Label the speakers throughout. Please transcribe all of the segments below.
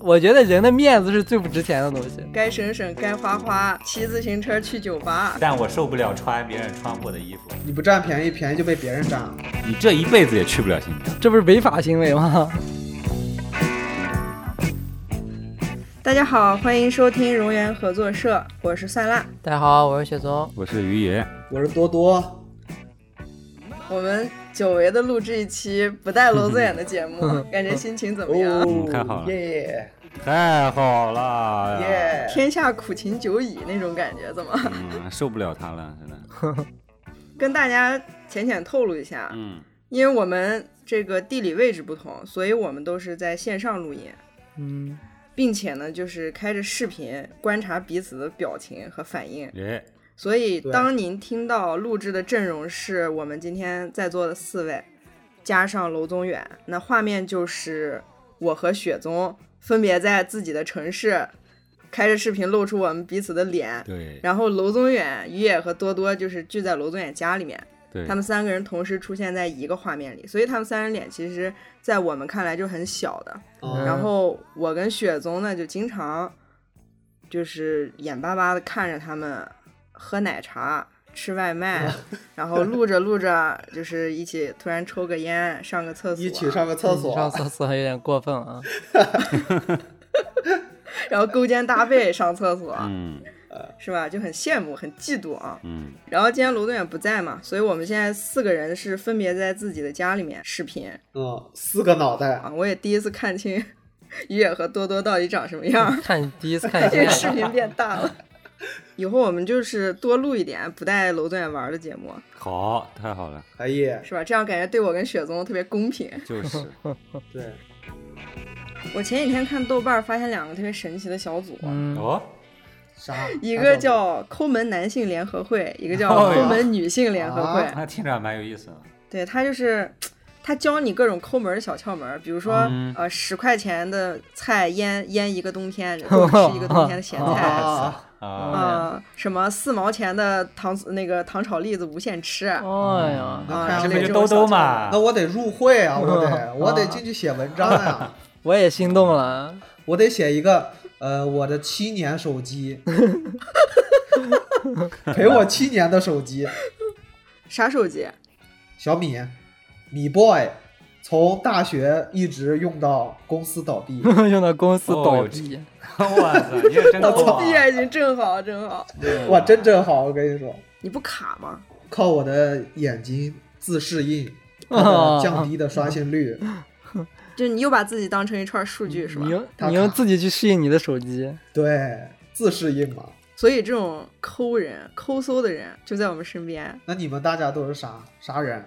Speaker 1: 我觉得人的面子是最不值钱的东西。
Speaker 2: 该省省，该花花，骑自行车去酒吧。
Speaker 3: 但我受不了穿别人穿过的衣服。
Speaker 4: 你不占便宜，便宜就被别人占了。
Speaker 3: 你这一辈子也去不了新疆。
Speaker 1: 这不是违法行为吗？
Speaker 2: 大家好，欢迎收听荣源合作社，我是蒜辣。
Speaker 5: 大家好，我是雪松。
Speaker 3: 我是于爷，
Speaker 4: 我是多多，
Speaker 2: 我们久违的录制一期不带娄子眼的节目，感觉心情怎么
Speaker 4: 哦
Speaker 2: 样？
Speaker 3: 嗯太好了啊
Speaker 4: 耶
Speaker 3: 太好了呀
Speaker 4: 耶！
Speaker 2: 天下苦秦久矣那种感觉，怎么？
Speaker 3: 嗯，受不了他了，真的。
Speaker 2: 跟大家浅浅透露一下，
Speaker 3: 嗯，
Speaker 2: 因为我们这个地理位置不同，所以我们都是在线上录音，
Speaker 1: 嗯，
Speaker 2: 并且呢，就是开着视频观察彼此的表情和反应。
Speaker 3: 耶，
Speaker 2: 所以，
Speaker 4: 对
Speaker 2: 当您听到录制的阵容是我们今天在座的四位，加上娄宗远，那画面就是我和雪宗分别在自己的城市开着视频露出我们彼此的脸，
Speaker 3: 对
Speaker 2: 然后娄宗远、于野和多多就是聚在娄宗远家里面，
Speaker 3: 对
Speaker 2: 他们三个人同时出现在一个画面里，所以他们三人脸其实，在我们看来就很小的。
Speaker 4: 哦
Speaker 2: 然后我跟雪宗呢，就经常就是眼巴巴的看着他们喝奶茶、吃外卖，
Speaker 4: 嗯
Speaker 2: 然后录着录着就是一起突然抽个烟、上个厕所，
Speaker 4: 一起上个厕
Speaker 2: 嗯
Speaker 5: 嗯
Speaker 4: 所，
Speaker 5: 上厕所有点过分啊！
Speaker 2: 然后勾肩搭背上厕所，
Speaker 3: 嗯
Speaker 2: 是吧？就很羡慕、很嫉妒啊。
Speaker 3: 嗯，
Speaker 2: 然后今天卢顿远不在嘛，所以我们现在四个人是分别在自己的家里面视频
Speaker 4: 嗯，四个脑袋，
Speaker 2: 啊。我也第一次看清 于野和多多到底长什么样儿，
Speaker 5: 看第一次看
Speaker 2: 这
Speaker 5: 见
Speaker 2: 个 视频变大了。以后我们就是多录一点不带娄顿远玩的节目，
Speaker 3: 好，太好了，
Speaker 4: 可以，
Speaker 2: 是吧？这样感觉对我跟雪宗特别公平。
Speaker 3: 就是，
Speaker 4: 对，
Speaker 2: 我前几天看豆瓣儿发现两个特别神奇的小组，
Speaker 5: 嗯，
Speaker 3: 哦，
Speaker 4: 啥？
Speaker 2: 一个叫抠门男性联合会，一个叫
Speaker 3: 哦啊
Speaker 2: 抠门女性联合会。
Speaker 3: 那听着还蛮有意思的。
Speaker 2: 对，它就是它教你各种抠门儿的小窍门儿，比如说、
Speaker 3: 嗯
Speaker 2: 呃十块钱的菜腌腌一个冬天，然后吃一个冬天的咸菜。
Speaker 4: 啊，
Speaker 3: 啊，
Speaker 2: 呃，什么四毛钱的糖那个糖炒栗子无限吃，
Speaker 5: 哎呀，
Speaker 4: 那
Speaker 2: 啊
Speaker 4: 看
Speaker 3: 这
Speaker 4: 样
Speaker 3: 不
Speaker 2: 类
Speaker 4: 子
Speaker 3: 就
Speaker 2: 这
Speaker 3: 兜
Speaker 2: 种
Speaker 3: 兜
Speaker 2: 小
Speaker 3: 嘛
Speaker 4: 啊那？我得入会啊，我得
Speaker 1: 嗯
Speaker 4: 我得进去写文章呀，
Speaker 1: 我也心动了。
Speaker 4: 我得写一个呃我的七年手机，陪我七年的手机，
Speaker 2: 啥手机？
Speaker 4: 小米，米 boy，从大学一直用到公司倒闭。
Speaker 1: 用到公司
Speaker 3: 哦
Speaker 1: 倒
Speaker 3: 有
Speaker 1: 闭，
Speaker 3: 我操，你也真够
Speaker 2: 我
Speaker 3: 啊！
Speaker 2: 闭眼睛，正好正好。
Speaker 4: 哇，真真好！我跟你说，
Speaker 2: 你不卡吗？
Speaker 4: 靠我的眼睛自适应，
Speaker 2: 哦
Speaker 1: 啊
Speaker 4: 降低的刷新率，
Speaker 2: 就你又把自己当成一串数据是吧
Speaker 1: 你？用
Speaker 4: 他
Speaker 1: 你用
Speaker 4: 卡
Speaker 1: 自己去适应你的手机，
Speaker 4: 对，自适应嘛。
Speaker 2: 所以这种抠人、抠搜的人就在我们身边。
Speaker 4: 那你们大家都是啥啥人？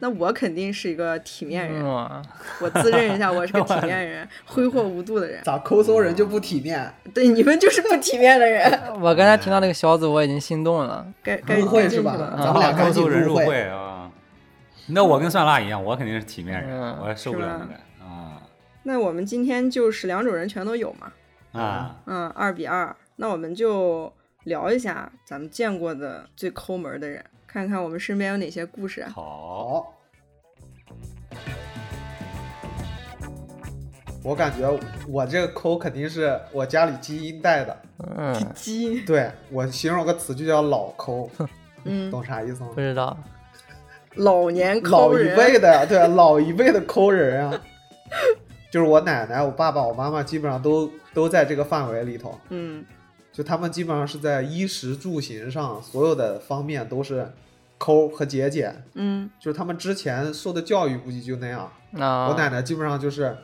Speaker 2: 那我肯定是一个体
Speaker 4: 哎
Speaker 2: 面人，
Speaker 1: 嗯，
Speaker 2: 我自认一下，我是个体面人，挥霍无度的人。
Speaker 4: 咋抠搜人就不体面？
Speaker 2: 对，你们就是不体面的
Speaker 1: 嗯
Speaker 2: 人，
Speaker 5: 我刚才听到那个小组，我已经心动了。
Speaker 2: 该该
Speaker 4: 入嗯会
Speaker 2: 该进
Speaker 4: 是
Speaker 2: 去
Speaker 4: 吧？
Speaker 2: 了。
Speaker 4: 咱们俩
Speaker 3: 高
Speaker 4: 赶紧
Speaker 3: 速人
Speaker 4: 入
Speaker 3: 入会啊。那我跟蒜辣一样，我肯定是体面人，
Speaker 5: 嗯
Speaker 3: 我受不了那
Speaker 2: 是
Speaker 3: 个啊
Speaker 2: 那我们今天就是两种人全都有嘛，
Speaker 3: 啊！
Speaker 2: 嗯，二比二。那我们就聊一下咱们见过的最抠门的人，看看我们身边有哪些故事。啊
Speaker 3: 好，
Speaker 4: 好。我感觉我这个抠肯定是我家里基因带的，
Speaker 5: 嗯，
Speaker 2: 基因，
Speaker 4: 对我形容个词就叫老抠，
Speaker 2: 嗯，
Speaker 4: 懂啥意思吗
Speaker 5: 不？知道，
Speaker 2: 老年
Speaker 4: 老
Speaker 2: 抠
Speaker 4: 一
Speaker 2: 人，
Speaker 4: 辈的呀，对啊，老一辈的抠人啊， 就是我奶奶、我爸爸、我妈妈基本上都都在这个范围里头，
Speaker 2: 嗯，
Speaker 4: 就他们基本上是在衣食住行上所有的方面都是抠和节俭，
Speaker 2: 嗯，
Speaker 4: 就是他们之前受的教育估计就那样。我
Speaker 5: 啊，
Speaker 4: 奶奶基本上就是，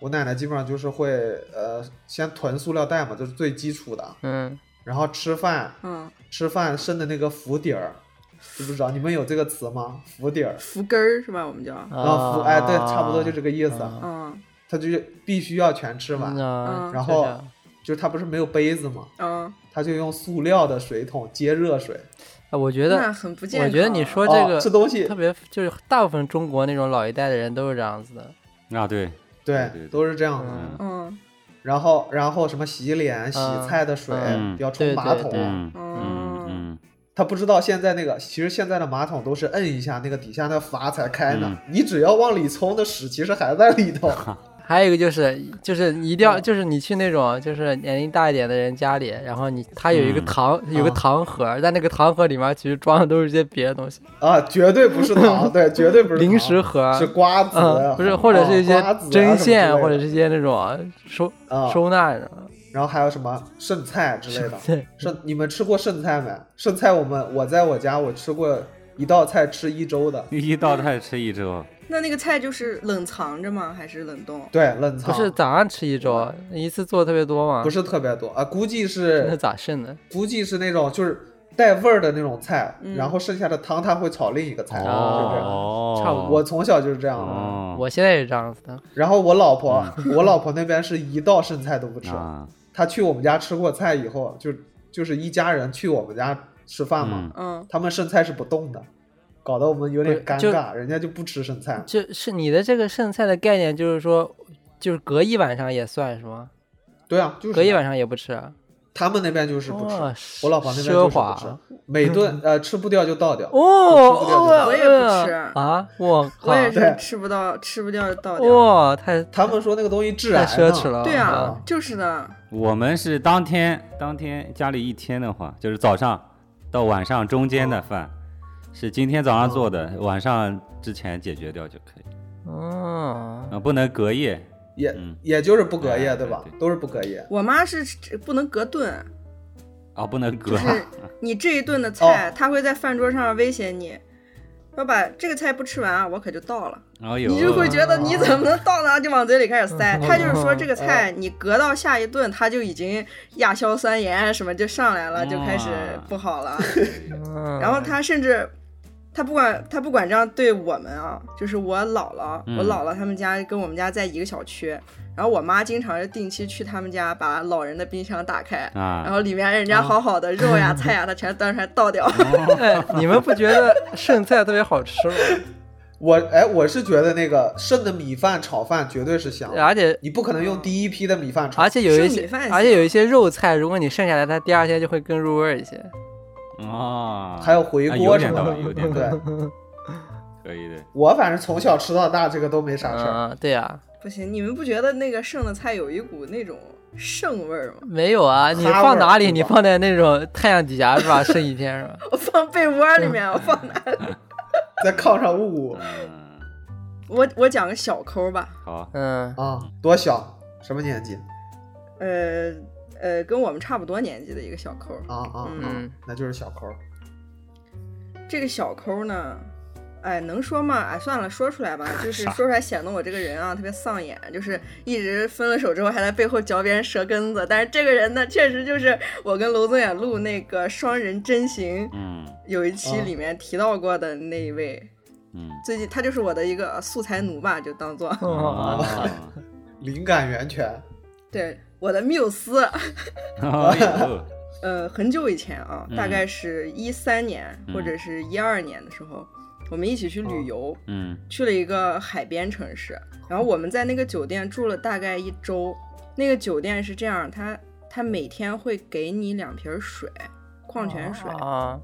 Speaker 4: 我奶奶基本上就是会呃先囤塑料袋嘛，这是最基础的，
Speaker 5: 嗯，
Speaker 4: 然后吃饭
Speaker 2: 嗯，
Speaker 4: 吃饭剩的那个浮底儿，知不知道？你们有这个词吗？浮底儿。
Speaker 2: 扶根儿是吧？我们叫，
Speaker 4: 然后服，哎，对，差不多就这个意思。
Speaker 5: 啊
Speaker 2: 嗯
Speaker 4: 他就必须要全吃完，
Speaker 5: 嗯，就
Speaker 4: 然
Speaker 5: 这
Speaker 4: 后
Speaker 5: 样
Speaker 4: 就是他不是没有杯子嘛，
Speaker 2: 嗯，
Speaker 4: 他就用塑料的水桶接热水。
Speaker 5: 哎我觉
Speaker 2: 那
Speaker 5: 得，
Speaker 2: 很不健康。啊
Speaker 5: 我觉得你说这
Speaker 4: 哦、
Speaker 5: 个
Speaker 4: 这东西
Speaker 5: 特，别，就是大部分中国那种老一代的人都是这样子的。
Speaker 3: 啊对，对对
Speaker 4: 对，都是这样的。
Speaker 5: 嗯
Speaker 2: 嗯，
Speaker 4: 然后，然后什么洗脸、洗菜的水
Speaker 5: 嗯
Speaker 4: 要冲马桶，
Speaker 5: 对对
Speaker 3: 嗯
Speaker 2: 哦
Speaker 3: 嗯
Speaker 4: 他不知道现在那个，其实现在的马桶都是
Speaker 3: 嗯
Speaker 4: 摁一下那个底下那个阀才开呢，你只要往里冲，那屎其实还在里头。
Speaker 1: 还有一个就是，就是你一定要，就是你去那种就是年龄大一点的人家里，然后你他有一个
Speaker 3: 嗯
Speaker 1: 糖，有个
Speaker 4: 啊
Speaker 1: 糖盒，但那个糖盒里面其实装的都是一些别的东西，
Speaker 4: 啊，绝对不是糖，对，绝对不是糖
Speaker 1: 零食盒，
Speaker 4: 是瓜子，
Speaker 1: 嗯，不是，或者是一些
Speaker 4: 啊瓜子啊
Speaker 1: 针
Speaker 4: 什
Speaker 1: 线，
Speaker 4: 么之类的
Speaker 1: 或者是一些那种收
Speaker 4: 啊，
Speaker 1: 收纳什么的。
Speaker 4: 然后还有什么剩菜之类的。
Speaker 1: 对，
Speaker 4: 剩你们吃过剩菜没？剩菜我们我在我家我吃过一道菜吃一周的，
Speaker 3: 一道菜吃一周，
Speaker 2: 那那个菜就是冷藏着吗？还是冷冻？
Speaker 4: 对，冷
Speaker 1: 不
Speaker 4: 藏
Speaker 1: 是早上吃一周，一次做特别多嘛？
Speaker 4: 啊不是特别多啊，估计
Speaker 1: 那
Speaker 4: 是
Speaker 1: 咋剩的？
Speaker 4: 估计是那种就是带味儿的那种菜，
Speaker 2: 嗯
Speaker 4: 然后剩下的汤它会炒另一个菜，
Speaker 1: 哦
Speaker 3: 哦，
Speaker 1: 差不
Speaker 4: 是不是？我从小就是这样的。
Speaker 3: 哦，
Speaker 1: 我现在也这样子的，
Speaker 4: 然后我老婆，
Speaker 1: 嗯
Speaker 4: 我老婆那边是一道剩菜都不吃，
Speaker 3: 啊，
Speaker 4: 她去我们家吃过菜以后，就就是一家人去我们家吃饭嘛，
Speaker 3: 嗯，
Speaker 2: 嗯，
Speaker 4: 他们剩菜是不动的，搞得我们有点
Speaker 1: 不
Speaker 4: 尴
Speaker 1: 是就
Speaker 4: 尬，人家就不吃剩菜，
Speaker 1: 就是你的这个剩菜的概念，就是说，就是隔一晚上也算是吗？
Speaker 4: 对啊，就是
Speaker 1: 隔一
Speaker 4: 的
Speaker 1: 晚上也不吃啊，
Speaker 4: 他们那边就是不吃，
Speaker 1: 哇
Speaker 4: 我老婆那边就是
Speaker 1: 奢
Speaker 4: 不
Speaker 1: 华嗯
Speaker 4: 吃，每顿呃吃不掉就倒掉。
Speaker 1: 哦，
Speaker 4: 我
Speaker 2: 我也不吃
Speaker 1: 啊！我靠
Speaker 2: 我，也是
Speaker 4: 对
Speaker 2: 吃不到，吃不掉倒掉。
Speaker 1: 哇，太
Speaker 4: 他们说那个东西致癌
Speaker 1: 太奢
Speaker 4: 呢，
Speaker 1: 侈了。
Speaker 2: 对
Speaker 4: 啊
Speaker 2: 啊，就是的，
Speaker 3: 我们是当天当天家里一天的话，就是早上到晚上中间的饭，是今天早上做的，晚上之前解决掉就可以，
Speaker 1: 嗯，
Speaker 3: 啊，不能隔夜，
Speaker 4: 也
Speaker 3: 嗯
Speaker 4: 也就是不隔夜，
Speaker 3: 哎
Speaker 4: 对吧
Speaker 3: 对？对
Speaker 4: 都是不隔夜。
Speaker 2: 我妈是吃不能隔 顿，
Speaker 3: 啊，不能隔
Speaker 2: 就， 是你这一顿的菜，她会在饭桌上威胁你，说把这个菜不吃完啊，我可就倒了。
Speaker 3: 然后有
Speaker 2: 你就会觉得你怎么能倒呢？就往嘴里开始塞。
Speaker 1: 嗯
Speaker 2: 她就是说这个菜你隔到下一顿，它就已经亚硝酸盐啊什么就上来了，就开始不好了。
Speaker 1: 嗯
Speaker 2: 然后他甚至，他不管他不管这样对我们啊，就是我姥姥，
Speaker 3: 嗯
Speaker 2: 我姥姥他们家跟我们家在一个小区，然后我妈经常是定期去他们家把老人的冰箱打开，然
Speaker 3: 啊，
Speaker 2: 后里面人家好好的肉呀、菜呀，她全端出来倒掉。
Speaker 1: 哎，你们不觉得剩菜特别好吃吗？
Speaker 4: 我哎，我是觉得那个剩的米饭炒饭绝对是香的，
Speaker 1: 哎而且
Speaker 4: 你不可能用第一批的米饭炒
Speaker 1: 而。且有一
Speaker 2: 剩米
Speaker 1: 些
Speaker 2: 饭，行
Speaker 1: 而且有一些肉菜，如果你剩下来，它第二天就会更入味儿一些。
Speaker 3: 哦，
Speaker 4: 还有回
Speaker 3: 啊
Speaker 4: 锅
Speaker 3: 有
Speaker 4: 什
Speaker 3: 点
Speaker 4: 么
Speaker 3: 道
Speaker 4: 的，
Speaker 3: 理，有点道理，
Speaker 4: 对
Speaker 3: 可以的，
Speaker 4: 我反正从小吃到大，这个都没啥事儿。
Speaker 1: 嗯，对呀，
Speaker 2: 不行，你们不觉得那个剩的菜有一股那种剩味儿吗？
Speaker 1: 没有啊，你
Speaker 4: 哈味儿
Speaker 1: 放哪里？
Speaker 4: 是吧
Speaker 1: 你放在那种太阳底下是吧？剩一天是吧？
Speaker 2: 我放被窝里面，我放哪？
Speaker 4: 在炕上捂捂
Speaker 3: 嗯，
Speaker 2: 我我讲个小抠吧，
Speaker 3: 好，
Speaker 1: 嗯，
Speaker 4: 啊，多小，什么年纪
Speaker 2: 呃呃，跟我们差不多年纪的一个小抠，
Speaker 4: 啊啊啊
Speaker 1: 嗯！
Speaker 4: 那就是小抠儿。
Speaker 2: 这个小抠呢，哎，能说吗？哎，算了，说出来吧，就是说出来显得我这个人啊特别丧眼，就是一直分了手之后还在背后嚼别人舌根子。但是这个人呢，确实就是我跟娄宗远录那个双人真行
Speaker 3: 嗯
Speaker 2: 有一期
Speaker 4: 哦
Speaker 2: 里面提到过的那一位，
Speaker 3: 嗯，
Speaker 2: 最近他就是我的一个呃素材奴吧，就当做
Speaker 1: 哦
Speaker 3: 哦
Speaker 4: 灵感源泉，
Speaker 2: 对我的缪斯。
Speaker 3: 哎呦
Speaker 2: 呃，很久以前啊，
Speaker 3: 嗯
Speaker 2: 大概是一三年、
Speaker 1: 嗯
Speaker 2: 或者是一二年的时候，我们一起去
Speaker 1: 哦
Speaker 2: 旅游，
Speaker 3: 嗯
Speaker 2: 去了一个海边城市，然后我们在那个酒店住了大概一周。那个酒店是这样，它它每天会给你两瓶水，矿泉水，
Speaker 1: 啊，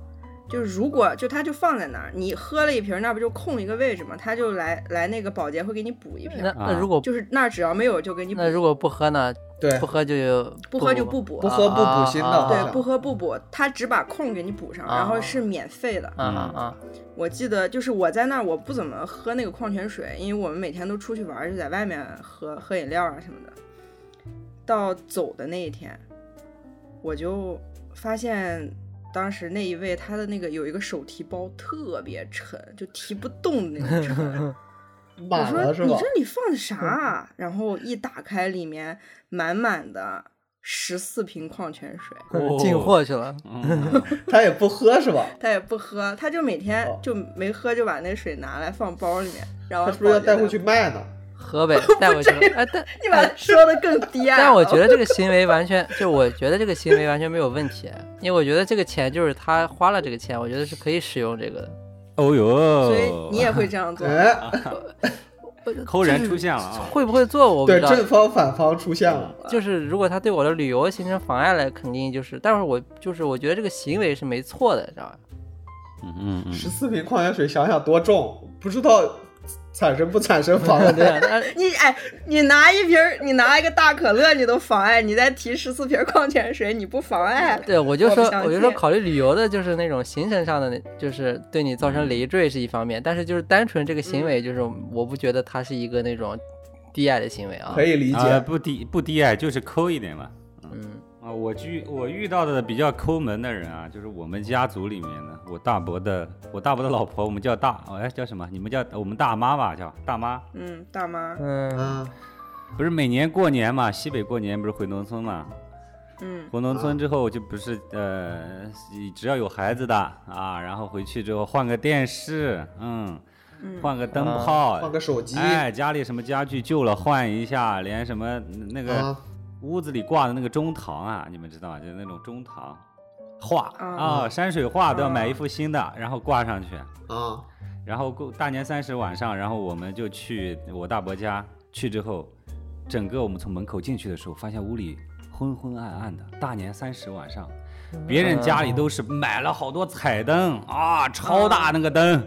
Speaker 2: 就是如果就它就放在那儿，你喝了一瓶，那不就空一个位置吗？它就来来那个保洁会给你补一瓶
Speaker 1: 那，那如果
Speaker 2: 就是那儿只要没有就给你补
Speaker 1: 那。如果不喝呢？
Speaker 4: 对
Speaker 1: 不，喝就有
Speaker 2: 不喝就不补
Speaker 4: 不喝不补心的，
Speaker 1: 啊
Speaker 4: 好
Speaker 2: 对，
Speaker 4: 像
Speaker 2: 不喝不补，它只把空给你补上，
Speaker 1: 啊
Speaker 2: 然后是免费的。
Speaker 1: 啊啊啊！
Speaker 2: 我记得就是我在那儿，我不怎么喝那个矿泉水，因为我们每天都出去玩儿，就在外面喝喝饮料啊什么的。到走的那一天，我就发现当时那一位他的那个有一个手提包特别沉，就提不动的那种沉。我
Speaker 4: 满了是
Speaker 2: 说你
Speaker 4: 吧？
Speaker 2: 这里放的啥啊？然后一打开，里面满满的十四瓶矿泉水。
Speaker 3: 哦
Speaker 1: 进货去了，
Speaker 3: 嗯
Speaker 4: 他也不喝是 吧？
Speaker 2: 他也不喝，他就每天就没喝就把那水拿来放包里面，然后
Speaker 4: 哦他是不是要
Speaker 2: 保洁
Speaker 4: 带
Speaker 2: 在
Speaker 4: 回去？卖呢？
Speaker 1: 河 北带回去了。哎，但
Speaker 2: 你把它说的更低啊！
Speaker 1: 但我觉得这个行为完全，就我觉得这个行为完全没有问题，因为我觉得这个钱就是他花了这个钱，我觉得是可以使用这个的。
Speaker 3: 哦
Speaker 2: 所以
Speaker 3: 呦，
Speaker 2: 你也会这样做。
Speaker 4: 哎，
Speaker 3: 啊抠人出现了啊！
Speaker 1: 会不会做我不
Speaker 4: 对，
Speaker 1: 知道。
Speaker 4: 正方反方出现了。
Speaker 1: 就是如果他对我的旅游形成妨碍了，肯定就是，但是我就是我觉得这个行为是没错的，知道吧？
Speaker 3: 嗯嗯嗯，
Speaker 4: 十四瓶矿泉水，想想多重，不知道产生不产生访 问
Speaker 1: 对
Speaker 4: 的？
Speaker 1: 啊，那
Speaker 2: 你哎，你拿一瓶儿，你拿一个大可乐，你都妨碍；你再提十四瓶矿泉水，你不妨碍。
Speaker 1: 嗯对，我就
Speaker 2: 我不
Speaker 1: 说，
Speaker 2: 相
Speaker 1: 我就说，
Speaker 2: 信
Speaker 1: 考虑旅游的就是那种行程上的那，就是对你造成累赘是一方面，但是就是单纯这个行为，就是我不觉得它是一个那种低矮的行为啊。
Speaker 4: 可以理解。
Speaker 3: 啊，不低不低矮，就是抠一点嘛。
Speaker 1: 嗯，
Speaker 3: 啊，我遇我遇到的比较抠门的人啊，就是我们家族里面的，我大伯的，我大伯的老婆，我们叫大，哦哎叫什么？你们叫我们大妈吧，叫大妈。
Speaker 2: 嗯，大妈，
Speaker 1: 嗯，
Speaker 4: 啊，
Speaker 3: 不是每年过年嘛，西北过年不是回农村嘛？
Speaker 2: 嗯，
Speaker 3: 回农村之后就不是呃，只要有孩子的啊，然后回去之后换个电视，嗯，
Speaker 2: 嗯
Speaker 3: 换个灯
Speaker 1: 啊
Speaker 3: 泡，
Speaker 4: 换个手机啊
Speaker 3: 哎，家里什么家具旧了换一下，连什么那个、
Speaker 4: 啊，
Speaker 3: 屋子里挂的那个中堂啊，你们知道吧？就是那种中堂画
Speaker 2: 啊
Speaker 3: 啊，山水画都要买
Speaker 2: 啊
Speaker 3: 一幅新的，然后挂上去。
Speaker 4: 啊，
Speaker 3: 然后过大年三十晚上，然后我们就去我大伯家，去之后，整个我们从门口进去的时候，发现屋里昏昏暗暗的。大年三十晚上，别人家里都是买了好多彩灯啊，超大那个灯，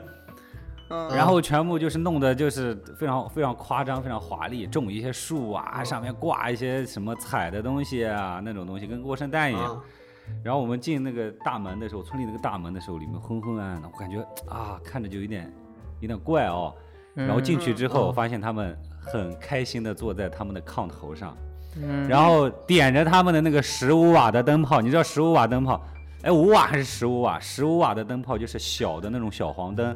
Speaker 2: 嗯，
Speaker 3: 然后全部就是弄的，就是非常非常夸张，非常华丽，种一些树啊，上面挂一些什么彩的东西啊，那种东西跟过圣诞一样。
Speaker 4: 啊
Speaker 3: 然后我们进那个大门的时候，村里那个大门的时候，里面昏昏暗暗的，我感觉啊，看着就有点有点怪哦。
Speaker 1: 嗯
Speaker 3: 然后进去之后，发现他们很开心的坐在他们的炕头上，
Speaker 1: 嗯，
Speaker 3: 然后点着他们的那个十五瓦的灯泡，你知道十五瓦灯泡，哎，五瓦还是十五瓦？十五瓦的灯泡就是小的那种小黄灯。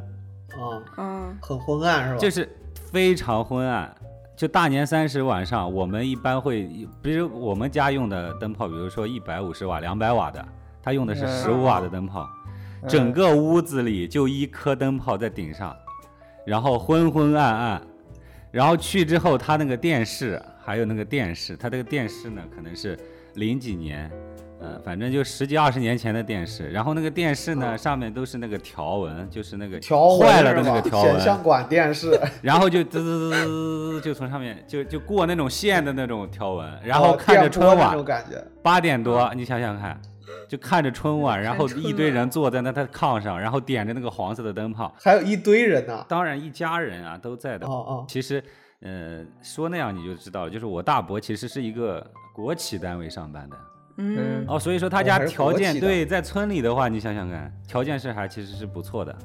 Speaker 4: 啊，
Speaker 2: 嗯，
Speaker 4: 很昏暗是吧？
Speaker 3: 就是非常昏暗。就大年三十晚上，我们一般会，比如我们家用的灯泡，比如说一百五十瓦、两百瓦的，他用的是
Speaker 1: 嗯
Speaker 3: 十五瓦的灯泡，整个屋子里就一颗灯泡在顶上，然后昏昏暗暗，然后去之后，他那个电视还有那个电视，他这个电视呢可能是零几年，呃，反正就十几二十年前的电视，然后那个电视呢、上面都是那个条纹，就是那个
Speaker 4: 嗯条纹
Speaker 3: 坏了的
Speaker 4: 是
Speaker 3: 那
Speaker 4: 吧
Speaker 3: 个条纹
Speaker 4: 显，像管电视，
Speaker 3: 然后就滋滋滋滋滋滋，就从上面就就过那种线的那种条纹， 然后看着春
Speaker 4: 哦啊电波那
Speaker 3: 晚
Speaker 4: 种感觉，
Speaker 3: 八点多，你想想看，就看着春晚，然后
Speaker 2: 看春
Speaker 3: 一堆人坐在那他的炕上，然后点着那个黄色的灯泡，
Speaker 4: 还有一堆人呢。
Speaker 3: 当然一家人啊都在的
Speaker 4: 哦。哦，
Speaker 3: 其实，呃，说那样你就知道了，就是我大伯其实是一个国企单位上班的
Speaker 2: 嗯，
Speaker 3: 哦，所以说他
Speaker 4: 哦
Speaker 3: 家
Speaker 4: 还是
Speaker 3: 条
Speaker 4: 国
Speaker 3: 件
Speaker 4: 企的
Speaker 3: 对，在村里的话，你想想看，条件是还其实是不错的。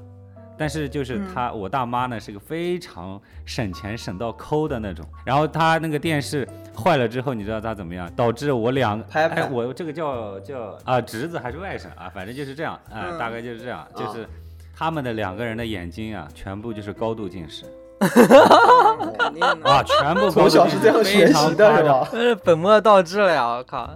Speaker 3: 但是就是他，我大妈呢是个非常省钱省到抠的那种。然后她那个电视坏了之后，你知道她怎么样？导致我两
Speaker 4: 拍拍
Speaker 3: 哎，我这个叫叫啊侄子还是外甥啊，反正就是这样啊，
Speaker 2: 嗯
Speaker 3: 大概就是这样，
Speaker 4: 啊
Speaker 3: 就是他们的两个人的眼睛啊，全部就是高度近视
Speaker 2: 肯定的，
Speaker 3: 啊，全部高
Speaker 4: 从
Speaker 3: 度
Speaker 4: 小
Speaker 3: 近
Speaker 4: 是
Speaker 3: 视
Speaker 4: 这样学
Speaker 3: 非常
Speaker 4: 习的
Speaker 3: 夸
Speaker 4: 是
Speaker 3: 张
Speaker 4: 吧？
Speaker 1: 这是呃本末倒置了呀！我靠，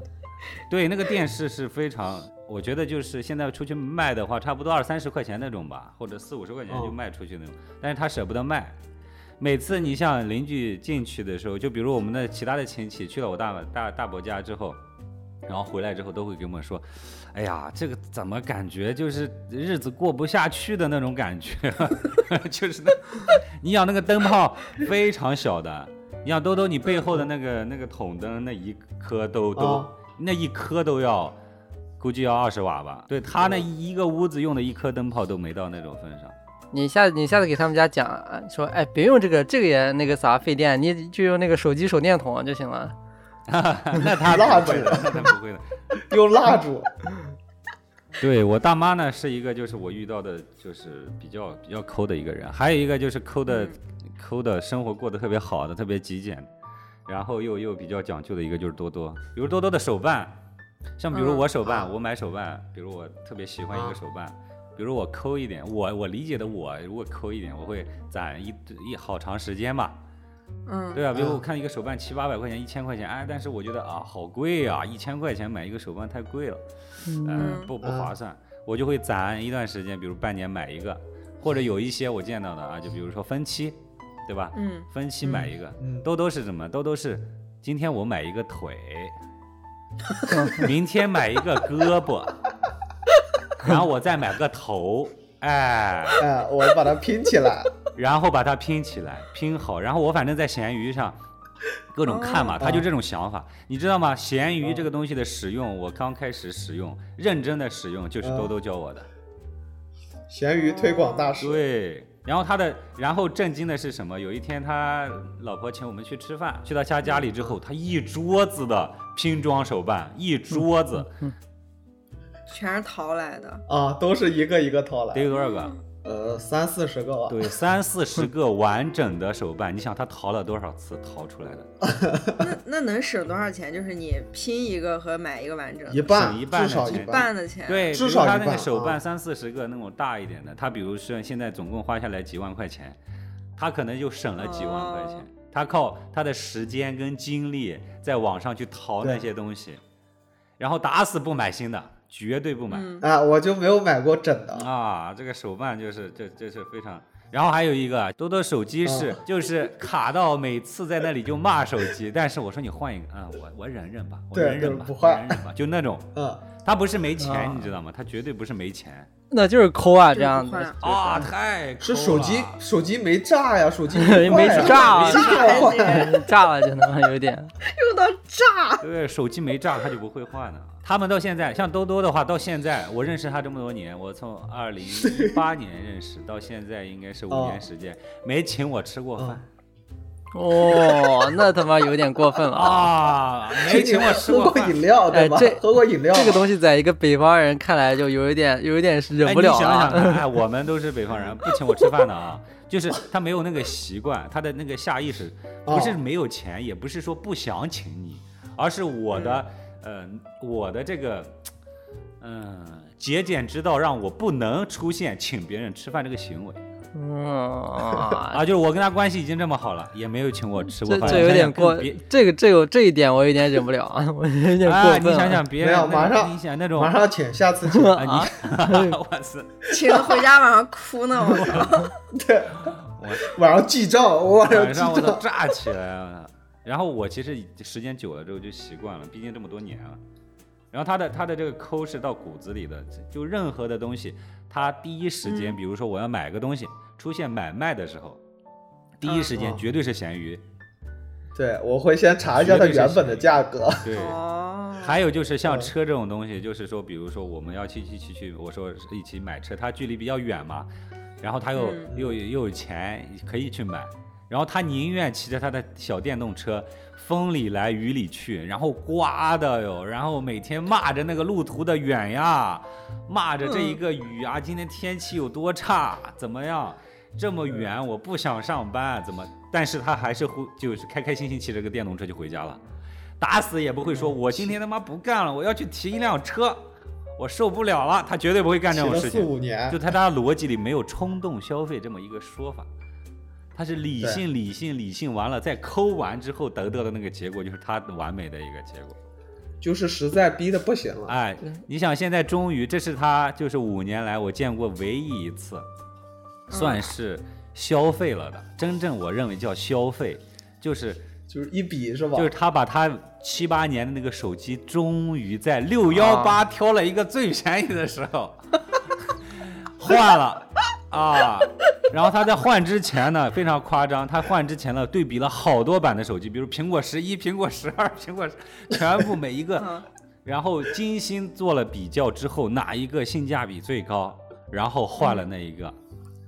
Speaker 3: 对，那个电视是非常，我觉得就是现在出去卖的话，差不多二三十块钱那种吧，或者四五十块钱就
Speaker 4: 哦
Speaker 3: 卖出去那种，但是他舍不得卖。每次你像邻居进去的时候，就比如我们的其他的亲戚去了我大大大伯家之后，然后回来之后都会给我们说，哎呀，这个怎么感觉就是日子过不下去的那种感觉， 就是那，你想那个灯泡非常小的，你想兜兜你背后的那个那个筒灯那一颗都都、
Speaker 4: 哦
Speaker 3: 那一颗都要，估计要二十瓦吧。对他那一个屋子用的一颗灯泡都没到那种份上。
Speaker 1: 你下你下次给他们家讲，啊说哎，别用这个，这个也那个啥费电，你就用那个手机手电筒就行了。
Speaker 3: 那他
Speaker 4: 蜡
Speaker 3: 不会的，那他不会的。
Speaker 4: 用蜡烛，
Speaker 3: 对我大妈呢是一个，就是我遇到的，就是比较比较抠的一个人，还有一个就是抠的、抠的生活过得特别好的，特别极简，然后又又比较讲究的一个就是多多，比如多多的手办，像比如
Speaker 2: 嗯
Speaker 3: 我手办，
Speaker 4: 啊
Speaker 3: 我买手办，比如我特别喜欢一
Speaker 4: 啊
Speaker 3: 个手办。比如我抠一点，我我理解的我如果抠一点，我会攒一一好长时间吧，
Speaker 2: 嗯，
Speaker 3: 对啊，比如我
Speaker 4: 嗯
Speaker 3: 看一个手办七八百块钱、一千块钱，哎，但是我觉得啊，好贵啊，一千块钱买一个手办太贵了，嗯，不不划算，我就会攒一段时间，比如半年买一个，或者有一些我见到的啊，就比如说分期，对吧？
Speaker 2: 嗯，
Speaker 3: 分期买一个，
Speaker 4: 嗯，
Speaker 3: 兜兜是什么？兜兜是今天我买一个腿，明天买一个胳膊，然后我再买个头，哎。
Speaker 4: 哎，我把它拼起来，
Speaker 3: 然后把它拼起来，拼好。然后我反正在闲鱼上各种看嘛，他就这种想法，你知道吗？闲鱼这个东西的使用，我刚开始使用，认真的使用就是
Speaker 4: 嗯
Speaker 3: 兜兜教我的。
Speaker 4: 咸鱼推广大使，
Speaker 3: 对，然后他的，然后震惊的是什么？有一天他老婆请我们去吃饭，去到他家里之后，他一桌子的拼装手办，一桌子
Speaker 2: 全是淘来的，
Speaker 4: 啊，都是一个一个掏来
Speaker 3: 得，有多少个？
Speaker 4: 呃，三四十个吧。
Speaker 3: 对，三四十个完整的手办，你想他淘了多少次淘出来的？
Speaker 2: 那那能省多少钱？就是你拼一个和买一个完整的
Speaker 4: 一半，
Speaker 3: 省一半的
Speaker 4: 至少一
Speaker 3: 钱
Speaker 2: 半的钱，，
Speaker 3: 对，
Speaker 4: 至
Speaker 3: 比如
Speaker 4: 少
Speaker 3: 他
Speaker 4: 一
Speaker 3: 那个
Speaker 4: 半
Speaker 3: 手
Speaker 4: 啊
Speaker 3: 办三四十个那种大一点的，他比如说现在总共花下来几万块钱，他可能就省了几万块钱。
Speaker 2: 哦
Speaker 3: 他靠他的时间跟精力在网上去淘那些东西，然后打死不买新的，绝对不买。
Speaker 2: 嗯，
Speaker 4: 啊，我就没有买过整的。
Speaker 3: 啊，这个手办就是这这是非常。然后还有一个多多手机是、
Speaker 4: 嗯
Speaker 3: 就是卡到每次在那里就骂手机，但是我说你换一个啊、我我忍忍吧，我
Speaker 4: 对
Speaker 3: 忍
Speaker 4: 就是
Speaker 3: 忍吧，
Speaker 4: 不
Speaker 3: 我
Speaker 4: 换
Speaker 3: 忍忍吧，就那种
Speaker 4: 嗯，
Speaker 3: 他不是没钱、
Speaker 1: 啊
Speaker 3: 你知道吗？他绝对不是没钱
Speaker 1: 那就是抠啊
Speaker 2: 就是
Speaker 1: 这样
Speaker 2: 不
Speaker 1: 子
Speaker 2: 换。
Speaker 3: 啊，太
Speaker 4: 是
Speaker 3: 抠
Speaker 4: 手机
Speaker 3: 了
Speaker 4: 手机没炸呀， 手 机
Speaker 1: 没
Speaker 4: 坏呀
Speaker 1: 炸啊
Speaker 4: 炸呀坏呀
Speaker 1: 你炸了就能有点，
Speaker 2: 用到哎炸，
Speaker 3: 对，手机没炸他就不会换的。啊他们到现在，像兜兜的话，到现在我认识他这么多年，我从二零一八年认识到现在应该是五
Speaker 4: 哦
Speaker 3: 年时间，没请我吃过
Speaker 4: 嗯
Speaker 3: 饭、
Speaker 1: 哦，那他妈有点过分了啊！
Speaker 3: 啊，没请 我吃
Speaker 4: 喝
Speaker 3: 饭
Speaker 4: 过。饮料对
Speaker 1: 哎
Speaker 4: 吧
Speaker 1: 这？
Speaker 4: 喝过饮料吧，
Speaker 1: 这个东西在一个北方人看来就有一点有一点是忍不了啊
Speaker 3: 哎、你想想
Speaker 1: 了。
Speaker 3: 看，哎，我们都是北方人，不请我吃饭的啊，就是他没有那个习惯，他的那个下意识，不是
Speaker 4: 哦
Speaker 3: 没有钱，也不是说不想请你，而是我的，
Speaker 1: 嗯
Speaker 3: 呃，我的这个，嗯、节俭之道让我不能出现请别人吃饭这个行为
Speaker 1: 嗯，
Speaker 3: 啊，就是 我跟他关系已经这么好了，也没有请我吃过
Speaker 1: 这
Speaker 3: 饭，
Speaker 1: 这有
Speaker 3: 想
Speaker 1: 点
Speaker 3: 想更
Speaker 1: 过
Speaker 3: 别，
Speaker 1: 这个这个这一点我有点忍不了啊，我有点
Speaker 3: 啊，
Speaker 1: 过
Speaker 3: 你
Speaker 1: 分
Speaker 3: 想
Speaker 1: 了。
Speaker 3: 想别
Speaker 4: 没
Speaker 3: 人
Speaker 4: 有
Speaker 3: 那
Speaker 4: 马
Speaker 3: 种
Speaker 4: 上
Speaker 3: 你想那种
Speaker 4: 马上请，下次请。
Speaker 3: 啊，你， 我操，
Speaker 2: 请了回家晚上哭呢，我靠，
Speaker 4: 对，晚上记账，晚
Speaker 3: 晚上
Speaker 4: 上
Speaker 3: 我
Speaker 4: 记
Speaker 3: 都
Speaker 4: 账。
Speaker 3: 炸起来了。 然后我其实已时间久了之后就习惯了，毕竟这么多年了。然后他的他的这个抠是到骨子里的，就任何的东西，他第一时
Speaker 4: 嗯
Speaker 3: 间，比如说我要买个东西，出现买卖的时候，第一时间
Speaker 4: 嗯
Speaker 3: 绝对是闲鱼。
Speaker 4: 对，我会先查一下它原本的价格。
Speaker 3: 对，
Speaker 2: 哦，
Speaker 3: 还有就是像车这种东西，就是说，比如说我们要去去去去，我说是一起买车，它距离比较远嘛，然后他又、
Speaker 2: 嗯
Speaker 3: 又又有钱可以去买，然后他宁愿骑着他的小电动车，风里来雨里去，然后刮的哟，然后每天骂着那个路途的远呀，骂着这一个雨啊，今天天气有多差，怎么样？这么远，我不想上班，怎么？但是他还是会就是开开心心骑着个电动车就回家了，打死也不会说我今天他妈不干了，我要去提一辆车，我受不了了。他绝对不会干
Speaker 4: 骑
Speaker 3: 这种
Speaker 4: 了
Speaker 3: 事
Speaker 4: 四
Speaker 3: 情，
Speaker 4: 五年
Speaker 3: 就，在他的逻辑里没有冲动消费这么一个说法，他是理性理性理性完了再抠完之后得到的那个结果就是他完美的一个结果。
Speaker 4: 就是实在逼的不行了。
Speaker 3: 哎，你想现在终于，这是他就是五年来我见过唯一一次，算是消费了的。真正我认为叫消费，就是
Speaker 4: 就是一比是吧？
Speaker 3: 就是他把他七八年的那个手机，终于在六幺
Speaker 4: 啊
Speaker 3: 八挑了一个最便宜的时 候换了啊。然后他在换之前呢，非常夸张，他换之前呢对比了好多版的手机，比如苹果十一、苹果十二、 苹果10全部每一个
Speaker 2: 嗯，
Speaker 3: 然后精心做了比较之后，哪一个性价比最高，然后换了那一个，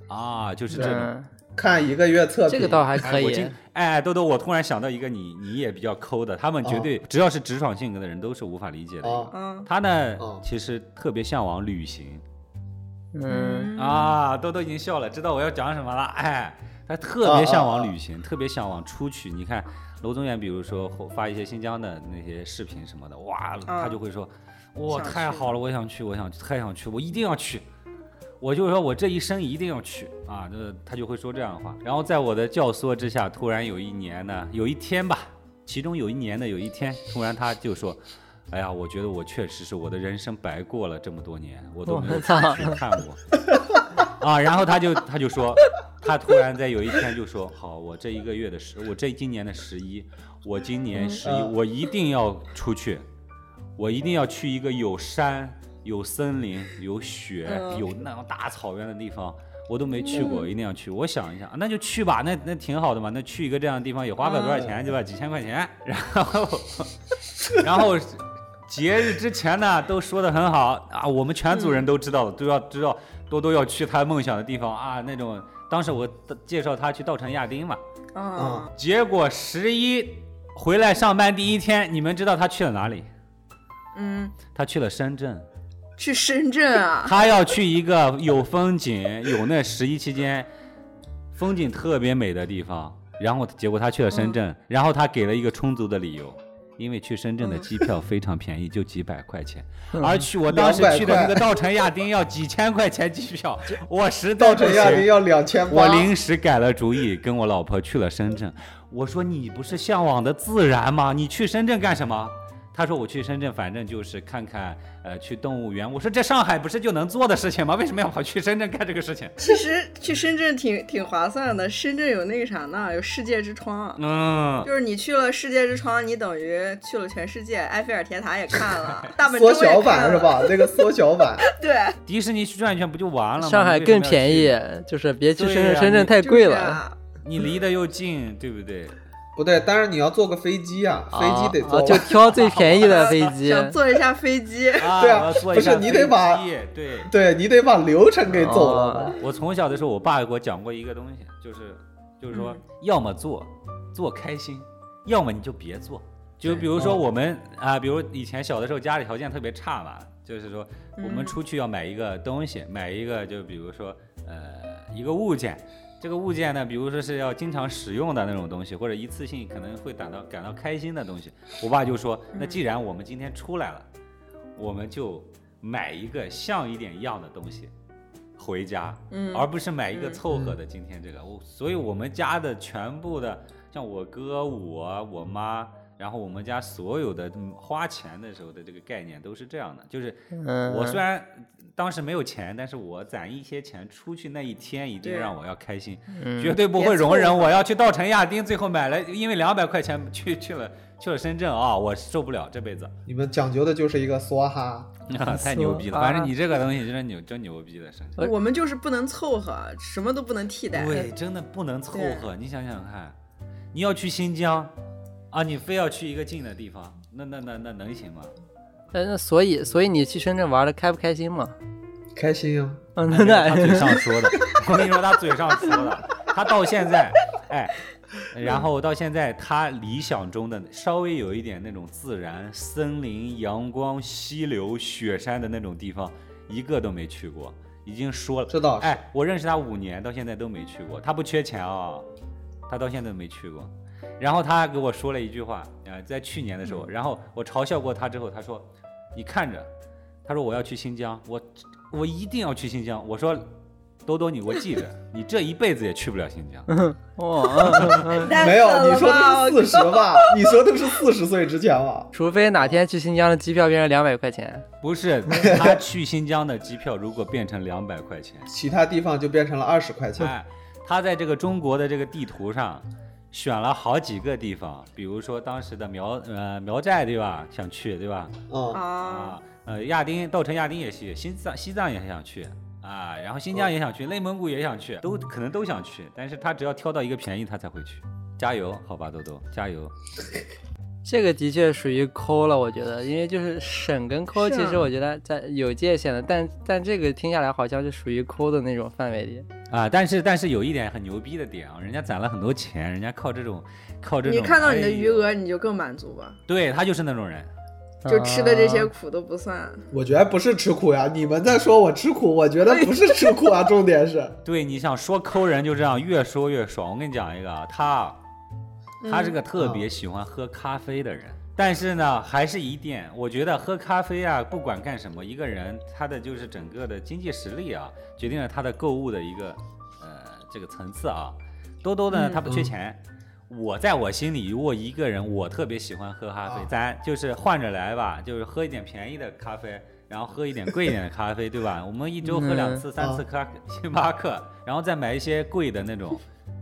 Speaker 3: 啊，就是这种。
Speaker 1: 嗯，
Speaker 4: 看一个月测
Speaker 1: 这
Speaker 4: 评，
Speaker 1: 个倒还
Speaker 3: 哎
Speaker 1: 可
Speaker 3: 我
Speaker 1: 以
Speaker 3: 今。哎，豆豆，我突然想到一个你，你也比较抠的，他们绝对、只要是直爽性格的人都是无法理解的一个。
Speaker 4: 啊，
Speaker 2: 嗯，
Speaker 3: 他呢，
Speaker 4: 哦
Speaker 3: 其实特别向往旅行
Speaker 1: 嗯，
Speaker 3: 啊，豆豆已经笑了，知道我要讲什么了。哎，他特别向往旅行，特别向往出去。你看楼宗远，比如说后发一些新疆的那些视频什么的，哇，他就会说，哇，
Speaker 2: 想
Speaker 3: 太
Speaker 2: 去
Speaker 3: 好了，我想去，我想去，太想去，我一定要去。我就说我这一生一定要去啊，就是他就会说这样的话。然后在我的教唆之下，突然有一年呢，有一天吧，其中有一年的有一天，突然他就说：“哎呀，我觉得我确实是我的人生白过了这么多年，我都没有
Speaker 1: 我
Speaker 3: 出
Speaker 1: 操
Speaker 3: 去看过。”啊，然后他就他就说，他突然在有一天就说：“好，我这一个月的十，我这今年的十一，我今年十一，
Speaker 4: 嗯
Speaker 3: 我一定要出去。”我一定要去一个有山、有森林、有雪、
Speaker 2: 嗯
Speaker 3: 有那种大草原的地方，我都没去过，一定要去。我想一下，那就去吧，那那挺好的嘛，那去一个这样的地方也花不了多少钱，对吧？几千块钱， 然后，然后。节日之前呢，都说的很好啊，我们全组人都知道了，都要知道多多要去他梦想的地方啊，那种当时我介绍他去稻城亚丁嘛，
Speaker 2: 啊，
Speaker 3: 结果十一回来上班第一天，你们知道他去了哪里？
Speaker 2: 嗯，
Speaker 3: 他去了深圳，
Speaker 2: 去深圳啊，
Speaker 3: 他要去一个有风景、有那十一期间风景特别美的地方。然后结果他去了深圳，然后他给了一个充足的理由，因为去深圳的机票非常便宜，就几百块钱，而去我当时
Speaker 4: 200
Speaker 3: 去的那个
Speaker 4: 块
Speaker 3: 稻城亚丁要几千块钱机 票，我实在
Speaker 4: 稻
Speaker 3: 不
Speaker 4: 城亚丁
Speaker 3: 行。
Speaker 4: 要两千八，
Speaker 3: 我临时改了主意，跟我老婆去了深圳。我说你不是向往的自然吗？你去深圳干什么？她说我去深圳，反正就是看看，呃，去动物园。我说这上海不是就能做的事情吗？为什么要跑去深圳干这个事情？
Speaker 2: 其实去深圳挺挺划算的，深圳有那个啥呢，有世界之窗啊。
Speaker 3: 嗯，
Speaker 2: 就是你去了世界之窗，你等于去了全世界，埃菲尔铁塔也看了，大本钟
Speaker 4: 缩
Speaker 2: 也
Speaker 4: 小版
Speaker 2: 看
Speaker 4: 是
Speaker 2: 了？
Speaker 4: 吧？那个缩小版，
Speaker 2: 对，
Speaker 3: 迪士尼去转一圈不就完了吗？
Speaker 1: 上海
Speaker 3: 你为什
Speaker 1: 更
Speaker 3: 么要
Speaker 1: 便宜
Speaker 3: 去，，
Speaker 1: 就是别去深
Speaker 3: 对
Speaker 1: 圳，
Speaker 3: 呀
Speaker 1: 深圳
Speaker 3: 你
Speaker 1: 太贵
Speaker 2: 就是
Speaker 1: 了。
Speaker 2: 啊
Speaker 3: 你离得又近，对不对？
Speaker 4: 不对，但是你要坐个飞机啊，飞机得
Speaker 1: 啊
Speaker 4: 坐完。
Speaker 1: 就挑最便宜 的飞机。
Speaker 2: 想坐一下飞机，
Speaker 3: 啊
Speaker 4: 对啊
Speaker 3: 我要坐一
Speaker 4: 不是
Speaker 3: 下
Speaker 4: 你
Speaker 3: 飞
Speaker 4: 得把
Speaker 3: 机对。
Speaker 4: 对你得把流程给走了吧？
Speaker 3: 我从小的时候，我爸给我讲过一个东西，就是就是说
Speaker 2: 嗯，
Speaker 3: 要么做做开心，要么你就别做。就比如说
Speaker 4: 哦
Speaker 3: 我们啊，比如以前小的时候家里条件特别差嘛，就是说我们
Speaker 2: 嗯
Speaker 3: 出去要买一个东西，买一个就比如说呃一个物件。这个物件呢，比如说是要经常使用的那种东西，或者一次性可能会感到感到开心的东西，我爸就说：“那
Speaker 2: 嗯
Speaker 3: 既然我们今天出来了，我们就买一个像一点样的东西回家，
Speaker 2: 嗯
Speaker 3: 而不是买一个
Speaker 2: 嗯
Speaker 3: 凑合的。今天这个，我所以我们家的全部的，像我哥、我、我妈，然后我们家所有的嗯花钱的时候的这个概念都是这样的，就是
Speaker 1: 嗯，
Speaker 3: 我虽然当时没有钱，但是我攒一些钱出去那一天一定
Speaker 2: 对
Speaker 3: 让我要开心，
Speaker 1: 嗯
Speaker 3: 绝对不
Speaker 2: 别
Speaker 3: 会容
Speaker 2: 凑
Speaker 3: 忍
Speaker 2: 合
Speaker 3: 我要去稻城亚丁，最后买了因为两百块钱去去了去了深圳啊，我受不了这辈子，
Speaker 4: 你们讲究的就是一个梭哈，
Speaker 3: 太牛逼了！反正你这个东西真是牛真牛逼的事情。
Speaker 1: 呃
Speaker 2: 我们就是不能凑合，什么都不能替代。
Speaker 3: 对，真的不能凑合。你想想看，你要去新疆啊，你非要去一个近的地方，那那那那能行吗？
Speaker 1: 但是所以所以你去深圳玩的开不开心嘛？
Speaker 4: 开心啊呀、
Speaker 1: 嗯，
Speaker 3: 哎
Speaker 1: 那
Speaker 3: 他嘴上说的，我跟你说，他嘴上说的，他到现在，哎，然后到现在，他理想中的稍微有一点那种自然、森林、阳光、溪流、雪山的那种地方，一个都没去过，已经说了。
Speaker 4: 这倒哦是。
Speaker 3: 哎，我认识他五年，到现在都没去过。他不缺钱啊、他到现在都没去过。然后他给我说了一句话，呃，在去年的时候，然后我嘲笑过他之后，他说：“你看着，他说我要去新疆，我我一定要去新疆。”我说：“多多你，我记着，你这一辈子也去不了新疆。
Speaker 1: 哦，嗯嗯
Speaker 2: 太
Speaker 4: 哎没有，
Speaker 2: 狠
Speaker 4: 你
Speaker 2: 了
Speaker 4: 说
Speaker 2: 吧
Speaker 4: 的是四十吧？
Speaker 2: 哎
Speaker 4: 你说的是四十岁之前啊吧？
Speaker 1: 除非哪天去新疆的机票变成两百块钱，
Speaker 3: 不是他去新疆的机票，如果变成两百块钱，
Speaker 4: 其他地方就变成了二十块钱。
Speaker 3: 哎，他在这个中国的这个地图上选了好几个地方，比如说当时的苗呃苗寨对吧，想去对吧？
Speaker 4: 嗯，
Speaker 2: 啊
Speaker 3: 啊，，呃，亚丁稻城亚丁也去，新藏西藏也想去啊，然后新疆也想去，内蒙古也想去，都可能都想去，但是他只要挑到一个便宜，他才会去。加油，好吧，豆豆，加油！
Speaker 1: 这个的确属于抠了，我觉得，因为就是省跟抠，
Speaker 2: 是啊
Speaker 1: 其实我觉得在有界限的，但但这个听下来好像是属于抠的那种范围里。
Speaker 3: 啊，但是但是有一点很牛逼的点啊，人家攒了很多钱，人家靠这种靠这种，
Speaker 2: 你看到你的
Speaker 3: 哎
Speaker 2: 余
Speaker 3: 呦，
Speaker 2: 额，你就更满足吧，
Speaker 3: 对他就是那种人，
Speaker 2: 就吃的这些
Speaker 1: 啊
Speaker 2: 苦都不 算。
Speaker 4: 我觉得不是吃苦呀，你们在说我吃苦，我觉得不是吃苦啊， 重点是
Speaker 3: 对，你想说抠人就这样，越说越爽。我跟你讲一个啊，他啊
Speaker 2: 嗯
Speaker 3: 他是个特别喜欢喝咖啡的人，但是呢，还是一点，我觉得喝咖啡啊，不管干什么，一个人他的就是整个的经济实力啊，决定了他的购物的一个呃这个层次啊。多多呢，
Speaker 2: 嗯
Speaker 3: 他不缺钱。我在我心里，如果一个人，我特别喜欢喝咖啡，
Speaker 4: 啊
Speaker 3: 咱就是换着来吧，就是喝一点便宜的咖啡，然后喝一点贵一点的咖啡，对吧？我们一周喝两
Speaker 1: 嗯
Speaker 3: 次、三次咖星巴克，然后再买一些贵的那种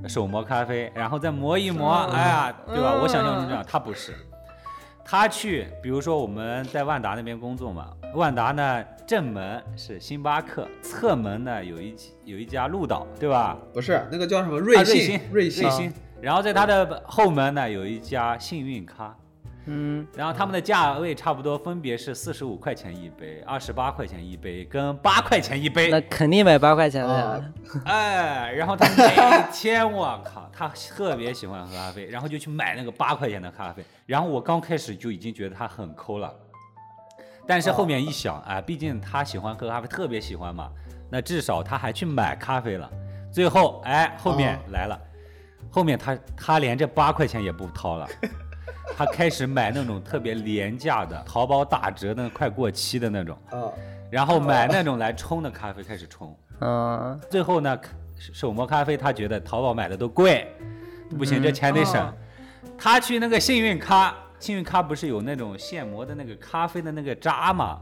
Speaker 3: 手磨咖啡，然后再磨一磨，哎呀，对吧？我想象中这样，他不是，他去，比如说我们在万达那边工作嘛，万达呢正门是星巴克，侧门呢有一有一家鹿岛，对吧？
Speaker 4: 不是那个叫什么
Speaker 3: 啊
Speaker 4: 瑞
Speaker 3: 瑞
Speaker 4: 幸啊
Speaker 3: 幸，
Speaker 4: 瑞
Speaker 3: 瑞幸，然后在他的后门呢有一家幸运咖，
Speaker 1: 嗯，
Speaker 3: 然后他们的价位差不多分别是四十五块钱一杯、二十八块钱一杯跟八块钱一杯。
Speaker 1: 那肯定买八块钱的呀
Speaker 4: 啊。
Speaker 3: 哎，然后他每天我靠，他特别喜欢喝咖啡，然后就去买那个八块钱的咖啡。然后我刚开始就已经觉得他很抠了，但是后面一想，哎，毕竟他喜欢喝咖啡，特别喜欢嘛，那至少他还去买咖啡了。最后，哎，后面来了，后面他他连这八块钱也不掏了。 他开始买那种特别廉价的，淘宝打折的快过期的那种，
Speaker 4: 啊，
Speaker 3: 然后买那种来冲的咖啡开始冲。
Speaker 1: 嗯，
Speaker 3: 最后呢，手磨咖啡他觉得淘宝买的都贵，不行，这钱得省。
Speaker 2: 哦
Speaker 3: 他去那个幸运咖，幸运咖不是有那种现磨的那个咖啡的那个渣嘛，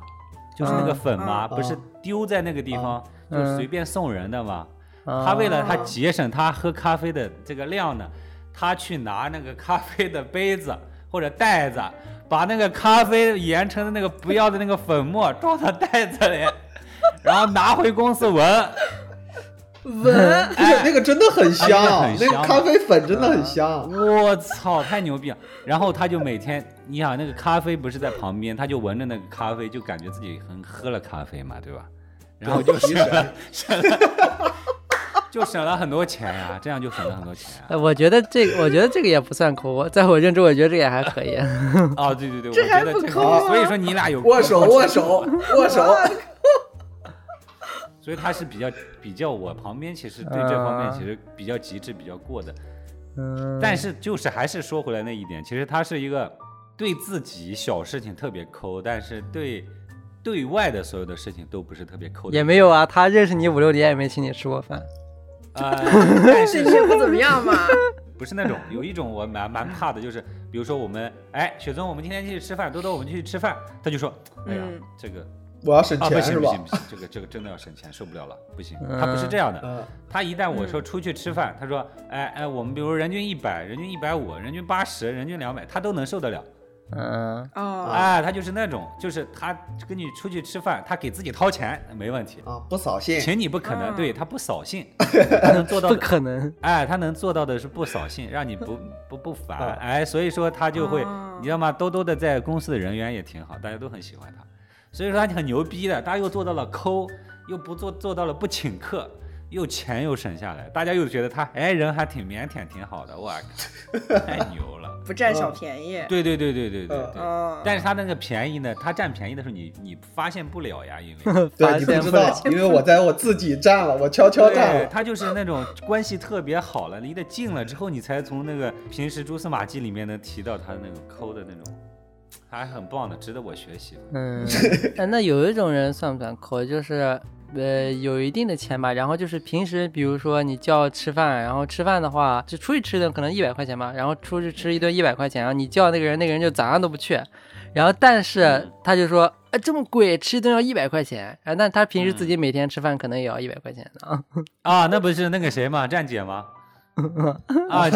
Speaker 3: 就是那个粉嘛，
Speaker 4: 嗯
Speaker 3: 不是丢在那个地方，
Speaker 1: 嗯
Speaker 3: 就是随便送人的嘛。
Speaker 1: 嗯
Speaker 3: 他为了他节省他喝咖啡的这个量呢，他去拿那个咖啡的杯子 或者袋子，把那个咖啡研成的那个不要的那个粉末装到袋子里，然后拿回公司闻。
Speaker 2: 闻
Speaker 4: 那个那个真的很香
Speaker 3: 哎，那个很香
Speaker 4: 那个咖啡粉真的很香。
Speaker 3: 我操，太牛逼了！然后他就每天，你想那个咖啡不是在旁边，他就闻着那个咖啡，就感觉自己很喝了咖啡嘛，对吧？然 后就省了省了， 就省了很多钱呀、这样就省了很多钱、 啊。
Speaker 1: 哎我觉得这个，我觉得这个也不算抠，我在我认知，我觉得这个也还可 以。
Speaker 3: 哦，对对对，
Speaker 2: 嗯
Speaker 3: 我
Speaker 2: 这还
Speaker 3: 觉得
Speaker 2: 不啊
Speaker 3: 这
Speaker 2: 抠
Speaker 3: 个，
Speaker 2: 吗
Speaker 3: 所以说你俩有
Speaker 4: 握手，握手，握手。
Speaker 3: 所以他是比较比较我旁边其实对这方面其实比较极致、比较过的，
Speaker 1: 嗯，
Speaker 3: 但是就是还是说回来那一点，其实他是一个对自己小事情特别抠，但是对对外的所有的事情都不是特别抠的
Speaker 1: 也
Speaker 3: 人。
Speaker 1: 没有啊，他认识你五六年也没请你吃过饭。
Speaker 3: 呃，但
Speaker 2: 这
Speaker 3: 是
Speaker 2: 这不怎么样嘛？
Speaker 3: 不是那种有一种我蛮蛮怕的，就是比如说我们哎雪宗，我们今天去吃饭，多多我们去吃饭，他就说哎呀、
Speaker 2: 嗯
Speaker 3: 这个
Speaker 4: 我要省
Speaker 3: 啊不
Speaker 4: 钱
Speaker 3: 行
Speaker 4: 是
Speaker 3: 不
Speaker 4: 吧
Speaker 3: 行？不行，这个这个真的要省钱，受不了了，不行，他不是这样的，
Speaker 4: 嗯，
Speaker 3: 他一旦我说出去吃饭，他说，哎哎，我们比如人均一百，人均一百五，人均八十，人均两百，他都能受得了。
Speaker 1: 嗯，
Speaker 2: 哦，
Speaker 3: 哎，他就是那种，就是他跟你出去吃饭，他给自己掏钱没问题，
Speaker 4: 啊，不扫兴。
Speaker 3: 请你不可能，
Speaker 2: 嗯
Speaker 3: 对他不扫兴，他能做到
Speaker 1: 不
Speaker 3: 的，
Speaker 1: 可能。
Speaker 3: 哎，他能做到的是不扫兴，让你不不不烦
Speaker 4: 嗯，
Speaker 3: 哎，所以说他就会
Speaker 2: 哦，
Speaker 3: 你知道吗？兜兜的在公司的人缘也挺好，大家都很喜欢他，所以说他很牛逼的，他又做到了抠，又不做做到了不请客，又钱又省下来，大家又觉得他哎人还挺腼腆，挺好的，我靠，太牛了！
Speaker 2: 不占小便宜。
Speaker 3: 对对对对对对
Speaker 4: 嗯
Speaker 3: 对。
Speaker 2: 哦，
Speaker 3: 但是他那个便宜呢，他占便宜的时候你你发现不了呀，因为
Speaker 1: 发
Speaker 4: 对你
Speaker 1: 现
Speaker 4: 不知
Speaker 1: 了
Speaker 4: 道，因为我在我自己站了，我悄悄站
Speaker 3: 对
Speaker 4: 了。
Speaker 3: 他就是那种关系特别好了，离得近了之后，你才从那个平时蛛丝马迹里面能提到他那种抠的那种，还很棒的，值得我学习的。
Speaker 1: 嗯，哎那有一种人算不算抠？就是呃，有一定的钱吧，然后就是平时比如说你叫吃饭，然后吃饭的话，就出去吃一顿可能一百块钱吧，然后出去吃一顿一百块钱，然后你叫那个人，那个人就咋样都不去，然后但是
Speaker 3: 嗯
Speaker 1: 他就说。哎，这么贵，吃一顿要一百块钱。啊，那他平时自己每天吃饭可能也要一百块钱的啊。
Speaker 3: 啊，那不是那个谁吗？站姐吗？啊，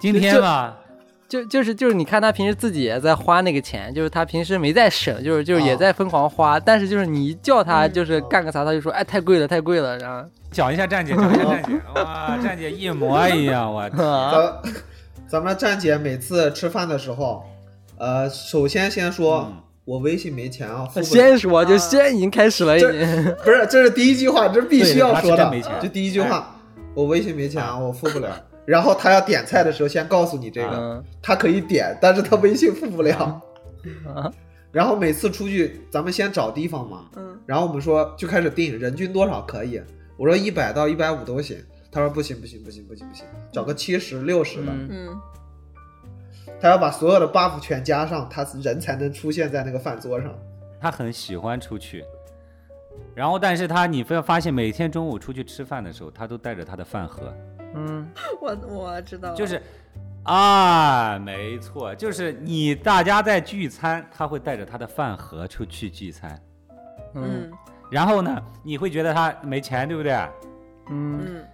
Speaker 3: 今今天嘛，
Speaker 1: 就就是就是，你看他平时自己也在花那个钱，就是他平时没在省，就是就是也在疯狂花，但是就是你一叫他，
Speaker 2: 嗯
Speaker 1: 就是干个啥，他就说哎太贵了，太贵了，然后
Speaker 3: 讲一下站姐，讲一下站姐，哇，站姐一模一样，我天
Speaker 1: 啊，
Speaker 4: 咱咱们站姐每次吃饭的时候，呃，首先先说
Speaker 3: 嗯
Speaker 4: 我微信没钱啊，付不了。
Speaker 1: 先说就先已经开始了，已
Speaker 4: 这
Speaker 1: 经，
Speaker 4: 不是，这是第一句话，这是必须
Speaker 3: 对
Speaker 4: 要
Speaker 3: 他是
Speaker 4: 说
Speaker 3: 真
Speaker 4: 的
Speaker 3: 没钱。哎
Speaker 4: 就第一句话，我微信没钱啊，我付不了。然后他要点菜的时候，先告诉你这个，
Speaker 3: 啊
Speaker 1: 嗯
Speaker 4: 他可以点，但是他微信付不了。
Speaker 1: 啊
Speaker 4: 然后每次出去，咱们先找地方嘛，
Speaker 2: 嗯，
Speaker 4: 然后我们说就开始定人均多少可以，我说一百到一百五都行，他说不行不行不行不行不行，找个七十六十的，
Speaker 1: 嗯
Speaker 2: 嗯，
Speaker 4: 他要把所有的 buff 全加上，他人才能出现在那个饭桌上。
Speaker 3: 他很喜欢出去，然后但是他你发发现每天中午出去吃饭的时候，他都带着他的饭盒，
Speaker 1: 嗯，
Speaker 2: 我我知道了，
Speaker 3: 就是啊，没错，就是你大家在聚餐，他会带着他的饭盒出去聚餐，
Speaker 1: 嗯
Speaker 2: 嗯
Speaker 3: 然后呢，你会觉得他没钱，对不对？
Speaker 1: 嗯
Speaker 2: 嗯，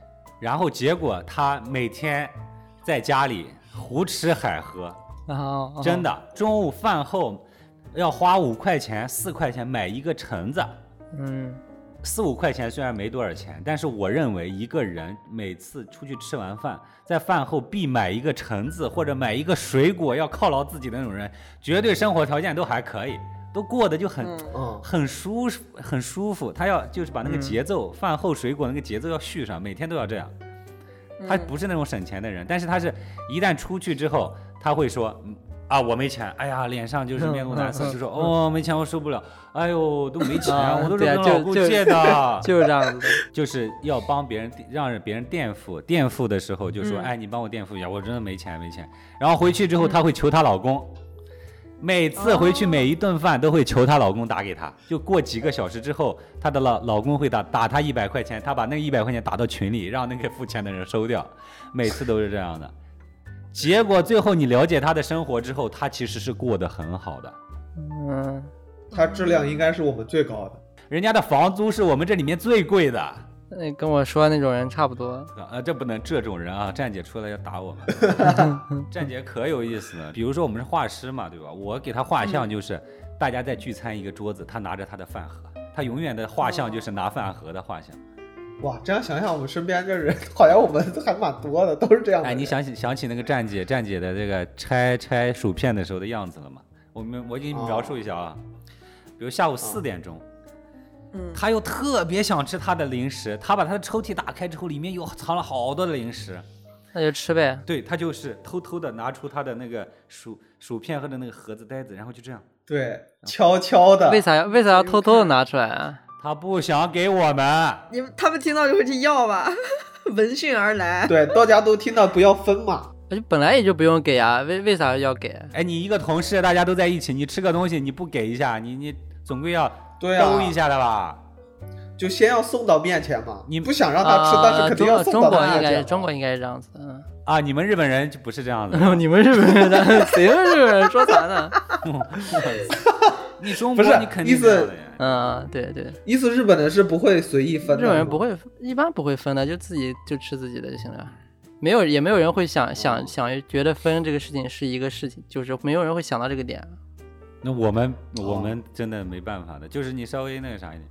Speaker 3: 然后结果他每天在家里胡吃海喝，
Speaker 1: 然后
Speaker 3: 真的，中午饭后要花五块钱、四块钱买一个橙子，
Speaker 1: 嗯
Speaker 3: 四五块钱虽然没多少钱，但是我认为一个人每次出去吃完饭，在饭后必买一个橙子或者买一个水果要犒劳自己的那种人，绝对生活条件都还可以，都过得就很、
Speaker 2: 嗯，
Speaker 1: 哦
Speaker 4: 嗯，
Speaker 3: 很舒服很舒服。他要就是把那个节奏，饭后水果那个节奏要续上，每天都要这样。他
Speaker 2: 嗯
Speaker 3: 不是那种省钱的人，但是他是一旦出去之后，他会说。嗯啊，我没钱，哎呀，脸上就是面露难色，就说哦，没钱，我受不了，哎呦，都没
Speaker 1: 嗯
Speaker 3: 钱，
Speaker 1: 啊
Speaker 3: 我都是
Speaker 1: 对啊
Speaker 3: 跟
Speaker 1: 就
Speaker 3: 老公
Speaker 1: 就
Speaker 3: 借 的，
Speaker 4: 啊
Speaker 1: 就是这样子的。
Speaker 3: 就是要帮别人垫，让别人垫付，垫付的时候就说：“
Speaker 2: 嗯
Speaker 3: 哎，你帮我垫付一下，我真的没钱，没钱。”然后回去之后，她会求她老公，每次回去
Speaker 2: 哦
Speaker 3: 每一顿饭都会求她老公打给她。就过几个小时之后，她的老老公会打打她一百块钱，她把那一百块钱打到群里，让那个付钱的人收掉。每次都是这样的，结果最后你了解她的生活之后，她其实是过得很好的。
Speaker 1: 嗯，
Speaker 4: 它质量应该是我们最高的。
Speaker 3: 人家的房租是我们这里面最贵的。
Speaker 1: 那跟我说那种人差不多。
Speaker 3: 啊，这不能这种人啊！站姐出来要打我们，站姐可有意思了。比如说我们是画师嘛，对吧？我给他画像就是，大家在聚餐一个桌子，他拿着他的饭盒，他永远的画像就是拿饭盒的画像。
Speaker 4: 哇，这样想想，我们身边这人好像我们 还蛮多的，都是这样的
Speaker 3: 哎，
Speaker 4: 人。
Speaker 3: 你想起想起那个站姐站姐的这个拆拆薯片的时候的样子了吗？我们我给你描述一下啊，比如下午四点钟，
Speaker 2: 嗯
Speaker 3: 他又特别想吃他的零食，他把他的抽屉打开之后，里面有藏了好多的零食。
Speaker 1: 那就吃呗。
Speaker 3: 对他就是偷偷的拿出他的那个薯薯片和的那个盒子袋子，然后就这样，
Speaker 4: 对，悄悄的
Speaker 1: 为，啥要为啥要偷偷的拿出来啊？
Speaker 3: 他不想给我们。
Speaker 2: 你们他们听到就会去要吧， 闻讯而来。
Speaker 4: 对，大家都听到不要分嘛。
Speaker 1: 而且本来也就不用给啊，为为啥要给？
Speaker 3: 哎，你一个同事，大家都在一起，你吃个东西你不给一下，你你总归要
Speaker 4: 对啊
Speaker 3: 兜，一下的吧？
Speaker 4: 就先要送到面前嘛。
Speaker 3: 你
Speaker 4: 不想让他吃，但是肯定要
Speaker 1: 啊、中中
Speaker 4: 送到
Speaker 1: 国
Speaker 4: 他
Speaker 1: 应该
Speaker 4: 面
Speaker 1: 是中
Speaker 4: 前。
Speaker 1: 国应该是这样子的。嗯
Speaker 3: 啊，你们日本人就不是这样的。
Speaker 1: 然后你们日本人的， 谁是日本人说啥呢？
Speaker 3: 你中
Speaker 4: 不
Speaker 3: 国
Speaker 4: 是
Speaker 3: 你肯
Speaker 4: 意
Speaker 3: 定
Speaker 4: 思
Speaker 3: 这样的呀。
Speaker 1: 嗯，对对，日
Speaker 4: 意思日本人是不会随意分的，
Speaker 1: 本人不会，一般不会分的，就自己就吃自己的就行了。没有，也没有人会想想想觉得分这个事情是一个事情，就是没有人会想到这个点
Speaker 3: 那我们我
Speaker 4: 哦
Speaker 3: 们真的没办法的，就是你稍微那个啥一点。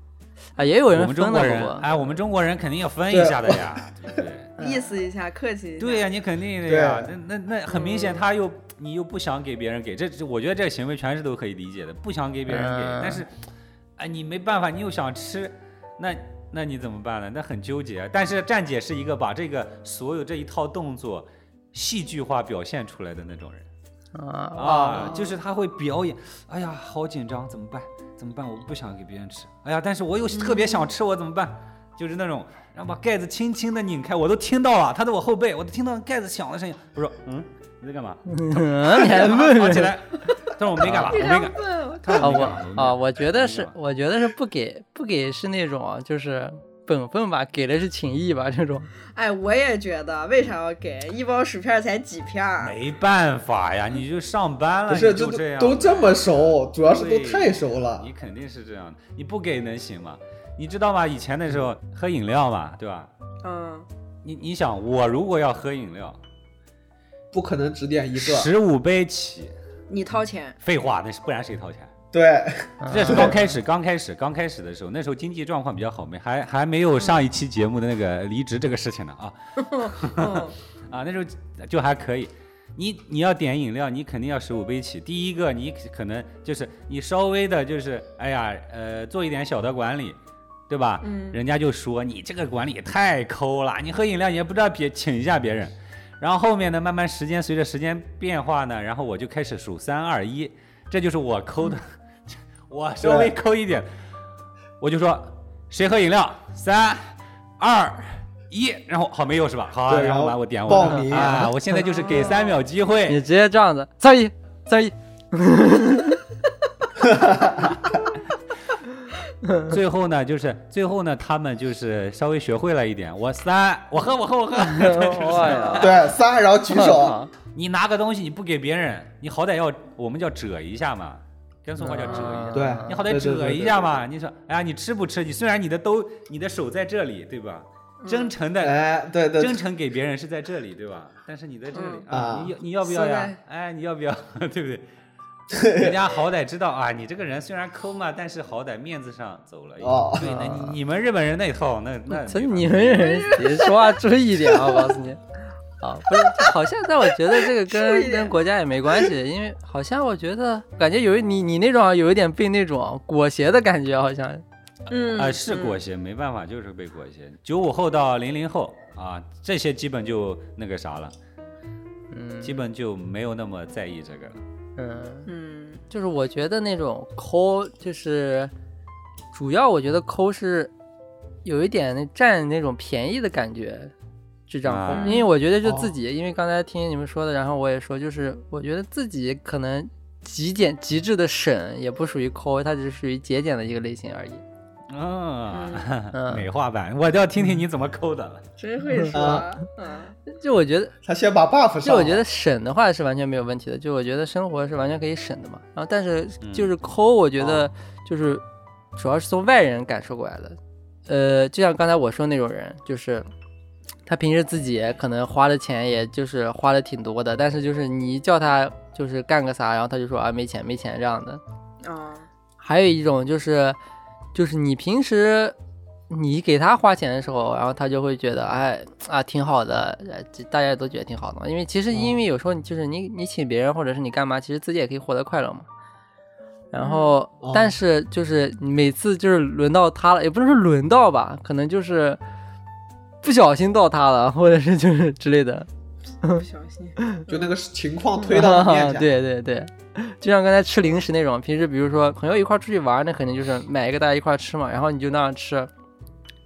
Speaker 1: 啊。也有
Speaker 3: 我
Speaker 1: 人
Speaker 3: 们中
Speaker 1: 分
Speaker 3: 国
Speaker 1: 的
Speaker 3: 人，
Speaker 1: 过，
Speaker 3: 哎，我们中国人肯定要分一
Speaker 4: 对
Speaker 3: 下的 呀，对不对？
Speaker 2: 意思一下，客气一下。
Speaker 3: 对呀、你肯定的呀。
Speaker 4: 对
Speaker 3: 那那那很明显，他又你又不想给别人给，这这我觉得这个行为全是都可以理解的，不想给别人给，
Speaker 1: 嗯
Speaker 3: 但是，哎，你没办法，你又想吃，那那你怎么办呢？那很纠结。啊但是站姐是一个把这个所有这一套动作戏剧化表现出来的那种人。
Speaker 1: 啊，
Speaker 3: 啊，就是他会表演。哎呀，好紧张，怎么办？怎么办？我不想给别人吃。哎呀，但是我又特别想吃，我怎么办？就是那种，然后把盖子轻轻的拧开，我都听到了，他在我后背，我都听到盖子响的声音。我说，嗯，你在干嘛？
Speaker 1: 嗯，你还问
Speaker 3: 跑起来。他说我没干嘛，我
Speaker 2: 非
Speaker 3: 没
Speaker 2: 常
Speaker 3: 干。
Speaker 2: 笨，我
Speaker 3: 他
Speaker 1: 啊，
Speaker 3: 说
Speaker 1: 我
Speaker 3: 没干嘛没干
Speaker 1: 啊，我觉得
Speaker 3: 没
Speaker 1: 是
Speaker 3: 干，
Speaker 1: 我觉得是不给不给是那种啊就是本分吧，给的是情谊吧，这种
Speaker 2: 哎，我也觉得，为啥要给一包薯片才几片儿？
Speaker 3: 没办法呀，你就上班了，
Speaker 4: 不是
Speaker 3: 你
Speaker 4: 这
Speaker 3: 就这样，
Speaker 4: 都这么熟，主要是都
Speaker 3: 对
Speaker 4: 太熟了
Speaker 3: 你。肯定是这样的，你不给能行吗？你知道吗？以前的时候喝饮料嘛，对吧？
Speaker 2: 嗯，
Speaker 3: 你你想，我如果要喝饮料，
Speaker 4: 不可能只点一个。
Speaker 3: 十五杯起，
Speaker 2: 你掏 钱，
Speaker 3: 废话，那是不然谁掏钱？
Speaker 4: 对，
Speaker 3: 这
Speaker 1: 啊
Speaker 3: 是刚开始，刚开始，刚开始的时候，那时候经济状况比较好，没还还没有上一期节目的那个离职这个事情呢啊
Speaker 2: 嗯，
Speaker 3: 啊，那时候就还可以。你你要点饮料，你肯定要十五杯起。第一个，你可能就是你稍微的，就是哎呀，呃，做一点小的管理，对吧？
Speaker 2: 嗯
Speaker 3: 人家就说你这个管理也太抠了，你喝饮料你也不知道别请一下别人。然后后面呢，慢慢时间随着时间变化呢，然后我就开始数三二一，这就是我抠的， 我稍微抠一点，我就说谁喝饮料，三二一，然后好没有是吧？好，
Speaker 4: 对
Speaker 3: 然后
Speaker 4: 啊然后
Speaker 3: 完我点我
Speaker 4: 报
Speaker 3: 的
Speaker 4: 名
Speaker 3: 啊，我现在就是给三秒机
Speaker 1: 你
Speaker 3: 会，
Speaker 1: 直接这样子，三一三 一，
Speaker 3: 最后呢就是最后呢他们就是稍微学会了一点，我三我喝我喝 我喝，
Speaker 1: 哇哎呀，
Speaker 4: 对，三，然后 举手，
Speaker 3: 你拿个东西你不给别人，你好歹要我们叫折一下嘛，跟宋话叫折一下，
Speaker 1: 嗯
Speaker 4: 啊对，
Speaker 3: 你好歹
Speaker 4: 对
Speaker 3: 折一下。嘛。你说，哎呀，你吃不吃？你虽然你的兜，你的手在这里，对吧？
Speaker 4: 嗯
Speaker 3: 真诚
Speaker 4: 对对对对
Speaker 3: 的，
Speaker 4: 哎，对对
Speaker 3: 真诚给别人是 在这里，对吧？但是你在这里啊，
Speaker 4: 嗯啊
Speaker 3: 你要你要不要
Speaker 2: 是
Speaker 3: 呀
Speaker 2: 的？
Speaker 3: 哎，你要不要？对不对？人家好歹知道啊，你这个人虽然抠嘛，但是好歹面子上走了一步。
Speaker 4: 哦
Speaker 3: 对，那你你们日本人那一套，那 那
Speaker 1: 这
Speaker 3: 没法
Speaker 1: 你
Speaker 3: 弄
Speaker 1: 们人也说话注意一点啊，我告诉你。啊，不是，好像但我觉得 这个
Speaker 2: 注意
Speaker 1: 跟
Speaker 2: 点
Speaker 1: 跟国家也没关系，因为好像我觉得感觉有一你你那种好啊像有一点被那种裹挟的感觉，好像
Speaker 2: 嗯
Speaker 3: 啊、是裹挟，没办法，就是被裹挟。九五后到零零后啊，这些基本就那个啥了，
Speaker 1: 嗯
Speaker 3: 基本就没有那么在意这个了。
Speaker 1: 嗯，
Speaker 2: 嗯
Speaker 1: 就是我觉得那种抠就是主要我觉得抠是有一点那占那种便宜的感觉，智障后，
Speaker 3: 啊
Speaker 1: 因为我觉得就自己，因为刚才听你们说的，然后我也说，就是我觉得自己可能极简极致的省也不属于抠，它只是属于节俭的一个类型而已。
Speaker 4: 嗯
Speaker 3: 啊，
Speaker 1: 嗯
Speaker 3: 美化版，我都要听听你怎么抠的了。
Speaker 2: 真会说
Speaker 4: 啊，
Speaker 2: 嗯
Speaker 1: 就我觉得，
Speaker 4: 他先把 buff 上了。
Speaker 1: 就我觉得省的话是完全没有问题的，就我觉得生活是完全可以省的嘛。然后但是
Speaker 3: 嗯
Speaker 1: 就是抠，我觉
Speaker 4: 哦
Speaker 1: 得就是主要是从外人感受过来的。呃，就像刚才我说那种人，就是他平时自己可能花的钱也就是花的挺多的，但是就是你一叫他就是干个啥，然后他就说啊没钱没钱这样的。
Speaker 2: 啊，
Speaker 1: 还有一种就是，就是你平时你给他花钱的时候，然后他就会觉得，哎啊，挺好的，呃这大家也都觉得挺好的嘛。因为其实因为有时候你就是你你请别人或者是你干嘛，其实自己也可以获得快乐嘛。然后
Speaker 4: 嗯，
Speaker 1: 但是就是每次就是轮到他了，也不是说轮到吧，可能就是不小心到他了，或者是就是之类的。
Speaker 2: 不小心，
Speaker 4: 就那个情况推到你 面前，
Speaker 1: 对对对，就像刚才吃零食那种，平时比如说朋友一块儿出去玩儿，那肯定就是买一个大家一块儿吃嘛，然后你就那样吃。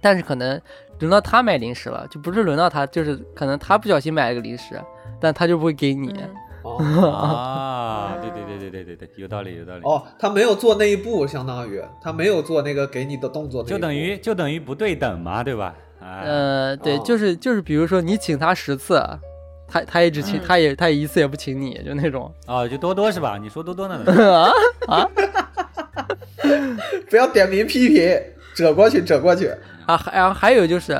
Speaker 1: 但是可能轮到他买零食了，就不是轮到他，就是可能他不小心买了个零食，但他就不会给你。
Speaker 2: 嗯
Speaker 4: 哦
Speaker 3: 啊，对对对对对对对，有道理有道理。
Speaker 4: 哦，他没有做那一步，相当于他没有做那个给你的动作那一步，
Speaker 3: 就等于就等于不对等嘛，对吧？啊，
Speaker 1: 呃，对，
Speaker 4: 哦
Speaker 1: 就是就是，比如说你请他十次，他他也只请，
Speaker 2: 嗯
Speaker 1: 他也他也一次也不请你，就那种。
Speaker 3: 哦，就多多是吧？你说多多呢？
Speaker 1: 啊，
Speaker 4: 不要点名批评，折过去折过去。
Speaker 1: 啊，还然后还有就是，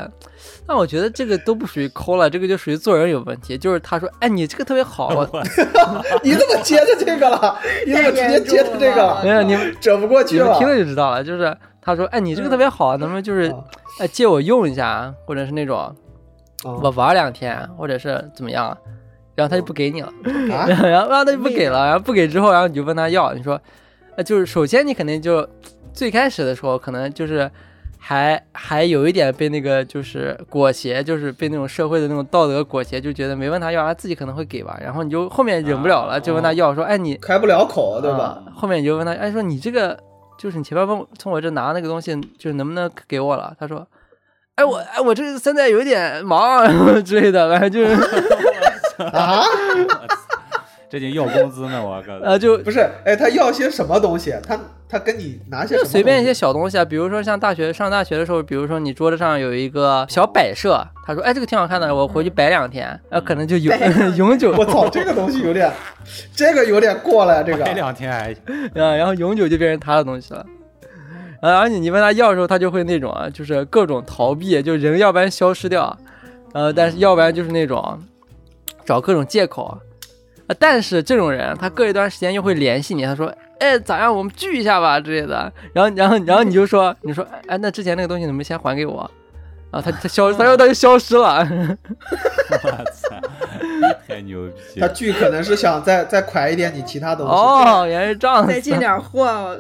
Speaker 1: 但我觉得这个都不属于抠了，这个就属于做人有问题。就是他说，哎，你这个特别好， 我
Speaker 4: 你怎么接着这个了？你怎么直接接着这
Speaker 2: 太严
Speaker 4: 个
Speaker 2: 重了
Speaker 1: 没有你们
Speaker 4: 折不过去
Speaker 1: 你们
Speaker 4: 了
Speaker 1: 听。了就知道了。就是他说，哎，你这个特别好，能不能就是
Speaker 4: 啊
Speaker 1: 哎借我用一下啊，或者是那种我
Speaker 4: 啊
Speaker 1: 玩两天，或者是怎么样，啊然后他就不给你了，
Speaker 4: 啊
Speaker 1: 然后然后他就不给了，然后不给之后，然后你就问他要，你说，呃，就是首先你肯定就最开始的时候可能就是。还还有一点被那个就是裹挟，就是被那种社会的那种道德裹挟，就觉得没问他要，他自己可能会给吧。然后你就后面忍不了了，就问他要，说哎你
Speaker 4: 开不了口，对吧？
Speaker 1: 啊后面你就问他，哎，说你这个就是你前面问我从我这拿那个东西，就是能不能给我了？他说，哎我哎我这现在有点忙 之类的，反正就是
Speaker 4: 啊，
Speaker 3: 这就要工资呢，我告诉你。
Speaker 1: 呃就
Speaker 4: 不是，哎，他要些什么东西？他他跟你拿些什
Speaker 1: 就
Speaker 4: 么？
Speaker 1: 随便一些。小东西啊，比如说像大学上大学的时候，比如说你桌子上有一个小摆设，他说哎这个挺好看的，我回去摆两天，呃可能就永 永久
Speaker 4: 我操，这个东西有点，这个有点过了呀，这
Speaker 3: 这
Speaker 4: 个
Speaker 3: 两天还
Speaker 1: 啊，然后永久就变成他的东西了。啊，而且你问他要的时候，他就会那种啊，就是各种逃避，就人要不然消失掉，呃，但是要不然就是那种找各种借口。啊，但是这种人，他隔一段时间又会联系你，他说：“哎，咋样，我们聚一下吧之类的。”然后，然后，然后你就说：“你说，哎，那之前那个东西能不能先还给我？”啊，他他消，他说他就消失了。
Speaker 3: 我操， 太牛逼
Speaker 4: 他
Speaker 3: 了！
Speaker 4: 剧可能是想再再快一点你其他东西。
Speaker 1: 哦，原来是这样子。
Speaker 2: 再进点货， 我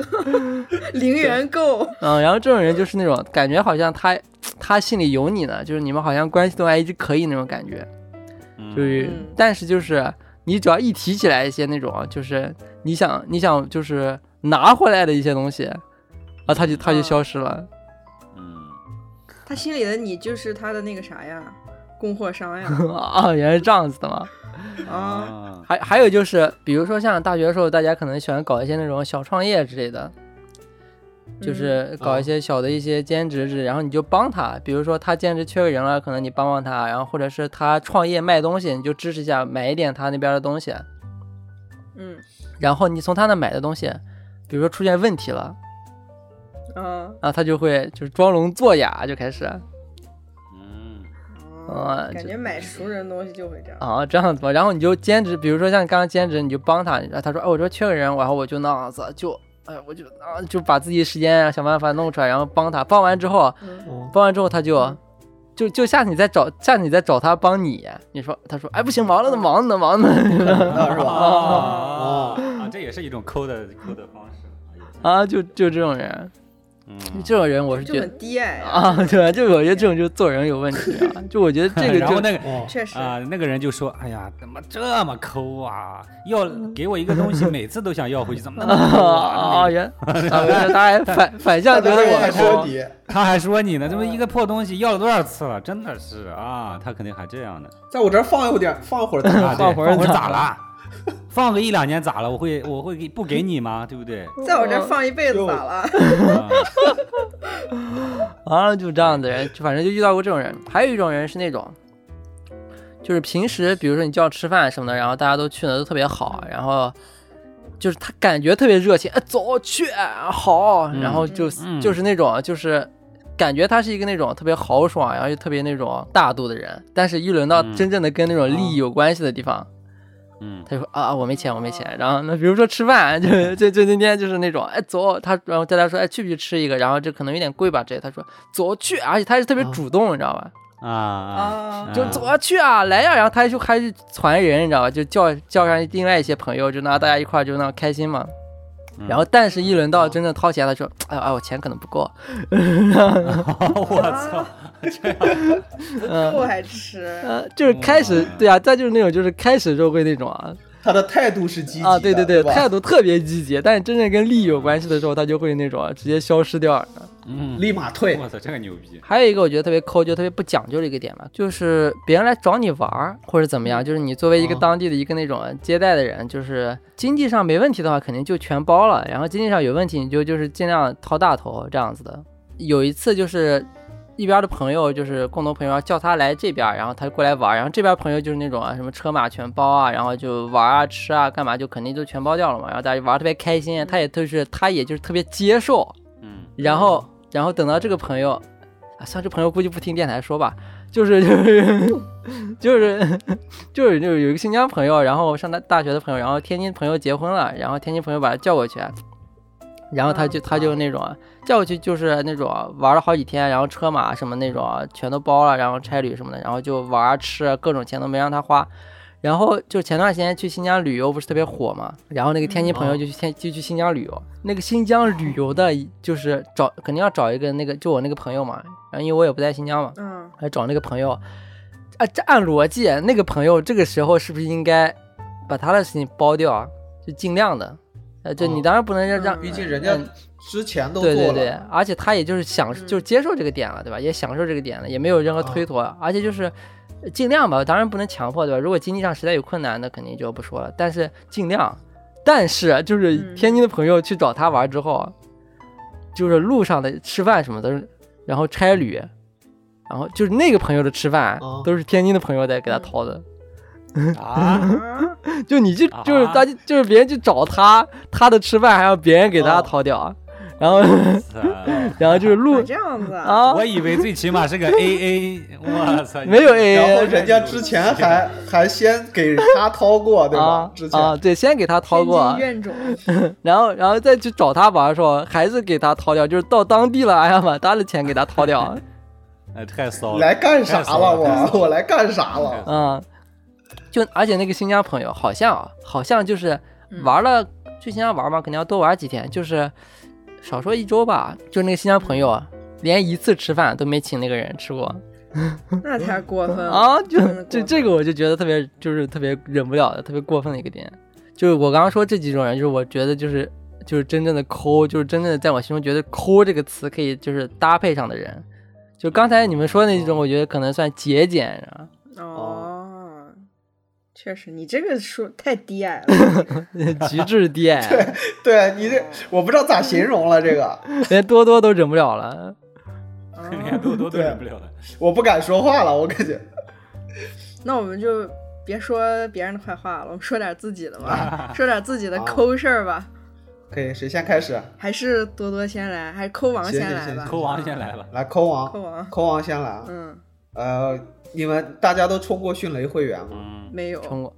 Speaker 2: 零元购，
Speaker 1: 嗯，然后这种人就是那种感觉，好像他他心里有你呢，就是你们好像关系都还一直可以那种感觉，就是，
Speaker 2: 嗯
Speaker 1: 但是就是你只要一提起来一些那种，就是你想你想就是拿回来的一些东西，啊，他就他就
Speaker 2: 嗯
Speaker 1: 消失了，
Speaker 3: 嗯，
Speaker 2: 他心里的你就是他的那个啥呀，供货商呀，
Speaker 1: 啊，原来是这样子的嘛。
Speaker 3: 嗯
Speaker 2: 啊，
Speaker 3: 啊，
Speaker 1: 还还有就是，比如说像大学的时候，大家可能喜欢搞一些那种小创业之类的，就是搞一些小的一些兼职之类，然后你就帮他，比如说他兼职缺个人了，可能你帮帮他，然后或者是他创业卖东西，你就支持一下，买一点他那边的东西，
Speaker 2: 嗯
Speaker 1: 然后你从他那买的东西，比如说出现问题了，
Speaker 2: 啊
Speaker 1: 啊，他就会就是装聋作哑，就开始，
Speaker 3: 嗯，
Speaker 2: 啊，
Speaker 1: 啊
Speaker 2: 感
Speaker 1: 这
Speaker 2: 觉买熟人东西就会这样。
Speaker 1: 啊，这样子吧。然后你就兼职，比如说像刚刚兼职，你就帮他，然后他说，哦，我说缺个人，然后我就那样子就。哎，我就啊，就把自己时间啊想办法弄出来，然后帮他。帮完之后，啊
Speaker 2: 嗯，
Speaker 4: 嗯，
Speaker 1: 帮完之后他就
Speaker 2: 嗯
Speaker 1: 就就下次你再找，下次你再找他帮你。你说，他说，哎，不行，忙了呢，忙呢，忙呢，
Speaker 4: 那是吧？
Speaker 3: 啊哦啊，这也是一种抠的抠的方式。 哎
Speaker 1: 啊，就就这种人，
Speaker 3: 嗯，
Speaker 1: 这种人我是
Speaker 2: 就
Speaker 1: 觉得
Speaker 2: 很低矮呀，
Speaker 1: 啊，对，就我觉得这种就做人有问题啊，就我觉得这个
Speaker 3: 然后
Speaker 1: 就
Speaker 3: 那个
Speaker 4: 哦，
Speaker 2: 确实。
Speaker 3: 啊、那个人就说：“哎呀，怎么这么抠啊？要给我一个东西，每次都想要回去，怎么那么抠
Speaker 1: 啊，
Speaker 3: 啊？”那个
Speaker 1: 原啊，原来他还反反向觉得
Speaker 4: 我
Speaker 1: 我
Speaker 4: 还
Speaker 1: 抠
Speaker 4: 说你，
Speaker 3: 他还说你呢，这么一个破东西要了多少次了？真的是啊，呃他肯定还这样 呢。
Speaker 4: 在我这儿放一会儿，放一会儿再
Speaker 3: 啊
Speaker 4: 来
Speaker 3: 对
Speaker 1: 放会儿
Speaker 3: 放会儿咋
Speaker 1: 咋
Speaker 3: 了？ 放个一两年咋了？我会我会给不给你吗？对不对？
Speaker 2: 在我这儿放一辈子咋了？
Speaker 3: 啊
Speaker 1: 啊，就这样的
Speaker 3: 哎
Speaker 1: 人，就反正就遇到过这种人。还有一种人是那种，就是平时比如说你叫吃饭什么的，然后大家都去的都特别好，
Speaker 3: 嗯
Speaker 1: 然后就是他感觉特别热情，哎，走去好，然后就、
Speaker 3: 嗯
Speaker 1: 就是那种就是。感觉他是一个那种特别豪爽，然后又特别那种大度的人，但是一轮到
Speaker 3: 嗯
Speaker 1: 真正的跟那种利益有关系的地方，
Speaker 3: 嗯，
Speaker 1: 他就说啊啊，我没钱，我没钱。然后那比如说吃饭，就
Speaker 4: 嗯
Speaker 1: 就就那天就是那种，哎走，他然后大家说哎去不去吃一个，然后这可能有点贵吧之类，他说走去，而且他是特别
Speaker 4: 啊
Speaker 1: 主动，你知道吧？
Speaker 3: 啊啊，
Speaker 2: 啊，
Speaker 1: 就走啊去啊，来呀、然后他就还是传人，你知道吧？就叫叫上另外一些朋友，就那大家一块儿就那开心嘛。
Speaker 3: 嗯
Speaker 1: 然后，但是一轮到真正掏钱，他说：“哎哎，我钱可能不够。
Speaker 3: 我操！
Speaker 2: 够啊还吃”，
Speaker 1: 嗯呃，就是开始
Speaker 3: 哇，
Speaker 1: 对啊，再就是那种，就是开始就会那种啊
Speaker 4: 他的态度是积极的
Speaker 1: 啊，对对对，
Speaker 4: 吧
Speaker 1: 态度特别积极，但是真正跟利益有关系的时候，他就会那种啊直接消失掉。
Speaker 3: 嗯，
Speaker 4: 立马退。
Speaker 3: 我操，这个牛逼！
Speaker 1: 还有一个我觉得特别抠，就特别不讲究的一个点吧，就是别人来找你玩儿或者怎么样，就是你作为一个
Speaker 4: 哦
Speaker 1: 当地的一个那种接待的人，就是经济上没问题的话，肯定就全包了；然后经济上有问题，你就就是尽量掏大头这样子的。有一次就是一边的朋友，就是共同朋友要叫他来这边，然后他过来玩儿，然后哎这边朋友就是那种啊什么车马全包啊，然后就玩啊吃啊干嘛就肯定就全包掉了嘛，然后大家玩儿特别开心，他也就是他也就是特别接受，
Speaker 3: 嗯，
Speaker 1: 然后，然后等到这个朋友，啊，算这朋友估计不听电台说吧，就是就是就是就是就是有一个新疆朋友，然后上大大学的朋友，然后天津朋友结婚了，然后天津朋友把他叫过去，然后他就他就那种叫过去就是那种玩了好几天，然后车马什么那种全都包了，然后差旅什么的，然后就玩吃各种钱都没让他花。然后就前段时间去新疆旅游不是特别火嘛，然后那个天津朋友就去天、就去新疆旅游，那个新疆旅游的就是找肯定要找一个那个就我那个朋友嘛，然后因为我也不在新疆嘛，
Speaker 2: 嗯，
Speaker 1: 来找那个朋友，啊，这按逻辑那个朋友这个时候是不是应该把他的事情包掉啊？就尽量的，呃，就你
Speaker 4: 哦
Speaker 1: 当然不能让让
Speaker 2: 嗯
Speaker 4: 毕竟人家
Speaker 1: 嗯
Speaker 4: 之前都做
Speaker 1: 对对
Speaker 4: 了，
Speaker 1: 对，而且他也就是享
Speaker 2: 嗯
Speaker 1: 就是接受这个点了，对吧？也享受这个点了，也没有任何推脱，
Speaker 4: 哦
Speaker 1: 而且就是呃尽量吧，当然不能强迫，对吧？如果经济上实在有困难，那肯定就不说了，但是尽量。但是就是
Speaker 2: 嗯
Speaker 1: 天津的朋友去找他玩之后，就是路上的吃饭什么的，然后差旅，然后就是那个朋友的吃饭、
Speaker 4: 哦
Speaker 1: 都是天津的朋友在给他掏的，
Speaker 3: 啊，
Speaker 2: 啊
Speaker 4: 嗯
Speaker 1: 就你去
Speaker 3: 啊
Speaker 1: 就是他就就是别人去找他，他的吃饭还要别人给他
Speaker 4: 哦
Speaker 1: 掏掉，然后
Speaker 3: 操
Speaker 1: 然后就是 路
Speaker 2: 这样子啊，
Speaker 1: 啊，
Speaker 3: 我以为最起码是个 A A，我 操，
Speaker 1: 没有 A
Speaker 4: 然后人家之前还还先给他掏过，对吧
Speaker 1: 啊？
Speaker 4: 之前
Speaker 1: 啊，对，先给他掏过啊
Speaker 2: 天津，怨种，
Speaker 1: 然后然后再去找他玩的时候，还是给他掏掉，就是到当地了，哎呀，把他的钱给他掏掉，啊
Speaker 3: 哎，太骚了
Speaker 4: 来，干啥
Speaker 3: 太骚
Speaker 4: 了？
Speaker 3: 了
Speaker 4: 我我来干啥
Speaker 3: 太
Speaker 4: 了？
Speaker 3: 骚
Speaker 1: 嗯，就而且那个新疆朋友好像啊，好像就是
Speaker 2: 嗯
Speaker 1: 玩了去新疆玩嘛，肯定要多玩几天，就是少说一周吧，就那个新疆朋友啊。连一次吃饭都没请那个人吃过
Speaker 2: 那才过
Speaker 4: 嗯
Speaker 2: 分
Speaker 1: 啊！就
Speaker 2: 真的过
Speaker 1: 这
Speaker 2: 分
Speaker 1: 这个我就觉得特别，就是特别忍不了的，特别过分的一个点。就是我刚刚说这几种人，就是我觉得就是就是真正的抠，就是真正的在我心中觉得“抠”这个词可以就是搭配上的人。就刚才你们说的那
Speaker 4: 哦
Speaker 1: 种，我觉得可能算节俭 啊，
Speaker 2: 哦，确实，你这个说太低矮了，
Speaker 1: 极致低矮，
Speaker 4: 对你这我不知道咋形容了，这个
Speaker 1: 连多多都忍不了 了。
Speaker 2: 啊
Speaker 3: 连豆豆都忍不了了。
Speaker 4: 我不敢说话了，我感觉
Speaker 2: 那我们就别说别人的坏话了，我们说点自己的吧，说点自己的抠事儿吧。
Speaker 4: 可以。谁先开始？
Speaker 2: 还是多多先来，还是抠王
Speaker 4: 行
Speaker 2: 先
Speaker 4: 行
Speaker 2: 来
Speaker 4: 行
Speaker 2: 吧？
Speaker 3: 抠王先来吧，
Speaker 4: 来，抠
Speaker 2: 抠
Speaker 4: 王，
Speaker 2: 王，
Speaker 4: 抠王先来啊。
Speaker 2: 嗯，
Speaker 4: 呃，你们大家都充过迅雷会员吗？
Speaker 3: 嗯，
Speaker 2: 没有，
Speaker 1: 冲过，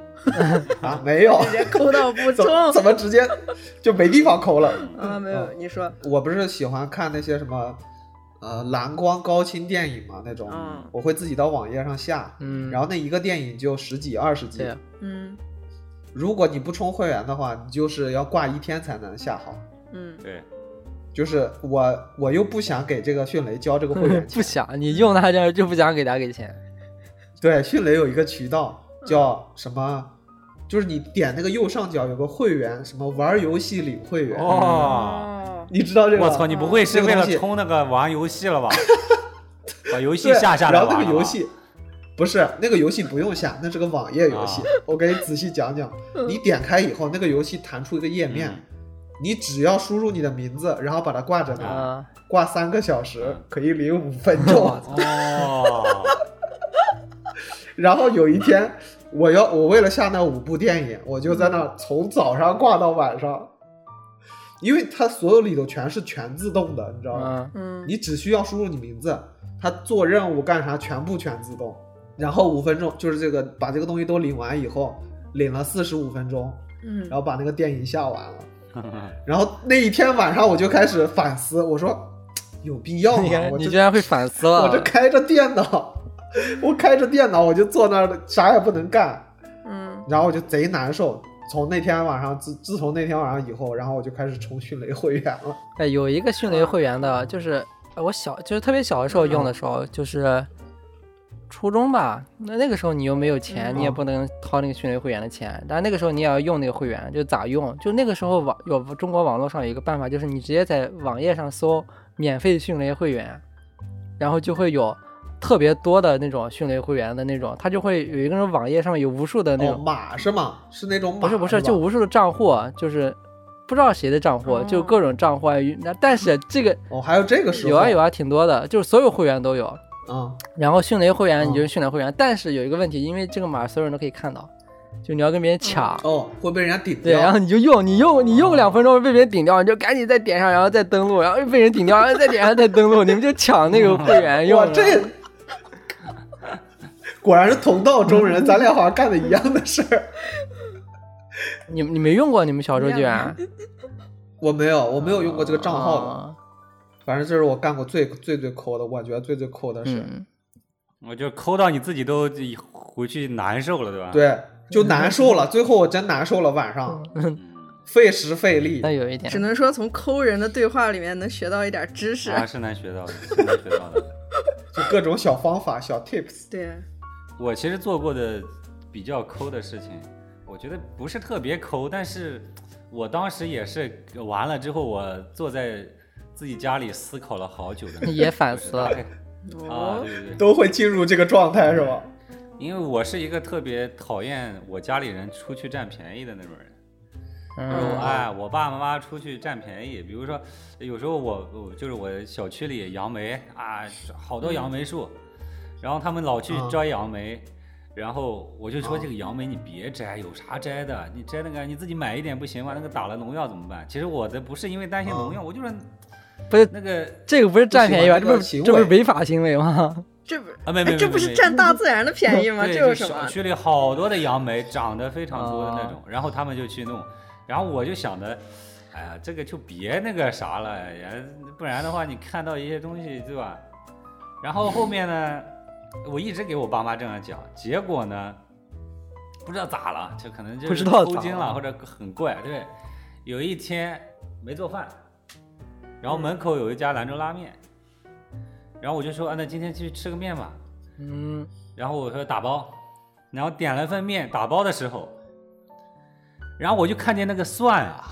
Speaker 4: 啊，没有，
Speaker 2: 直接抠到不
Speaker 4: 怎
Speaker 2: 中
Speaker 4: 么怎么直接就没地方抠了？
Speaker 2: 啊，没有，
Speaker 4: 嗯
Speaker 2: 你说，
Speaker 4: 我不是喜欢看那些什么，呃，蓝光高清电影嘛那种，
Speaker 2: 嗯
Speaker 4: 我会自己到网页上下，
Speaker 1: 嗯，
Speaker 4: 然后那一个电影就十几二十集
Speaker 1: 对，
Speaker 2: 嗯
Speaker 4: 如果你不充会员的话，你就是要挂一天才能下好。
Speaker 2: 嗯，
Speaker 3: 对，
Speaker 4: 就是我我又不想给这个迅雷交这个会员
Speaker 1: 不
Speaker 4: 钱，
Speaker 1: 想你用他这样就不想给他给钱，
Speaker 4: 对，迅雷有一个渠道叫什么？就是你点那个右上角有个会员，什么玩游戏领会员，
Speaker 3: 哦，，
Speaker 4: 你知道这个？
Speaker 3: 我操，你不会是
Speaker 4: 这个
Speaker 3: 为
Speaker 4: 东
Speaker 3: 了
Speaker 4: 西
Speaker 3: 充那个玩游戏 了吧？把游戏
Speaker 4: 对
Speaker 3: 下下来
Speaker 4: 然
Speaker 3: 玩
Speaker 4: 后那个
Speaker 3: 了
Speaker 4: 游
Speaker 3: 吧
Speaker 4: 戏不是那个游戏不用下，那是个网页游戏。
Speaker 3: 啊
Speaker 4: 我给你仔细讲讲，你点开以后，那个游戏弹出一个页面，
Speaker 3: 嗯
Speaker 4: 你只要输入你的名字，然后把它挂着呢，
Speaker 1: 啊，
Speaker 4: 挂三个小时
Speaker 3: 嗯。
Speaker 4: 可以领五分钟
Speaker 3: 哦，
Speaker 4: 然后有一天，我要我为了下那五部电影，我就在
Speaker 3: 嗯
Speaker 4: 那儿从早上挂到晚上。因为它所有里头全是全自动的，你知道吗？
Speaker 3: 啊
Speaker 1: 嗯，
Speaker 2: 嗯
Speaker 4: 你只需要输入你名字，他做任务干啥全部全自动，然后五分钟就是这个把这个东西都领完以后，领了四十五分钟，
Speaker 2: 嗯
Speaker 4: 然，后把那个电影下完了，然后那一天晚上我就开始反思，我说有必要
Speaker 1: 你
Speaker 4: 吗？
Speaker 1: 看
Speaker 4: 哦我
Speaker 1: 你啊
Speaker 4: 这
Speaker 1: 居然会反思了，
Speaker 4: 我这开着电脑， 我开着电脑我就坐那儿啥也不能干，
Speaker 2: 嗯，
Speaker 4: 然后我就贼难受。从那天晚上，自自从那天晚上以后，然后我就开始重迅雷会员了。
Speaker 1: 哎，有一个迅
Speaker 4: 嗯
Speaker 1: 雷会员的，就是呃我小，就是特别小的时候用的时候，就是初中吧。那那个时候你又没有钱，你也
Speaker 4: 嗯
Speaker 1: 不能掏那个迅雷会员的钱，但那个时候你也要用那个会员，就咋用？就那个时候网有中国网络上有一个办法，就是你直接在网页上搜免费迅雷会员，然后就会有。特别多的那种迅雷会员的那种，它就会有一个人网页上面有无数的那
Speaker 4: 哦，
Speaker 1: 种，
Speaker 4: 马是吗？是那种马
Speaker 1: 不是不是，
Speaker 4: 吧
Speaker 1: 就无数的账户，啊
Speaker 4: 嗯
Speaker 1: 就是不知道谁的账户，就各种账户啊。那但是这个
Speaker 4: 哦，还有这个时候
Speaker 1: 有啊有啊，挺多的，就是所有会员都有。
Speaker 4: 啊，
Speaker 1: 然后迅雷会员
Speaker 4: 嗯
Speaker 1: 你就是迅雷会员，但是有一个问题，因为这个码所有人都可以看到，就你要跟别人抢，
Speaker 4: 哦，会被人家顶
Speaker 1: 对，然
Speaker 4: 掉
Speaker 1: 后。你就用，你用，你用两分钟被别人顶掉，你就赶紧再点上，然后再登录，然后又被人顶掉，然后再点上再登录，你们就抢那个会员用
Speaker 4: 嗯哇，
Speaker 1: 了。
Speaker 4: 这 果然是同道 中人，咱俩好像干的一样的事儿。
Speaker 1: 你你没用过你们小时候居啊然
Speaker 4: 我没有，我没有用过这 个账号的，
Speaker 1: 啊
Speaker 4: 反正这是我干过最最最抠的，我觉得最最抠的事。
Speaker 1: 嗯，
Speaker 3: 我就抠到你自己都回去难受了，对吧？
Speaker 4: 对，就难受了，最后我真难受了，晚上
Speaker 3: 嗯，
Speaker 4: 费时费力
Speaker 1: 那。有一点
Speaker 2: 只，能说从抠人的对话里面能学到一点知识，
Speaker 3: 啊，是能学到的，是能学到的。
Speaker 4: 就各种小方法、小 tips。
Speaker 3: 啊
Speaker 2: 对，
Speaker 3: 我其实做过的比较抠的事情，我觉得不是特别抠，但是我当时也是完了之后，我坐在自己家里思考了好久的那种，
Speaker 1: 也反思了
Speaker 3: 就是大概啊，
Speaker 2: 哦，
Speaker 3: 对对对，
Speaker 4: 都会进入这个状态是吧？
Speaker 3: 因为我是一个特别讨厌我家里人出去占便宜的那种人。
Speaker 1: 嗯
Speaker 4: 啊
Speaker 3: 哎，我爸爸妈妈出去占便宜，比如说有时候我我就是我小区里杨梅啊，好多杨梅树，
Speaker 2: 嗯
Speaker 3: 然后他们老去
Speaker 4: 嗯
Speaker 3: 摘杨梅，然后我就说
Speaker 4: 嗯
Speaker 3: 这个杨梅你别摘，有啥摘的？你摘那个你自己买一点不行吗？那个打了农药怎么办？其实我的不是因为担心农
Speaker 2: 哦
Speaker 3: 药，我就是
Speaker 1: 不是
Speaker 3: 那个
Speaker 1: 这个不是占便宜吧？
Speaker 4: 不
Speaker 1: 这
Speaker 4: 喜欢
Speaker 1: 不是这
Speaker 4: 这个行
Speaker 1: 不是
Speaker 4: 为
Speaker 1: 违法行为吗？
Speaker 2: 这不，
Speaker 3: 啊没没
Speaker 2: 哎
Speaker 3: 没
Speaker 2: 这不是
Speaker 3: 没
Speaker 2: 占大自然的便宜吗？
Speaker 3: 对，
Speaker 2: 这有
Speaker 3: 就
Speaker 2: 什
Speaker 3: 小
Speaker 2: 么？啊哦
Speaker 3: 区里好多的杨梅，长得非常多的那种，然后他们就去弄，然后我就想着，哎呀，这个就别那个啥了，也不然的话，你看到一些东西，对吧？然后后面呢，我一直给我爸妈这样讲，结果呢，不知道咋了，就可能就
Speaker 1: 不
Speaker 3: 是
Speaker 1: 知道
Speaker 3: 抽
Speaker 1: 咋
Speaker 3: 筋
Speaker 1: 了
Speaker 3: 了，或者很怪，对。有一天没做饭，然后门口有一家兰州拉面，然后我就说，啊，那今天去吃个面吧。
Speaker 1: 嗯，
Speaker 3: 然后我说打包，然后点了份面，打包的时候，然后我就看见那个蒜啊，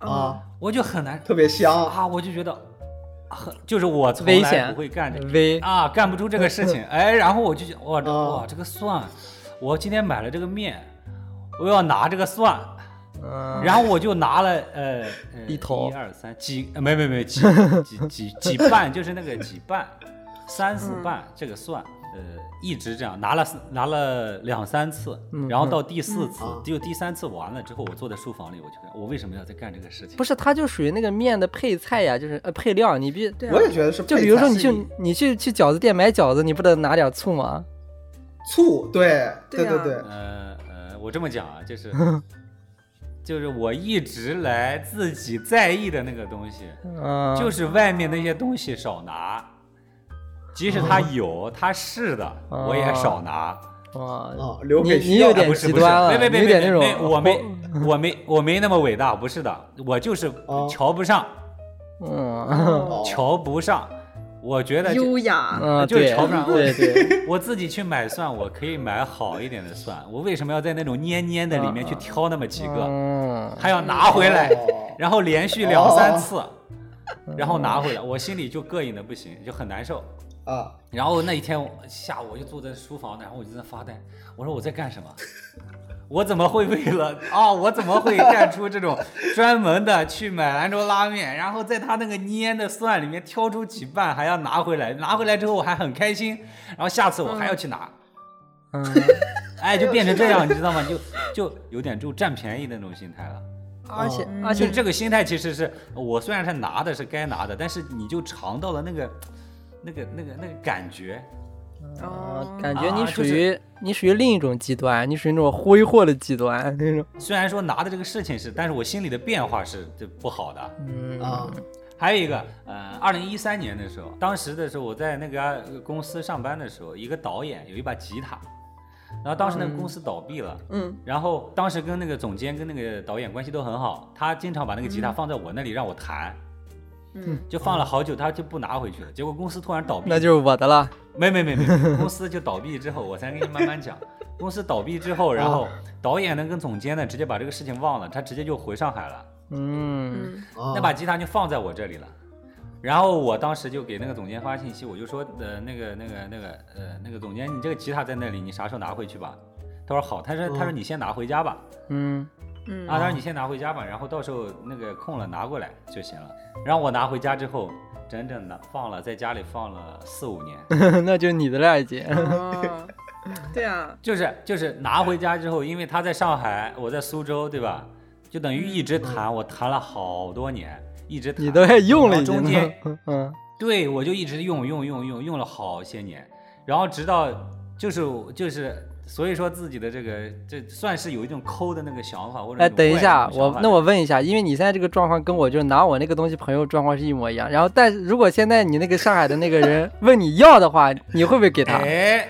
Speaker 1: 嗯
Speaker 4: 啊，
Speaker 3: 我就很难
Speaker 4: 特别香。
Speaker 3: 啊，我就觉得啊很就是我从
Speaker 1: 危
Speaker 3: 来
Speaker 1: 险
Speaker 3: 不会干这个
Speaker 1: 危
Speaker 3: 啊，干不出这个事 情，哎，然后我就想哇这
Speaker 1: 哦
Speaker 4: 啊
Speaker 3: 哇这个蒜，我今天买了这个面，我要拿这个蒜，
Speaker 1: 嗯，
Speaker 3: 然后我就拿了呃呃
Speaker 1: 一头
Speaker 3: 一二三几 呃没
Speaker 1: 嗯
Speaker 3: 没没几几几几瓣，就是那个几瓣，三四瓣这个蒜，呃，一直这样拿了拿了两三次，
Speaker 1: 嗯
Speaker 3: 然后到第四次
Speaker 4: 嗯，
Speaker 3: 就第三次完了之后，我坐在书房里，我就看我为什么要再干这个事情？
Speaker 1: 不是，它就属于那个面的配菜呀，就是呃配料，你必
Speaker 2: 对啊
Speaker 4: 我也觉得是配
Speaker 1: 就
Speaker 4: 菜。
Speaker 1: 比如说你去
Speaker 4: 是
Speaker 1: 你去去饺子店买饺子，你不得拿点醋吗？
Speaker 4: 醋，对
Speaker 2: 对啊
Speaker 4: 对对，
Speaker 3: 呃呃，我这么讲啊，就是 就是我一直来自己在意的那个东西，
Speaker 1: 嗯，
Speaker 3: 就是外面那些东西少拿，即使它
Speaker 1: 哦
Speaker 3: 有，它是的，我也少拿。
Speaker 1: 哇，
Speaker 4: 啊，留
Speaker 1: 你
Speaker 4: 给
Speaker 1: 你
Speaker 4: 需
Speaker 1: 有
Speaker 4: 要的
Speaker 1: 点
Speaker 3: 不是
Speaker 1: 极
Speaker 3: 不是
Speaker 1: 端了，
Speaker 3: 没没
Speaker 1: 你有
Speaker 3: 没
Speaker 1: 点
Speaker 3: 没
Speaker 1: 那种哦
Speaker 3: 没我没
Speaker 1: 荒
Speaker 3: 我没我没那么伟大，不是的，我就是
Speaker 4: 哦
Speaker 3: 瞧不上，
Speaker 1: 嗯
Speaker 4: 哦
Speaker 3: 瞧不上，我觉得就
Speaker 2: 优雅，
Speaker 1: 嗯，
Speaker 3: 就是
Speaker 1: 对
Speaker 3: 朝不上
Speaker 1: 对对，
Speaker 3: 我自己去买蒜，我可以买好一点的蒜，我为什么要在那种蔫蔫的里面去挑那么几个，
Speaker 1: 嗯，
Speaker 3: 还要拿回来，
Speaker 4: 哦
Speaker 3: 然后连续两三次，
Speaker 1: 哦嗯
Speaker 3: 然后拿回来，我心里就膈应的不行，就很难受。
Speaker 4: 啊，
Speaker 3: 然后那一天我下午我就坐在书房，然后我就在发呆，我说我在干什么？ 我怎么会为了 啊、我怎么会干出这种专门的去买兰州拉面，然后在他那个腌的蒜里面挑出几瓣，还要拿回来，拿回来之后我还很开心，然后下次我还要去拿，
Speaker 1: 嗯
Speaker 3: 哎，就变成这样，你知道吗？就就有点就占便宜的那种心态了。
Speaker 1: 而且
Speaker 2: 嗯
Speaker 4: 啊
Speaker 1: 而
Speaker 3: 就
Speaker 1: 且
Speaker 3: 是这个心态，其实是我虽然是拿的是该拿的，但是你就尝到了那个、那个、那个、那个感觉，
Speaker 1: 啊
Speaker 2: 哦，
Speaker 1: 感觉你
Speaker 3: 啊
Speaker 1: 属
Speaker 3: 就是
Speaker 1: 于你属于另一种极端，你属于那种挥霍的极端那种，
Speaker 3: 虽然说拿的这个事情是，但是我心里的变化是这不好的。
Speaker 1: 嗯
Speaker 4: 啊，
Speaker 3: 还有一个，呃，二零一三年的时候，当时的时候我在那个呃公司上班的时候，一个导演有一把吉他，然后当时那个公司倒闭了，
Speaker 2: 嗯，
Speaker 3: 然后当时跟那个总监跟那个导演关系都很好，他经常把那个
Speaker 1: 嗯
Speaker 3: 吉他放在我那里让我弹，
Speaker 2: 嗯，
Speaker 3: 就放了好久，他就不拿回去了。结果公司突然倒闭，
Speaker 1: 那就是我的了，
Speaker 3: 没没没 没，公司就倒闭之后，我才跟你慢 慢讲。公司倒闭之后，然
Speaker 4: 啊
Speaker 3: 后导演呢跟总监呢直接把这个事情忘了，他直接就回上海了。
Speaker 1: 嗯
Speaker 2: 嗯，
Speaker 4: 啊
Speaker 3: 那把吉他就放在我这里了。然后我当时就给那个总监发信息，我就说，呃，那个、那个、那个，呃，那个总监，你这个吉他在那里，你啥时候拿回去吧？他说好，他说他说
Speaker 4: 嗯
Speaker 3: 你先拿回家吧，
Speaker 1: 嗯
Speaker 2: 嗯，
Speaker 3: 啊，他说你先拿回家吧，然后到时候那个空了拿过来就行了。然后我拿回家之后，整整的放了在家里放了四五年，
Speaker 1: 嗯， 那就是你的了，姐，
Speaker 2: 哦，对啊，
Speaker 3: 就是就是
Speaker 1: 哎
Speaker 3: 拿回家之后，因为他在上海，我在苏州，对吧？就等于一直弹，我弹了好多年，一直
Speaker 1: 嗯
Speaker 3: 弹。
Speaker 1: 你都还用了已
Speaker 3: 然后
Speaker 1: 经
Speaker 3: 中
Speaker 1: 呢
Speaker 3: 间，
Speaker 1: 嗯
Speaker 3: 对，我就一直用用用用用了好些年，然后直到就是就是，所以说自己的这个这算是有一种抠的那个想法，或者
Speaker 1: 哎，
Speaker 3: 那种
Speaker 1: 等一
Speaker 3: 怪
Speaker 1: 下，
Speaker 3: 的种想
Speaker 1: 我
Speaker 3: 法
Speaker 1: 那我问一下，因为你现在这个状况跟我就是拿我那个东西朋友状况是一模一样。然后，但是如果现在你那个上海的那个人问你要的话，你会不会给他？
Speaker 3: 哎，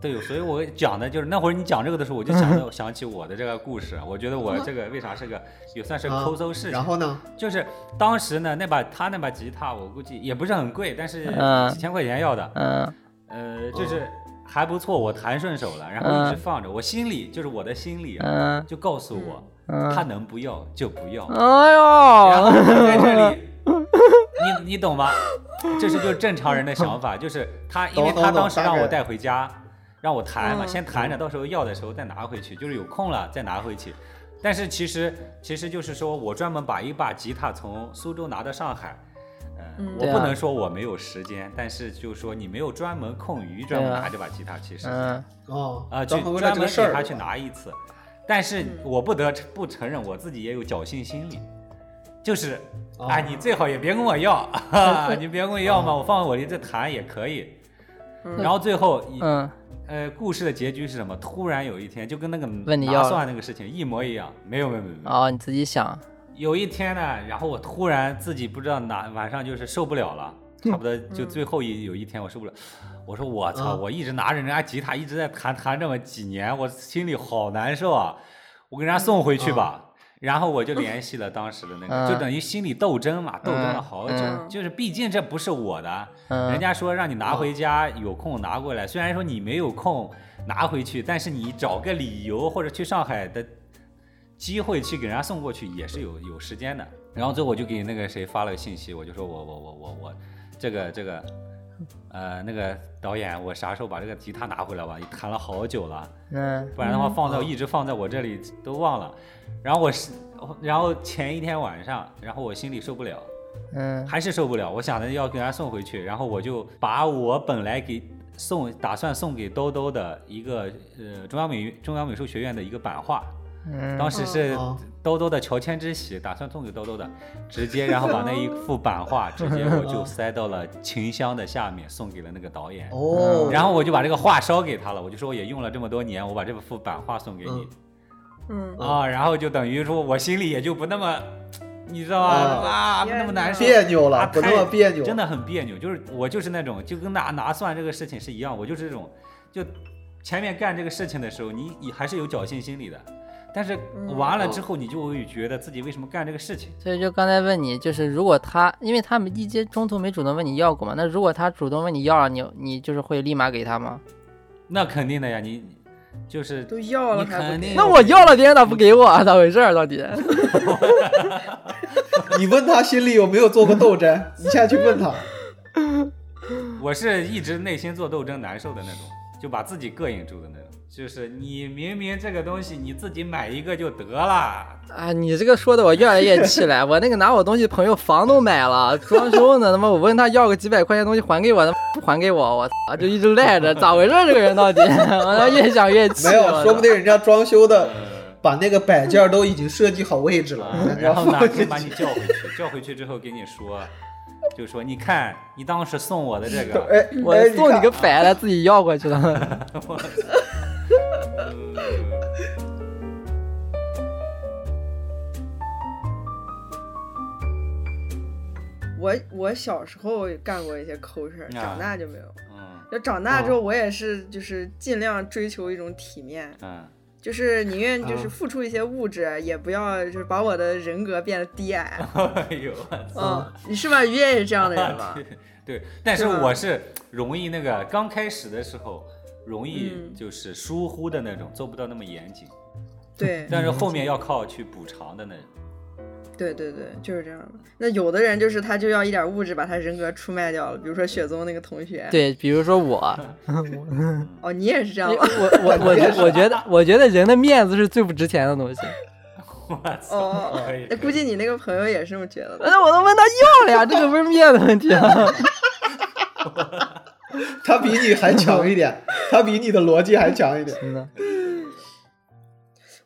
Speaker 3: 对，所以我讲的就是那会儿你讲这个的时候，我就 想到想起我的这个故事，我觉得我这个为啥是个也算是
Speaker 4: 啊
Speaker 3: 抠搜事情
Speaker 4: 然，后呢？
Speaker 3: 就是当时呢那把他那把吉他我估计也不是很贵，但是
Speaker 1: 嗯
Speaker 3: 几千块钱要的，
Speaker 1: 嗯
Speaker 3: 呃，就是还不错，我弹顺手了，然后一直放着，我心里就是我的心里啊。
Speaker 1: 嗯
Speaker 3: 就告诉我，他
Speaker 1: 嗯，
Speaker 3: 能不要就不要。
Speaker 1: 哎
Speaker 3: 嗯然
Speaker 4: 哦
Speaker 3: 后
Speaker 1: 呦，
Speaker 3: 我在这 里，你你懂吗？这是就是正常人的想法，就是他，因为
Speaker 4: 懂懂
Speaker 3: 他当
Speaker 4: 懂
Speaker 3: 时
Speaker 4: 大
Speaker 3: 让我
Speaker 4: 概
Speaker 3: 带回家，让我弹嘛，
Speaker 2: 嗯
Speaker 3: 先弹着，到时候要的时候再拿回去，就是有空了再拿回去。但是其实其实就是说我专门把一把吉他从苏州拿到上海。呃
Speaker 2: 嗯
Speaker 3: 我
Speaker 1: 对
Speaker 3: 不
Speaker 1: 啊
Speaker 3: 能说我没有时间，但是就是说你没有专门空余专门
Speaker 1: 对啊
Speaker 3: 拿这把吉他，其实
Speaker 1: 嗯
Speaker 4: 哦，
Speaker 3: 啊，就
Speaker 4: 专门为了
Speaker 3: 专
Speaker 4: 这个
Speaker 3: 门
Speaker 4: 事
Speaker 3: 给
Speaker 4: 儿
Speaker 3: 他去拿一次。但是
Speaker 2: 嗯
Speaker 3: 我不得不承认，我自己也有侥幸心理，就是，
Speaker 4: 哦
Speaker 3: 哎，你最好也别跟我要，哈哈你别跟我要嘛，我放我这再弹也可以。
Speaker 2: 嗯
Speaker 3: 然后最后一，
Speaker 1: 嗯，
Speaker 3: 呃，故事的结局是什么？突然有一天，就跟那个
Speaker 1: 问你
Speaker 3: 拿
Speaker 1: 要了
Speaker 3: 蒜那个事情一模一样，没有没有没有没有。
Speaker 1: 哦，你自己想，
Speaker 3: 有一天呢，然后我突然自己不知道哪晚上就是受不了了，差不多就最后一有一天我受不了，我说我操，
Speaker 4: 嗯
Speaker 3: 我一直拿着人家吉他一直在弹弹这么几年，我心里好难受啊，我给人家送回去吧。然后我就联系了当时的那个，
Speaker 1: 嗯
Speaker 3: 就等于心理斗争嘛，斗争了好久
Speaker 2: 嗯，
Speaker 3: 就是毕竟这不是我的，人
Speaker 1: 嗯
Speaker 3: 家说让你拿回家，有空拿过来。虽然说你没有空拿回去，但是你找个理由或者去上海的机会去给人家送过去也是有有时间的。然后最后我就给那个谁发了个信息，我就说我我我我我这个这个呃那个导演，我啥时候把这个吉他拿回来吧？弹了好久了，
Speaker 1: 嗯
Speaker 3: 不然的话放在、一直放在我这里都忘了。然后我是，然后前一天晚上，然后我心里受不了。
Speaker 1: 嗯
Speaker 3: 还是受不了，我想着要给他送回去，然后我就把我本来给送打算送给兜兜的一个呃中央美中央美术学院的一个版画，
Speaker 1: 嗯，
Speaker 3: 当时是
Speaker 4: 哦
Speaker 3: 兜兜的乔迁之喜，打算送给兜兜的，直接然后把那一幅版 画直接我就塞到了琴箱的下面，送给了那个导演。
Speaker 2: 嗯
Speaker 4: 哦，
Speaker 3: 然后我就把这个画捎给他了，我就说我也用了这么多年，我把这幅版画送给你、
Speaker 2: 嗯，
Speaker 4: 嗯
Speaker 3: 啊，然后就等于说我心里也就不那么，你知道吗？
Speaker 4: 啊
Speaker 3: 啊，不
Speaker 2: 别
Speaker 3: 那么难受，
Speaker 4: 别扭了
Speaker 3: 啊，
Speaker 4: 不那
Speaker 3: 太
Speaker 4: 么别扭，
Speaker 3: 真的很别扭。就是我就是那种，就跟拿拿蒜这个事情是一样，我就是这种，就前面干这个事情的时候，你你还是有侥幸心理的，但是
Speaker 2: 嗯
Speaker 3: 完
Speaker 2: 哦
Speaker 3: 了之后，你就会觉得自己为什么干这个事情？
Speaker 1: 所以就刚才问你，就是如果他，因为他们一接中途没主动问你要过嘛，那如果他主动问你要了，你你就是会立马给他吗？
Speaker 3: 那肯定的呀，你就是
Speaker 2: 都要了
Speaker 3: 你
Speaker 2: 还不
Speaker 3: 肯
Speaker 2: 给
Speaker 3: 定
Speaker 1: 那我要了，别人咋不给我？咋回事儿？到底？
Speaker 4: 你问他心里有没有做过斗争？你现在去 问他，
Speaker 3: 我是一直内心做斗争难受的那种，就把自己膈应住的那种。就是你明明这个东西你自己买一个就得了，
Speaker 1: 啊，你这个说的我越来越气了。我那个拿我东西朋友房都买了，装修呢，他妈我问他要个几百块钱东西还给我，他妈不还给我，我操，就一直赖着，咋回事儿？这个人到底， 我他妈越想越气。
Speaker 4: 没
Speaker 1: 我
Speaker 4: 有，
Speaker 1: 操
Speaker 4: 说不定人家装修的
Speaker 3: 呃，
Speaker 4: 把那个摆件儿都已经设计好位置了，
Speaker 3: 嗯 然后呢
Speaker 4: 放
Speaker 3: 就
Speaker 4: 进
Speaker 3: 把
Speaker 4: 去
Speaker 3: 你叫回去，叫回去之后给你说，就说你看你当时送我的这 个，
Speaker 4: 哎，
Speaker 1: 我
Speaker 4: 哎
Speaker 1: 送你
Speaker 4: 看
Speaker 1: 个反了，自己要过去了。
Speaker 3: 我
Speaker 2: 我我小时候干过一些抠事儿，
Speaker 3: 啊
Speaker 2: 长大就没有。
Speaker 3: 嗯
Speaker 2: 就长大之后，我也是就是尽量追求一种体面，
Speaker 3: 嗯
Speaker 2: 就是宁愿就是
Speaker 4: 啊
Speaker 2: 付出一些物质，也不要就是把我的人格变得低 矮。
Speaker 3: 哎呦，我
Speaker 2: 嗯，
Speaker 3: 操
Speaker 2: 你是吧？于也是这样的人 吧？
Speaker 3: 对，但是
Speaker 2: 是吧啊
Speaker 3: 我是容易那个刚开始的时候容易
Speaker 2: 嗯
Speaker 3: 就是疏忽的那种，做不到那么严谨，
Speaker 2: 对
Speaker 3: 但是后面要靠去补偿的那种。
Speaker 2: 对对对，就是这样的。那有的人就是他就要一点物质把他人格出卖掉了，比如说雪宗那个同学。，
Speaker 1: 对，比如说我，
Speaker 2: 哦，你也是这
Speaker 1: 因为
Speaker 2: 样吗？
Speaker 1: 我我我 觉我觉得我觉得人的面子是最不值钱的东西。
Speaker 3: 我操！哎
Speaker 2: 哦
Speaker 3: 可以，
Speaker 2: 那估计你那个朋友也是这么觉得的。
Speaker 1: 那我都问他要了呀，这个不是面子问题啊。
Speaker 4: 他比你还强一点，他比你的逻辑还强一点。
Speaker 1: 真的，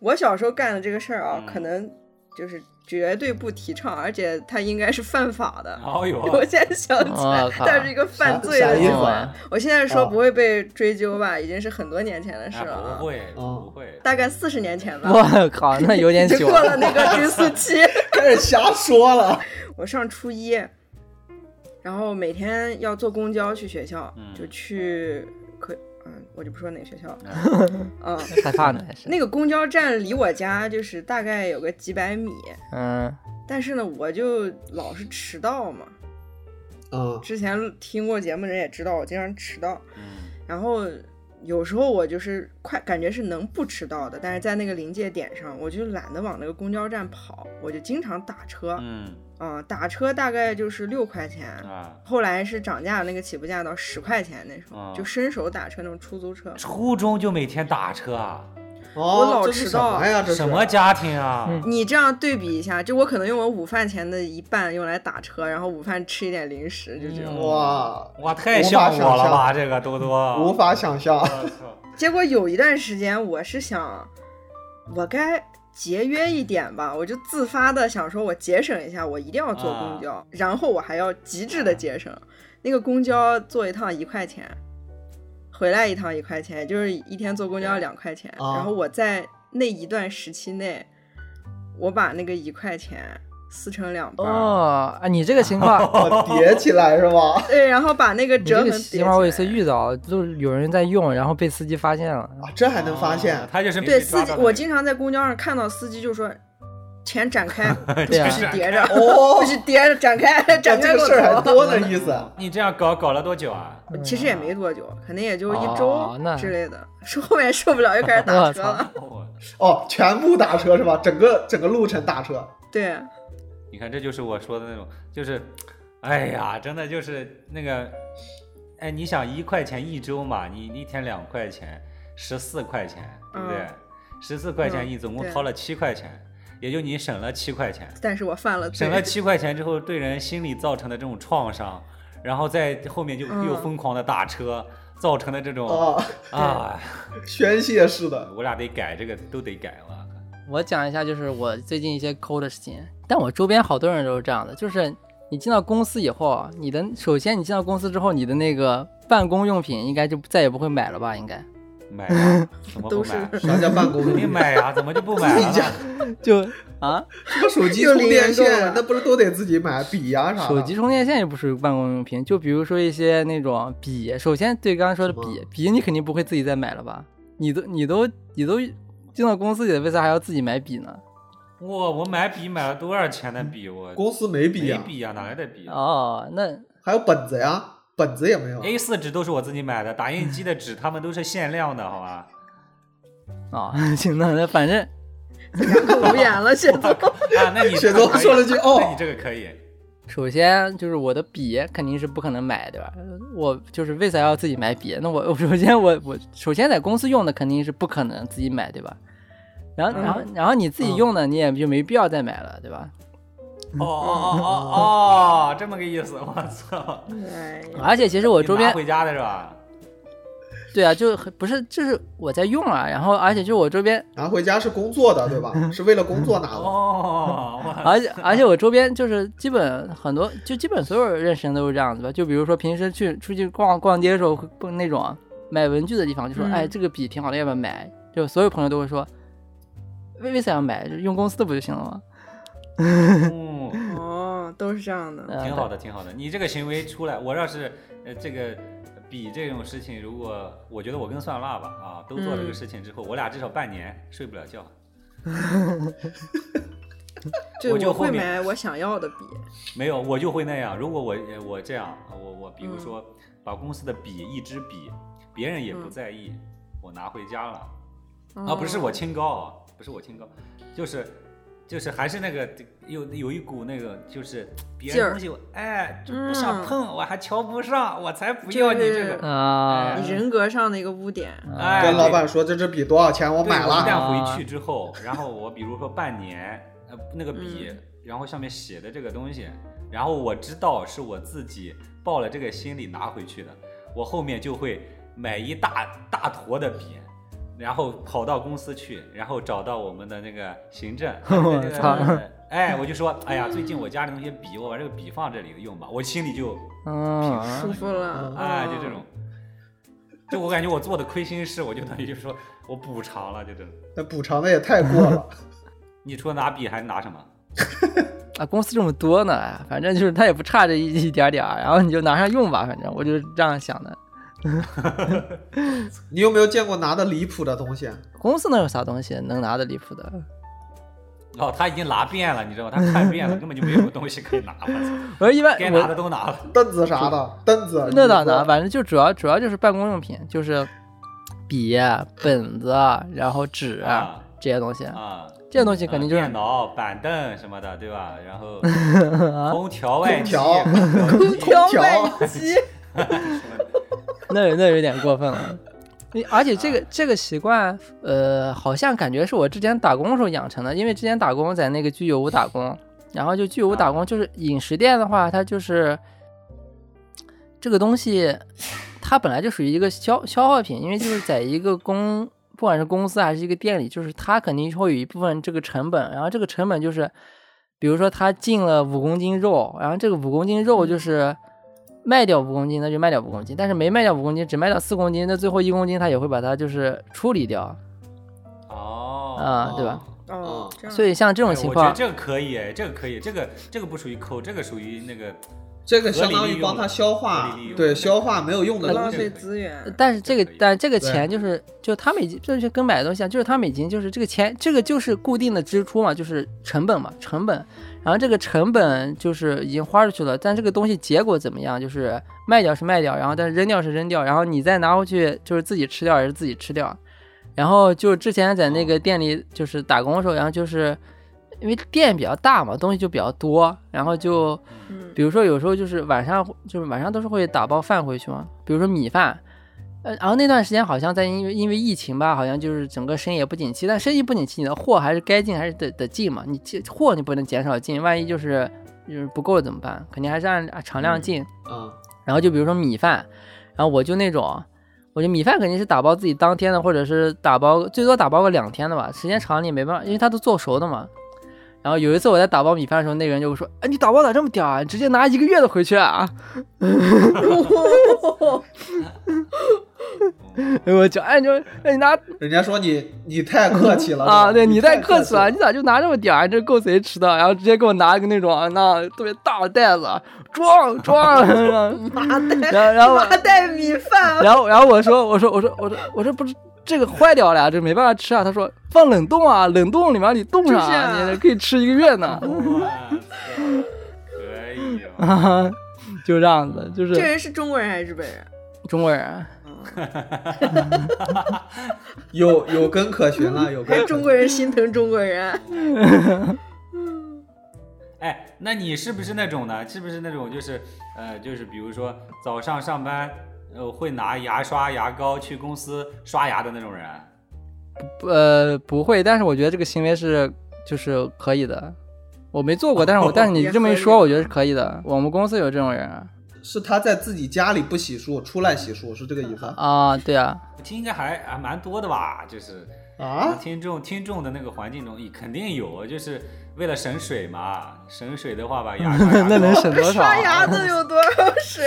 Speaker 2: 我小时候干的这个事儿啊，
Speaker 3: 嗯
Speaker 2: 可能就是绝对不提倡，而且它应该是犯法的。
Speaker 3: 哦呦，
Speaker 2: 我现在想起来
Speaker 1: 我，靠
Speaker 2: 它是一个 犯罪
Speaker 4: 啥
Speaker 2: 的
Speaker 4: 意思
Speaker 2: 行
Speaker 4: 啊
Speaker 2: 为。
Speaker 1: 啊
Speaker 2: 我现在说
Speaker 4: 哦
Speaker 2: 不会被追究吧，已经是啊很多年前的事
Speaker 3: 哎
Speaker 2: 了，
Speaker 3: 不会，
Speaker 4: 嗯
Speaker 3: 不会，
Speaker 2: 大概四十年前吧，
Speaker 1: 我靠，那有点
Speaker 2: 已经
Speaker 1: 久
Speaker 2: 过。了那个追溯期。
Speaker 4: 开始瞎 说了，
Speaker 2: 我上初一，然后每天要坐公交去学校，
Speaker 3: 嗯
Speaker 2: 就去可嗯，我就不说哪个学校了，嗯，
Speaker 1: 害怕呢还是？
Speaker 2: 那个公交站离我家就是大概有个几百米，
Speaker 1: 嗯，
Speaker 2: 但是呢，我就老是迟到嘛。
Speaker 4: 嗯，
Speaker 2: 之前听过节目的人也知道，我经常迟到。
Speaker 3: 嗯
Speaker 2: 然后有时候我就是快感觉是能不迟到的，但是在那个临界点上，我就懒得往那个公交站跑，我就经常打车。
Speaker 3: 嗯
Speaker 2: 啊、打车大概就是六块钱。
Speaker 3: 啊，
Speaker 2: 后来是涨价，那个起步价到十块钱，那时候、
Speaker 3: 啊
Speaker 2: 就伸手打车那种出租车。
Speaker 3: 初中就每天打车啊，
Speaker 4: 哦，
Speaker 2: 我老
Speaker 4: 这是
Speaker 2: 迟到
Speaker 4: 什么呀？这是
Speaker 3: 什么家庭啊？
Speaker 1: 嗯
Speaker 2: 你这样对比一下，就我可能用我午饭钱的一半用来打车，然后午饭吃一点零食，就这种。
Speaker 4: 哇，
Speaker 3: 哇，太像我了吧，这个多
Speaker 4: 无
Speaker 3: 多。
Speaker 4: 法想 象
Speaker 3: 我。操
Speaker 2: 结果有一段时间，我是想，我该节约一点吧，我就自发的想说，我节省一下，我一定要坐公
Speaker 1: 啊
Speaker 2: 交，然后我还要极致的节省。那个公交坐一趟一块钱，回来一趟一块钱，也就是一天坐公交两块钱。
Speaker 4: 啊
Speaker 2: 然后我在那一段时期内，我把那个一块钱撕成两半儿。
Speaker 1: 哦，啊，你这个情 况，
Speaker 4: 哦，叠起来是吧？
Speaker 2: 对，然后把那个
Speaker 1: 你这
Speaker 2: 折痕
Speaker 1: 个
Speaker 2: 叠起
Speaker 1: 情况我有一次
Speaker 2: 来
Speaker 1: 遇到，就是有人在用，然后被司机发现了。
Speaker 4: 啊，这还能发现
Speaker 3: 哦？他就是
Speaker 2: 对
Speaker 3: 被
Speaker 2: 司
Speaker 3: 抓
Speaker 2: 机，
Speaker 3: 到
Speaker 2: 我
Speaker 3: 那
Speaker 2: 经常在公交上看到司机就说钱展 开，
Speaker 1: 对呀
Speaker 3: 啊
Speaker 2: 不，许叠着，
Speaker 4: 哦
Speaker 2: 不许叠着，展开，
Speaker 4: 这
Speaker 2: 展
Speaker 4: 这
Speaker 2: 开
Speaker 4: 个
Speaker 2: 过
Speaker 4: 事儿还
Speaker 2: 头。
Speaker 4: 多呢，意思。
Speaker 3: 个你这样搞搞了多久啊？
Speaker 2: 其实也没多久，可能也就一周
Speaker 1: 哦那
Speaker 2: 之类的。是后面受不了又开始打
Speaker 1: 我
Speaker 2: 车
Speaker 1: 操
Speaker 2: 了。
Speaker 3: 我
Speaker 4: 哦，全部打车是吧？整个整个路程打车。
Speaker 2: 对，
Speaker 3: 你看，这就是我说的那种，就是，哎呀，真的就是那个，哎，你想一块钱一周嘛，你一天两块钱，十四块钱，对不对
Speaker 2: 嗯？
Speaker 3: 十四、块钱，
Speaker 2: 嗯
Speaker 3: 你总共
Speaker 2: 对
Speaker 3: 掏了七块钱，也就你省了七块钱，
Speaker 2: 但是我犯了罪
Speaker 3: 省，了七块钱之后，对人心理造成的这种创伤，然后在后面就又
Speaker 2: 嗯
Speaker 3: 疯狂的打车，造成的这种
Speaker 4: 啊，
Speaker 3: 啊，
Speaker 4: 宣泄式的，
Speaker 3: 我俩得改这个，都得改了。
Speaker 1: 我讲一下，就是我最近一些抠的事情，但我周边好多人都是这样的，就是你进到公司以后啊，你的首先你进到公司之后，你的那个办公用品应该就再也不会买了吧？应该
Speaker 3: 买 呀，怎么不
Speaker 2: 都是
Speaker 3: 买？啊
Speaker 4: 啥叫办公
Speaker 3: 肯
Speaker 4: 用
Speaker 3: 定
Speaker 4: 品？
Speaker 3: 买呀，怎么就不买了？
Speaker 1: 就啊，
Speaker 4: 什么手机
Speaker 2: 又
Speaker 4: 充
Speaker 2: 零
Speaker 4: 电
Speaker 2: 元购
Speaker 4: 线
Speaker 2: 了，
Speaker 4: 那不是都得自己买笔呀啥的？
Speaker 1: 手机充电线也不属于办公用品，就比如说一些那种笔，首先对刚刚说的
Speaker 4: 什
Speaker 1: 笔，笔你肯定不会自己再买了吧？你都你都你都进到公司里了，为啥还要自己买笔呢？
Speaker 3: 我我买笔买了多少钱的笔？我
Speaker 4: 公司没笔
Speaker 3: 没
Speaker 4: 呀，
Speaker 3: 笔呀，哪来的笔啊
Speaker 1: 哦，那
Speaker 4: 还有本子呀，本子也没有。
Speaker 3: ？A 4纸都是我自己买的，打印机的纸他们都是限量的，好吧？
Speaker 1: 哦， 行，那那反正
Speaker 2: 无言了，现在
Speaker 3: 啊，那你
Speaker 4: 雪冬说了句哦
Speaker 3: 那你这个可以。
Speaker 1: 首先就是我的笔肯定是不可能买，对吧？我就是为啥要自己买笔？那我我 首先我我首先在公司用的肯定是不可能自己买，对吧？然后然后然后你自己用的你也就没必要再买了，对吧？
Speaker 4: 嗯
Speaker 3: 哦哦哦哦哦，这么个意思，我操！
Speaker 2: 哎呀
Speaker 1: 而且其实我
Speaker 3: 你
Speaker 1: 周
Speaker 3: 拿
Speaker 1: 边
Speaker 3: 回家的是吧？
Speaker 1: 对啊，就很不是就是我在用啊，然后而且就我周边，
Speaker 4: 拿回家是工作的，对吧？是为了工作拿的。
Speaker 3: 哦， 我
Speaker 1: 而且而且我周边就是基本很多就基本所有认识人都是这样子吧。就比如说平时去出去逛逛街的时候，会会那种买文具的地方，就说、
Speaker 2: 嗯
Speaker 1: 哎这个笔挺好的，要不要买？就所有朋友都会说，为为啥要买？就用公司的不就行了吗？
Speaker 3: 嗯，
Speaker 2: 哦，都是这样的。
Speaker 1: 嗯
Speaker 3: 挺好的，挺好的。你这个行为出来，我要是呃这个比这种事情，如果我觉得我跟蒜辣吧啊，都做这
Speaker 1: 嗯
Speaker 3: 个事情之后，我俩至少半年睡不了觉。
Speaker 2: 就
Speaker 3: 我就后
Speaker 2: 会
Speaker 3: 面
Speaker 2: 买我想要的笔，
Speaker 3: 没有，我就会那样。如果我呃我这样，我我
Speaker 1: 嗯
Speaker 3: 比如说把公司的笔一支笔，别人也不
Speaker 2: 嗯
Speaker 3: 在意，我拿回家了。啊，
Speaker 2: 哦
Speaker 3: 不是我清高啊，不是我清高，就是就是还是那个有有一股那个就是别
Speaker 2: 劲
Speaker 3: 人
Speaker 2: 儿
Speaker 3: 东西我哎就不想
Speaker 2: 嗯
Speaker 3: 碰，我还瞧不上，我才不
Speaker 2: 就
Speaker 3: 要你这
Speaker 2: 是
Speaker 3: 个。
Speaker 1: 啊、
Speaker 3: 哎
Speaker 2: 你人格上的一个污点。
Speaker 3: 哎，
Speaker 4: 跟老
Speaker 3: 对
Speaker 4: 板说这支笔多少钱，我
Speaker 3: 对
Speaker 4: 买
Speaker 3: 我一
Speaker 4: 了。
Speaker 3: 旦回去之后，然后我比如说半年，呃，那个
Speaker 4: 嗯
Speaker 3: 笔，然后上面写的这个东西，然后我知道是我自己抱了这个心理拿回去的，我后面就会买一大大坨的笔。然后跑到公司去，然后找到我们的那个行政，
Speaker 1: 我操
Speaker 3: 哎，我就说，哎呀，最近我家里那些笔，我把这个笔放这里用吧，我心里就
Speaker 1: 嗯，
Speaker 2: 舒服了，
Speaker 3: 哎，就这
Speaker 2: 嗯
Speaker 3: 种，就我感觉我做的亏心事，我就等于就说我补偿了，就这种。
Speaker 4: 那补偿的也太过了。
Speaker 3: 你除了拿笔还拿什么？
Speaker 1: 啊公司这么多呢，哎反正就是他也不差这一一点点儿，然后你就拿上用吧，反正我就是这样想的。
Speaker 4: 你有没有见过拿的离谱的东西？
Speaker 1: 公司能有啥东西能拿的离谱的？
Speaker 3: 哦，他已经拿遍了，你知道吗？他 看遍了，根本就没有东西可以拿了，
Speaker 1: 我说一般
Speaker 3: 该
Speaker 1: 我
Speaker 3: 拿的都拿了。
Speaker 4: 凳子啥的，凳子。
Speaker 1: 那哪
Speaker 4: 椅子
Speaker 1: 拿？反正就主要主要就是办公用品，就是笔、本子，然后纸、
Speaker 3: 啊
Speaker 1: 这些东西。
Speaker 3: 啊，
Speaker 1: 这些东西肯定就是
Speaker 3: 呃电脑、板凳什么的，对吧？然后
Speaker 1: 啊
Speaker 3: 空调外
Speaker 4: 空
Speaker 3: 机，
Speaker 4: 调
Speaker 3: 空调机
Speaker 4: 空
Speaker 2: 调
Speaker 4: 调
Speaker 2: 味机，
Speaker 1: 那有那有点过分了。你而且这个这个习惯，呃，好像感觉是我之前打工的时候养成的，因为之前打工在那个居酒屋打工，然后就居酒屋打工就是饮食店的话，它就是这个东西，它本来就属于一个消消耗品，因为就是在一个公，不管是公司还是一个店里，就是它肯定会有一部分这个成本，然后这个成本就是，比如说他进了五公斤肉，然后这个五公斤
Speaker 3: 嗯
Speaker 1: 肉就是卖掉五公斤，那就卖掉五公斤，但是没卖掉五公斤，只卖掉四公斤，那最后一公斤他也会把它就是处理掉，
Speaker 3: 哦
Speaker 1: 啊对吧？
Speaker 2: 哦
Speaker 4: 嗯，
Speaker 2: 这样
Speaker 1: 所以像这种
Speaker 3: 哎
Speaker 1: 情
Speaker 3: 我觉得
Speaker 1: 况，
Speaker 3: 这个可以，哎这个可以，这个这个不属于抠，这个属于那 个
Speaker 4: 这个相当于帮他消
Speaker 3: 合
Speaker 4: 化
Speaker 3: 理利，用
Speaker 4: 对，消化没有用的
Speaker 2: 不浪
Speaker 4: 东西。
Speaker 2: 费资 源。
Speaker 1: 但是这
Speaker 3: 这
Speaker 1: 个
Speaker 3: 可以
Speaker 1: 但这个
Speaker 4: 对
Speaker 1: 钱就是就他们已经就是跟买的东西一样，就是他们已经就是这个钱这个就是固定的支出嘛，就是成本嘛，成本。然后这个成本就是已经花出去了，但这个东西结果怎么样？就是卖掉是卖掉，然后但是扔掉是扔掉，然后你再拿回去就是自己吃掉也是自己吃掉。然后就之前在
Speaker 3: 哦
Speaker 1: 那个店里就是打工的时候，然后就是因为店比较大嘛，东西就比较多，然后就
Speaker 2: 嗯，
Speaker 1: 比如说有时候就是晚上，就是晚上都是会打包饭回去嘛，比如说米饭。呃，然后那段时间好像在因为因为疫情吧，好像就是整个生意也不景气，但生意不景气，你的货还是该进还是得得进嘛，你进货你不能减少进，万一就是就是不够了怎么办？肯定还是按按常量进。
Speaker 4: 啊，
Speaker 1: 然后就比如说米饭，然后我就那种，我觉得米饭肯定是打包自己当天的，或者是打包最多打包个两天的吧，时间长了也没办法，因为他都做熟的嘛。然后有一次我在打包米饭的时候，那个人就说：“哎，你打包咋这么屌啊？你直接拿一个月的回去啊！” 哎我就哎你就哎你拿
Speaker 4: 人家说你你太客气了
Speaker 1: 啊，对
Speaker 4: 你
Speaker 1: 太
Speaker 4: 客
Speaker 1: 客气了，你咋就拿这么点儿？这够谁吃的？然后直接给我拿一个那种啊那特别大的袋子装装， 然后
Speaker 2: 麻袋，
Speaker 1: 然后然 后我
Speaker 2: 麻袋米 饭，
Speaker 1: 然后然后我说我说我说我说我说不是这个坏掉了呀，这没办法吃啊。他说放冷冻啊，冷冻里面你冻上
Speaker 2: 就是
Speaker 1: 啊，
Speaker 2: 啊
Speaker 1: 你可以吃一个月呢。
Speaker 3: 哇塞可以哦，
Speaker 1: 就这样子，就
Speaker 2: 这
Speaker 1: 是
Speaker 2: 人是中国人还是日本人？
Speaker 1: 中国人，啊
Speaker 4: 有有根可循了，有根可
Speaker 2: 还
Speaker 4: 循。
Speaker 2: 中国人心疼中国 人，
Speaker 3: 哎，那你是不是那种呢？是不是那种就是呃，就是比如说早上上班，呃，会拿牙刷、牙膏去公司刷牙的那种人？
Speaker 1: 呃，不会，但是我觉得这个行为是就是可以的。我没做过，但是我但是你这么一说，
Speaker 2: 也可以
Speaker 1: 我觉得是可以的。我们公司有这种人啊
Speaker 4: 是他在自己家里不洗漱，出来洗漱，是这个意思 啊？
Speaker 1: 啊，对啊，
Speaker 3: 我听应该还还蛮多的吧，就是
Speaker 4: 啊，
Speaker 3: 听众听众的那个环境中肯定有，就是为了省水嘛，省水的话把 牙刷牙
Speaker 1: 那能
Speaker 3: 膏
Speaker 1: 省多少啊？
Speaker 2: 刷牙 都有多少 水？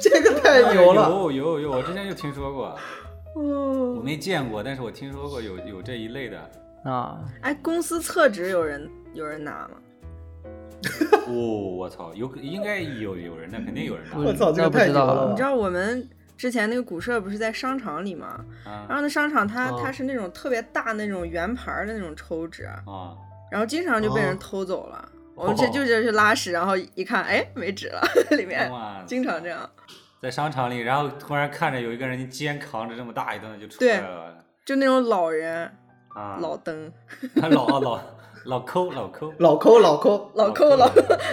Speaker 4: 这个太牛了！
Speaker 3: 有有有，我之前就听说过，
Speaker 2: 哦
Speaker 3: 我没见过，但是我听说过有有这一类的。
Speaker 1: 啊，
Speaker 2: 哎，公司厕纸有人有人拿吗？
Speaker 3: 哦，我操，有应该有有人的，肯定有 人
Speaker 4: 我
Speaker 3: 的。
Speaker 4: 操，这个
Speaker 1: 那不
Speaker 4: 太
Speaker 1: 知
Speaker 4: 牛
Speaker 1: 道
Speaker 4: 了
Speaker 1: 了
Speaker 4: 吧！
Speaker 2: 你知道我们之前那个古社不是在商场里吗？然
Speaker 3: 啊
Speaker 2: 后那商场它
Speaker 4: 哦
Speaker 2: 它是那种特别大那种圆盘儿的那种抽纸，
Speaker 3: 啊，
Speaker 2: 然后经常就被
Speaker 4: 哦
Speaker 2: 人偷走了。
Speaker 3: 哦
Speaker 2: 我们这就是去拉屎，然后一看，哎，没纸了， 里面
Speaker 3: 哇
Speaker 2: 经常这样。
Speaker 3: 在商场里，然后突然看着有一个人肩扛着这么大一顿就出来了，
Speaker 2: 就那种老人、
Speaker 3: 啊，
Speaker 2: 老登、
Speaker 3: 老老老抠老抠
Speaker 4: 老抠老抠，
Speaker 2: 老抠、
Speaker 3: 老
Speaker 2: 老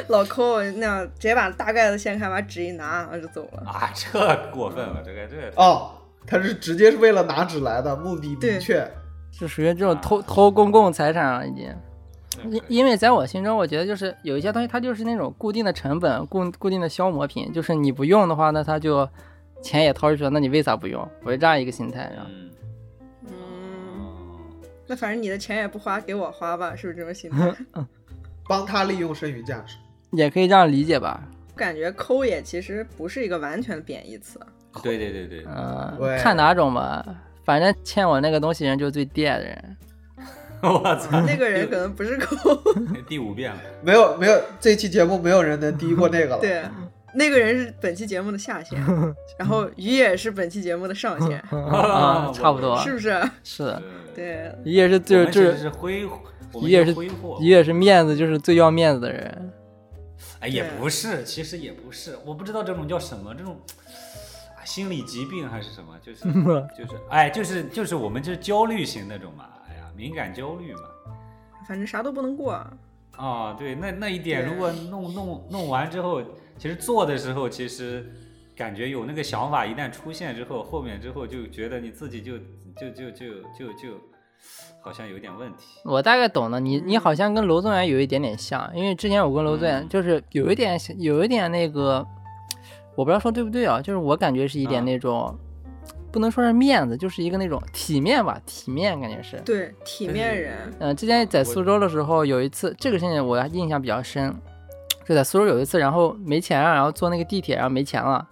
Speaker 2: 老抠那样，直接把大盖子掀开，把纸一拿，然后就走了。
Speaker 3: 啊，这过分了，这个这个
Speaker 4: 哦，他是直接是为了拿纸来的，目的明
Speaker 2: 对
Speaker 4: 确。
Speaker 1: 就属于这种偷偷公共财产了已经。因因为在我心中，我觉得就是有一些东西，它就是那种固定的成本、固固定的消磨品，就是你不用的话，那它就钱也掏出去了，那你为啥不用？我是这样一个心态，然啊后
Speaker 3: 嗯
Speaker 2: 嗯，
Speaker 3: 嗯
Speaker 2: 那反正你的钱也不花，给我花吧，是不是这种心态？
Speaker 4: 帮他利用剩余价值。
Speaker 1: 也可以这样理解吧。
Speaker 2: 我感觉抠也其实不是一个完全的贬义词。啊
Speaker 3: 对对对对，
Speaker 1: 嗯、
Speaker 4: 对
Speaker 1: 看哪种吧，反正欠我那个东西人就是最贱的人。
Speaker 3: 我操，
Speaker 1: 嗯
Speaker 2: 那个人可能不是抠，
Speaker 3: 第五遍了，
Speaker 4: 没有没有，这期节目没有人能低过那个 了。
Speaker 2: 对，那个人是本期节目的下限，然后鱼也是本期节目的上限，
Speaker 3: 嗯
Speaker 1: 啊，差不多，
Speaker 2: 是不是？
Speaker 1: 是的，
Speaker 2: 对，
Speaker 1: 一也是
Speaker 3: 我
Speaker 1: 最
Speaker 3: 们
Speaker 1: 就
Speaker 3: 其实
Speaker 1: 是
Speaker 3: 是挥霍，我们
Speaker 1: 一也是
Speaker 3: 挥霍，
Speaker 1: 一也是面子，就是最要面子的人。
Speaker 3: 哎，也
Speaker 2: 对
Speaker 3: 不是，其实也不是，我不知道这种叫什么，这种啊心理疾病还是什么，就是 就是，哎，就是就是我们就是焦虑型那种嘛，哎呀，敏感焦虑嘛。
Speaker 2: 反正啥都不能过。
Speaker 3: 啊，对，那那一点
Speaker 2: 对
Speaker 3: 如果弄弄弄完之后，其实做的时候其实感觉有那个想法，一旦出现之后，后面之后就觉得你自己就就就就就就好像有点问题。
Speaker 1: 我大概懂了，你你好像跟楼宗远有一点点像，因为之前我跟楼宗远
Speaker 3: 嗯
Speaker 1: 就是有一点有一点那个，我不知道说对不对啊，就是我感觉是一点
Speaker 3: 嗯
Speaker 1: 那种，不能说是面子，就是一个那种体面吧，体面感觉是。
Speaker 2: 对，体面人，
Speaker 1: 嗯、之前在
Speaker 3: 我
Speaker 1: 苏州的时候有一次，这个事情我印象比较深，就在苏州有一次，然后没钱啊，然后坐那个地铁，然后没钱了，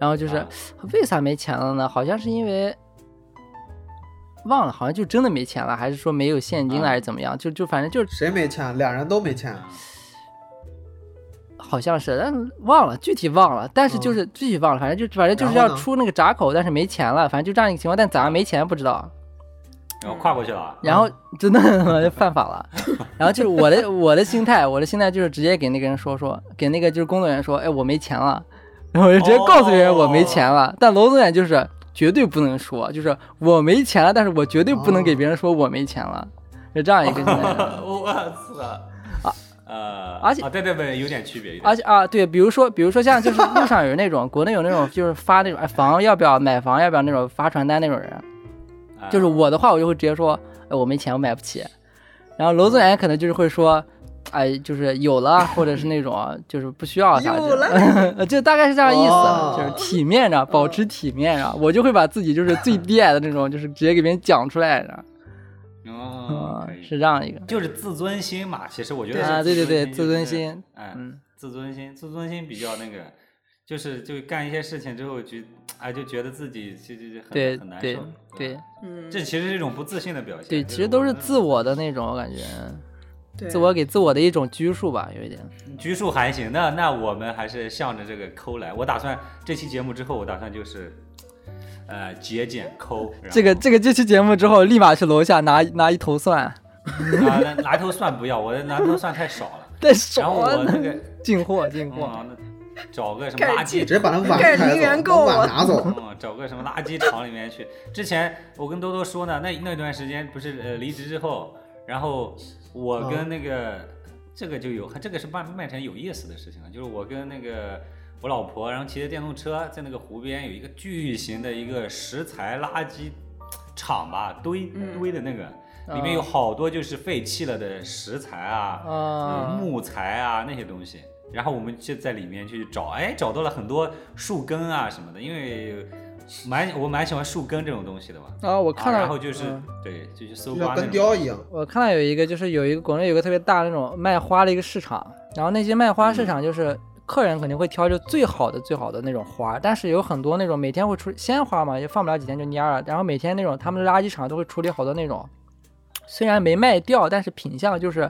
Speaker 1: 然后就是、
Speaker 3: 啊
Speaker 1: 为啥没钱了呢？好像是因为忘了，好像就真的没钱了，还是说没有现金了，
Speaker 3: 啊
Speaker 1: 还是怎么样？就就反正就是
Speaker 4: 谁没钱？俩人都没钱。
Speaker 3: 嗯
Speaker 4: 啊
Speaker 1: 好像是，但忘了具体忘了，但是
Speaker 4: 嗯
Speaker 1: 就是具体忘了，反正就反正就是
Speaker 4: 然后
Speaker 1: 要
Speaker 4: 呢
Speaker 1: 出那个闸口，但是没钱了，反正就这样一个情况，但咋没钱不知道。
Speaker 3: 然后跨过去了啊，
Speaker 1: 然后真的犯法了，然后就是我的我的心态，我的心态就是直接给那个人说说，给那个就是工作人员说，哎，我没钱了，然后我就直接告诉别人我没钱了。但楼总远就是绝对不能说，就是我没钱了，但是我绝对不能给别人说我没钱了，是这样一个心 态。
Speaker 3: 我操！呃，
Speaker 1: 而且
Speaker 3: 啊，对对对，有点区别，有点
Speaker 1: 而且啊，对，比如说，比如说像就是路上有那种，国内有那种就是发那种哎房要不要买房要不要那种发传单那种人，
Speaker 3: 啊
Speaker 1: 就是我的话，我就会直接说，哎，我没钱，我买不起。然后楼总远可能就是会说，哎，就是有了，或者是那种啊就是不需要啥，
Speaker 2: 有了
Speaker 1: 就 就大概是这样意思，
Speaker 4: 哦
Speaker 1: 就是体面着，保持体面着。我就会把自己就是 最低矮的那种，就是直接给别人讲出来着，
Speaker 3: 哦
Speaker 1: 啊，
Speaker 3: 嗯可以
Speaker 1: 是这样一个
Speaker 3: 就是自尊心嘛，其实我觉得
Speaker 1: 啊，
Speaker 3: 是
Speaker 1: 对对对，
Speaker 3: 就
Speaker 1: 自
Speaker 3: 是
Speaker 1: 尊，心，
Speaker 3: 哎，
Speaker 1: 嗯，
Speaker 3: 自尊心，自尊心比较那个，就是就干一些事情之后就，哎，就觉得自己其实很
Speaker 1: 对
Speaker 3: 很难
Speaker 1: 对
Speaker 3: 受，
Speaker 1: 对
Speaker 3: 吧
Speaker 2: 嗯，
Speaker 3: 这其实是一种不自信的表现。
Speaker 1: 对，
Speaker 3: 就
Speaker 1: 其实都是
Speaker 3: 们
Speaker 1: 自我的那种，我感觉
Speaker 2: 对
Speaker 1: 自我给自我的一种拘束吧，有一点。
Speaker 3: 拘束还行，那那我们还是向着这个抠来。我打算这期节目之后，我打算就是，呃，节俭抠。然后
Speaker 1: 这个这个这期节目之后，立马去楼下拿拿一头蒜，
Speaker 3: 啊，拿拿头蒜不要，我的拿头蒜太少 了。
Speaker 1: 再
Speaker 3: 然
Speaker 1: 爽
Speaker 3: 后我那
Speaker 1: 啊！
Speaker 3: 个，
Speaker 1: 进货进货，
Speaker 3: 嗯，那找个什么
Speaker 2: 开始
Speaker 3: 垃圾
Speaker 4: 直接把那碗
Speaker 2: 开
Speaker 4: 开
Speaker 2: 始零元
Speaker 4: 走，
Speaker 2: 购
Speaker 4: 把
Speaker 2: 了
Speaker 4: 碗拿走。
Speaker 3: 嗯，找个什么垃圾场里面去。之前我跟多多说呢，那那段时间不是呃离职之后，然后我
Speaker 2: 嗯
Speaker 3: 跟那个、这个就有，这个是曼曼城有意思的事情了，就是我跟那个我老婆，然后骑着电动车在那个湖边有一个巨型的一个食材垃圾场吧，堆
Speaker 2: 嗯嗯
Speaker 3: 堆的那个，里面有好多就是废弃了的食材啊，
Speaker 1: 啊，
Speaker 3: 木材啊那些东西，然后我们就在里面去找，哎，找到了很多树根啊什么的，因为蛮我蛮喜欢树根这种东西的嘛。
Speaker 1: 啊，我看
Speaker 3: 啊
Speaker 1: 到，
Speaker 3: 然后就是、
Speaker 1: 嗯
Speaker 3: 对，就去搜
Speaker 4: 就
Speaker 3: 刮
Speaker 4: 像
Speaker 3: 那
Speaker 4: 根
Speaker 3: 种。
Speaker 4: 雕一样，
Speaker 1: 我看到有一个，就是有一个国内有一个特别大的那种卖花的一个市场，然后那些卖
Speaker 3: 嗯
Speaker 1: 花市场就是客人肯定会挑就最好的最好的那种花，但是有很多那种每天会出鲜花嘛，也放不了几天就蔫了，然后每天那种他们的垃圾场都会处理好多那种，虽然没卖掉，但是品相就是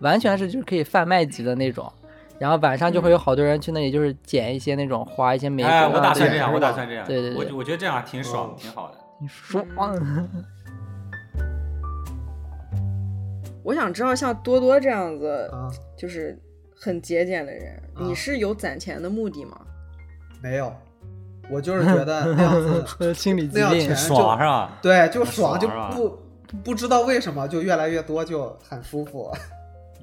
Speaker 1: 完全是就是可以贩卖级的那种。然后晚上就会有好多人去那里，就是捡一些那种花，一些玫瑰
Speaker 3: 嗯哎，
Speaker 1: 啊。
Speaker 3: 我打算
Speaker 4: 对
Speaker 3: 这样，
Speaker 4: 是
Speaker 3: 我打
Speaker 4: 吧
Speaker 3: 算这样，
Speaker 1: 对对对
Speaker 3: 我我觉得这样挺爽，
Speaker 4: 哦
Speaker 3: 挺好的。
Speaker 1: 你说啊，
Speaker 2: 我想知道像多多这样子，
Speaker 4: 啊，
Speaker 2: 就是很节俭的人，
Speaker 4: 啊
Speaker 2: 你是有攒钱的目的吗？
Speaker 4: 没有，我就是 觉得那样子
Speaker 1: 心理疾
Speaker 4: 那样
Speaker 1: 病
Speaker 4: 钱就
Speaker 3: 爽是吧？
Speaker 4: 对，就
Speaker 3: 爽
Speaker 4: 爽，
Speaker 3: 是
Speaker 4: 就
Speaker 3: 吧
Speaker 4: 不不知道为什么就越来越多，就很舒服。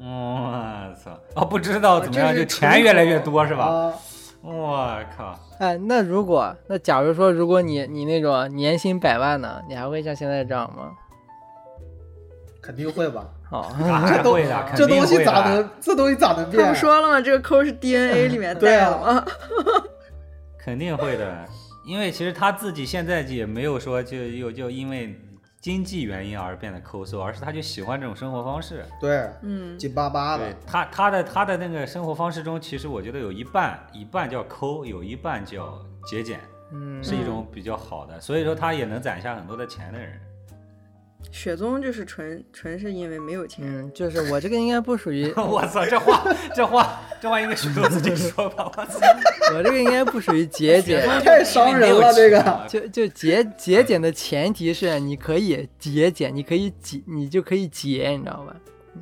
Speaker 3: 我操！啊，不知道
Speaker 4: 哦
Speaker 2: 这
Speaker 3: 怎么样，
Speaker 2: 是
Speaker 3: 就
Speaker 2: 纯
Speaker 3: 钱越来越
Speaker 2: 爽
Speaker 3: 多是吧？
Speaker 4: 啊，
Speaker 3: 我靠！
Speaker 1: 哎，那如果那假如说，如果你你那种年薪百万呢，你还会像现在这样吗？
Speaker 4: 肯定会吧？
Speaker 1: 好，
Speaker 3: 啊
Speaker 4: 这东
Speaker 3: 会的，肯
Speaker 4: 这
Speaker 3: 定
Speaker 4: 东西
Speaker 3: 会
Speaker 4: 咋
Speaker 3: 的
Speaker 4: 能？这东西咋能
Speaker 2: 他
Speaker 4: 变啊
Speaker 2: 不？说了吗？这个抠是 DNA 里面带的吗？
Speaker 3: 肯定会的，因为其实他自己现在也没有说就又就因为经济原因而变得抠搜，而是他就喜欢这种生活方式。
Speaker 4: 对，
Speaker 2: 嗯，
Speaker 4: 紧巴巴
Speaker 3: 对
Speaker 4: 的，
Speaker 3: 他他的他的那个生活方式中，其实我觉得有一半一半叫抠，有一半叫节俭，
Speaker 1: 嗯，
Speaker 3: 是一种比较好的，所以说他也能攒下很多的钱的人。
Speaker 2: 雪宗就是纯纯是因为没有钱，
Speaker 1: 嗯，就是我这个应该不属于，
Speaker 3: 我操，这话这话这话应该许多自己说吧，我操，
Speaker 1: 我这个应该不属于节 俭，
Speaker 4: 太伤人了。这个，
Speaker 1: 就就节节俭的前提是你可以节俭，你可以节，你就可以节，你知道吧？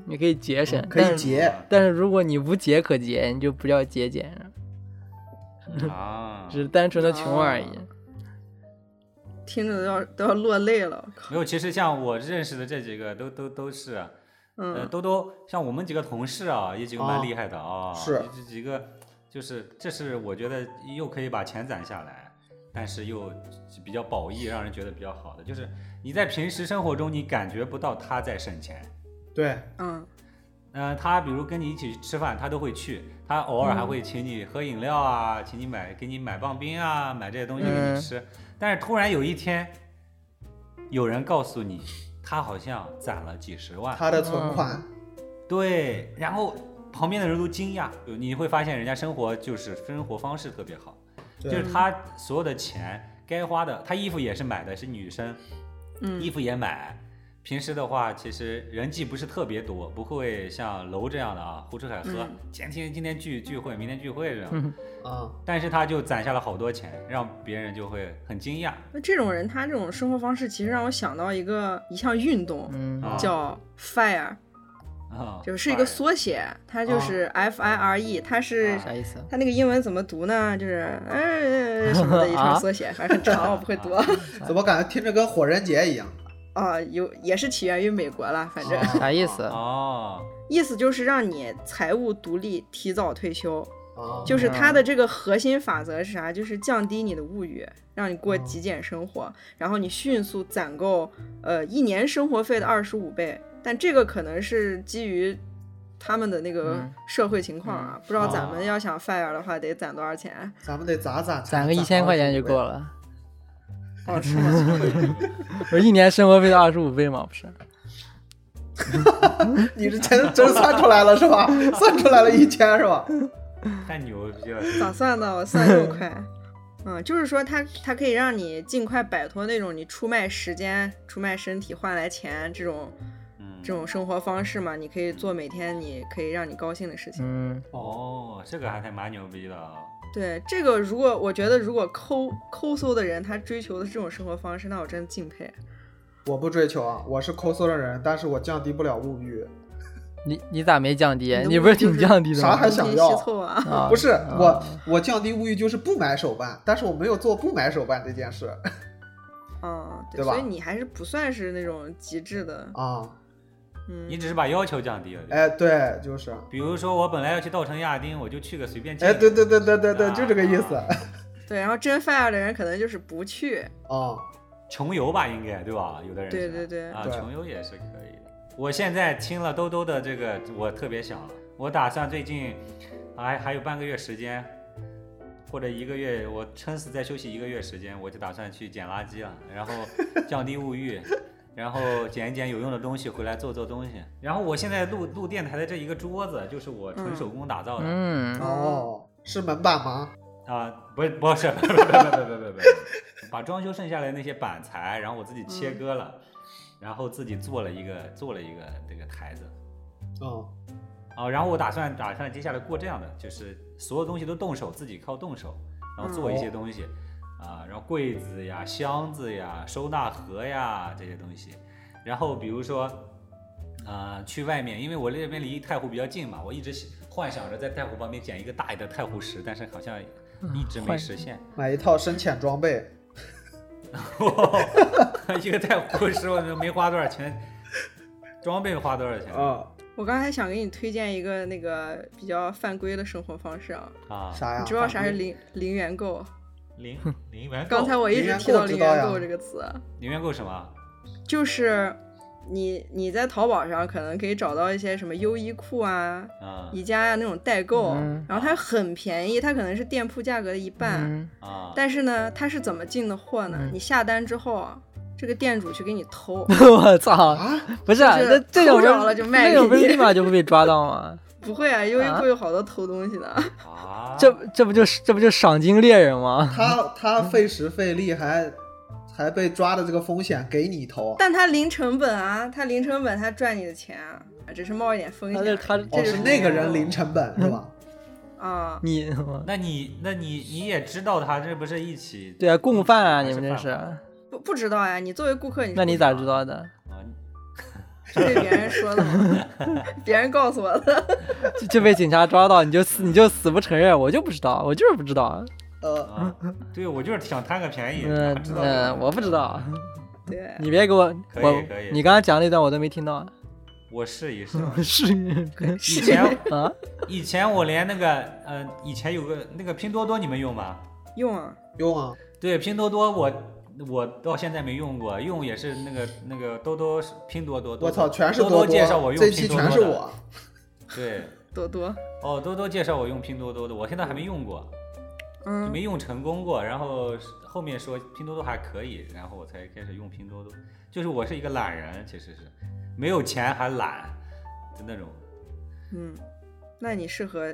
Speaker 1: 你可以节省，
Speaker 4: 嗯可以结。
Speaker 1: 但是。但是如果你无节可节，你就不叫节俭了，
Speaker 3: 啊，
Speaker 1: 只是单纯的穷而已。
Speaker 4: 哦
Speaker 2: 听着都要都要落泪了。
Speaker 3: 没有，其实像我认识的这几个都都都是、呃，
Speaker 2: 嗯，
Speaker 3: 兜兜，像我们几个同事啊，有几个蛮
Speaker 4: 啊
Speaker 3: 厉害的啊，
Speaker 4: 是
Speaker 3: 这几个，就是这是我觉得又可以把钱攒下来，但是又比较保益，让人觉得比较好的，就是你在平时生活中你感觉不到他在省钱，
Speaker 4: 对，
Speaker 2: 嗯，
Speaker 3: 呃，他比如跟你一起吃饭，他都会去，他偶尔还会请你喝饮料啊，请你买给你买棒冰啊，买这些东西给
Speaker 1: 嗯
Speaker 3: 你吃。但是突然有一天，有人告诉你，他好像攒了几十万，
Speaker 4: 他的
Speaker 1: 嗯
Speaker 4: 存款，
Speaker 3: 对，然后旁边的人都惊讶，有你会发现人家生活就是生活方式特别好，就
Speaker 4: 对
Speaker 3: 是他所有的钱该花的，他衣服也是买的，是女生，
Speaker 2: 嗯
Speaker 3: 衣服也买。平时的话，其实人际不是特别多，不会像楼这样的啊，胡吃海喝，
Speaker 2: 嗯
Speaker 3: 前天今天聚聚会，明天聚会这样。
Speaker 1: 嗯
Speaker 4: 啊，
Speaker 3: 但是他就攒下了好多钱，让别人就会很惊讶。
Speaker 2: 那这种人他这种生活方式，其实让我想到一个一项运动，
Speaker 1: 嗯
Speaker 4: 哦
Speaker 3: 啊
Speaker 2: 叫 FIRE，
Speaker 3: 啊，
Speaker 2: 就是一个缩写，它
Speaker 1: 哦
Speaker 2: 就是 F I R E，它是
Speaker 1: 啥意思？
Speaker 2: 它那个英文怎么读呢？
Speaker 1: 啊
Speaker 2: 就是呃什么 的一串缩写，反正很长，我不会读。
Speaker 1: 啊
Speaker 4: 怎么感觉听着跟火人节一样？
Speaker 2: 啊，有也是起源于美国啦，反正、
Speaker 4: 啊
Speaker 1: 啥意思？
Speaker 3: 哦，
Speaker 2: 意思就是让你财务独立，提早退休。
Speaker 4: 啊，
Speaker 2: 就是
Speaker 1: 嗯
Speaker 2: 它的这个核心法则是啥？就是降低你的物欲，让你
Speaker 1: 哦
Speaker 2: 过极简生活，然后你迅速攒够呃一年生活费的二十五倍。但这个可能是基于他们的那个
Speaker 1: 嗯
Speaker 2: 社会情况啊，不知道咱们
Speaker 3: 哦
Speaker 2: 要想 fire 的话得攒多 少钱？啊
Speaker 4: 咱们得咋攒才
Speaker 1: 攒
Speaker 4: 能
Speaker 1: 个一千
Speaker 4: 到
Speaker 1: 块钱
Speaker 4: 这
Speaker 1: 就
Speaker 4: 个
Speaker 1: 够
Speaker 4: 位。
Speaker 1: 了。
Speaker 2: 哦，是吗？
Speaker 1: 我一年生活费的二十五倍嘛，不是？
Speaker 4: 你这钱真算出来了是吧？ 算出来了一千是吧？
Speaker 3: 太牛逼了！
Speaker 2: 咋算的？我算这么快。嗯，就是说它它可以让你尽快摆脱那种你出卖时间、出卖身体换来钱这种
Speaker 3: 嗯
Speaker 2: 这种生活方式嘛。你可以做每天你可以让你高兴的事情。
Speaker 1: 嗯，
Speaker 3: 哦，这个还挺蛮牛逼的啊。
Speaker 2: 对这个，如果我觉得如果抠抠搜的人他追求的这种生活方式，那我真敬佩。
Speaker 4: 我不追求啊，我是抠搜的人，但是我降低不了物欲。
Speaker 1: 你你咋没降低
Speaker 2: 你？的
Speaker 1: 你不是
Speaker 2: 目的就
Speaker 1: 挺
Speaker 2: 是
Speaker 1: 降低的
Speaker 4: 啥
Speaker 1: 吗
Speaker 4: 还？
Speaker 2: 东
Speaker 4: 想
Speaker 2: 拼
Speaker 4: 要
Speaker 2: 西凑 啊，
Speaker 1: 啊
Speaker 4: 不是
Speaker 1: 啊
Speaker 4: 我，我降低物欲就是不买手办，但是我没有做不买手办这件事
Speaker 2: 嗯，
Speaker 4: 对吧
Speaker 2: 所以你还是不算是那种极致的，
Speaker 4: 啊。
Speaker 2: 嗯，
Speaker 3: 你只是把要求降低了。
Speaker 4: 哎，对，就是，
Speaker 3: 比如说，我本来要去稻城亚丁，我就去个随便见。
Speaker 4: 哎，对对对对对对，
Speaker 3: 啊
Speaker 4: 就这个意思
Speaker 2: 对，然后真 fire 的人可能就是不去，
Speaker 4: 啊。
Speaker 3: 穷游吧，应该对吧？有的人是
Speaker 2: 对对对
Speaker 3: 啊，
Speaker 4: 对
Speaker 3: 穷游也是可以的。我现在听了兜兜的这个，我特别想了，我打算最近还还有半个月时间，或者一个月，我撑死再休息一个月时间，我就打算去捡垃圾了，然 后降低物欲。然后捡一捡有用的东西回来做做东西。然后我现在录录电台的这一个桌子，就是我纯
Speaker 2: 嗯
Speaker 3: 手工打造的。
Speaker 1: 嗯，
Speaker 4: 哦，是门板吗？
Speaker 3: 啊，不是不是，不是不是不是不是不是不是，把装修剩下来的那些板材，然后我自己切割了，然后自己做了一个做了一个这个台子
Speaker 4: 嗯，
Speaker 3: 啊，然后我打算打算接下来过这样的，就是所有东西都动手，自己靠动手，然后做一些东西、啊，然后柜子呀、箱子呀、收纳盒呀这些东西，然后比如说。呃，去外面，因为我那边离太湖比较近嘛，我一直幻想着在太湖旁边捡一个大一点的太湖石，但是好像一直没
Speaker 1: 幻
Speaker 3: 实现。
Speaker 4: 买一套深潜装备。
Speaker 3: 一个太湖石，我没花多少钱，装备花多少钱
Speaker 4: 啊，
Speaker 2: 我刚才想给你推荐一个那个比较犯规的生活方式啊，
Speaker 3: 啊？
Speaker 4: 啥呀
Speaker 2: 你知？道啥是零零元购？
Speaker 3: 零零元购，
Speaker 2: 刚才我一直提到零元购这个词，
Speaker 3: 零元购什么？啊
Speaker 2: 就是你你在淘宝上可能可以找到一些什么优衣库啊、
Speaker 3: 啊
Speaker 2: 宜家呀、那种代购，
Speaker 1: 嗯
Speaker 2: 然后它很便宜，它可能是店铺价格的一半，
Speaker 1: 嗯
Speaker 3: 啊！
Speaker 2: 但是呢，它是怎么进的货呢？
Speaker 1: 嗯
Speaker 2: 你下单之后啊，这个店主去给你 偷。
Speaker 1: 我操！
Speaker 4: 啊
Speaker 1: 不是，
Speaker 2: 就是
Speaker 1: 那这种
Speaker 2: 偷
Speaker 1: 不
Speaker 2: 着了
Speaker 1: 是
Speaker 2: 就卖
Speaker 1: 那种不
Speaker 2: 给
Speaker 1: 是
Speaker 2: 你
Speaker 1: 立马就会被抓到吗？
Speaker 2: 不会啊，优衣
Speaker 1: 啊
Speaker 2: 库有好多偷东西的。
Speaker 3: 啊，
Speaker 1: 这这不就是这不就是赏金猎人吗？
Speaker 4: 他他费时费力还还被抓的这个风险给你投，
Speaker 2: 但它零成本啊，它零成本，它赚你的钱啊，只是冒一点风
Speaker 1: 他
Speaker 2: 险
Speaker 1: 就
Speaker 2: 而已。
Speaker 1: 他
Speaker 4: 哦，
Speaker 1: 这
Speaker 4: 是那个
Speaker 3: 嗯
Speaker 4: 人零成本是 吧？
Speaker 2: 啊，
Speaker 1: 你
Speaker 3: 那你那你你也知道他这不是一起
Speaker 1: 对啊，共犯啊！
Speaker 3: 还
Speaker 1: 你们这
Speaker 3: 犯
Speaker 1: 是，
Speaker 3: 法
Speaker 2: 不不知道呀。你作为顾客，你
Speaker 1: 那你咋知道的？
Speaker 3: 啊？
Speaker 2: 是对别人说的吗？ 别人告诉我的。
Speaker 1: 就就被警察抓到，你就死你就死不承认，我就不知道，我就是不知道。
Speaker 4: 呃，
Speaker 3: 啊，对我就是想贪个便宜，啊
Speaker 1: 嗯
Speaker 3: 哪知道
Speaker 1: 嗯，我不知道，
Speaker 2: 对，
Speaker 1: 你别给我
Speaker 3: 可以
Speaker 1: 我
Speaker 3: 可以
Speaker 1: 你刚刚讲那段我都没听到。
Speaker 3: 我试 一试。
Speaker 1: 是
Speaker 3: 以前
Speaker 1: 啊，
Speaker 3: 以前我连那个呃，以前有个那个拼多多，你们用吗？
Speaker 2: 用啊，
Speaker 4: 用啊，
Speaker 3: 对拼多多我，我到现在没用过，用也是那个那个兜兜是拼多多。
Speaker 4: 我操，全是
Speaker 3: 多
Speaker 4: 多
Speaker 3: 多介绍我用
Speaker 4: 这
Speaker 3: 拼
Speaker 4: 期
Speaker 3: 多
Speaker 4: 全
Speaker 3: 多
Speaker 4: 是
Speaker 3: 的。
Speaker 4: 我。
Speaker 3: 对，
Speaker 2: 多多，
Speaker 3: 哦，多多介绍我用拼多多的，我现在还没用过，
Speaker 2: 嗯，
Speaker 3: 没用成功过。然后后面说拼多多还可以，然后我才开始用拼多多。就是我是一个懒人，其实是没有钱还懒的那种。
Speaker 2: 嗯，那你适合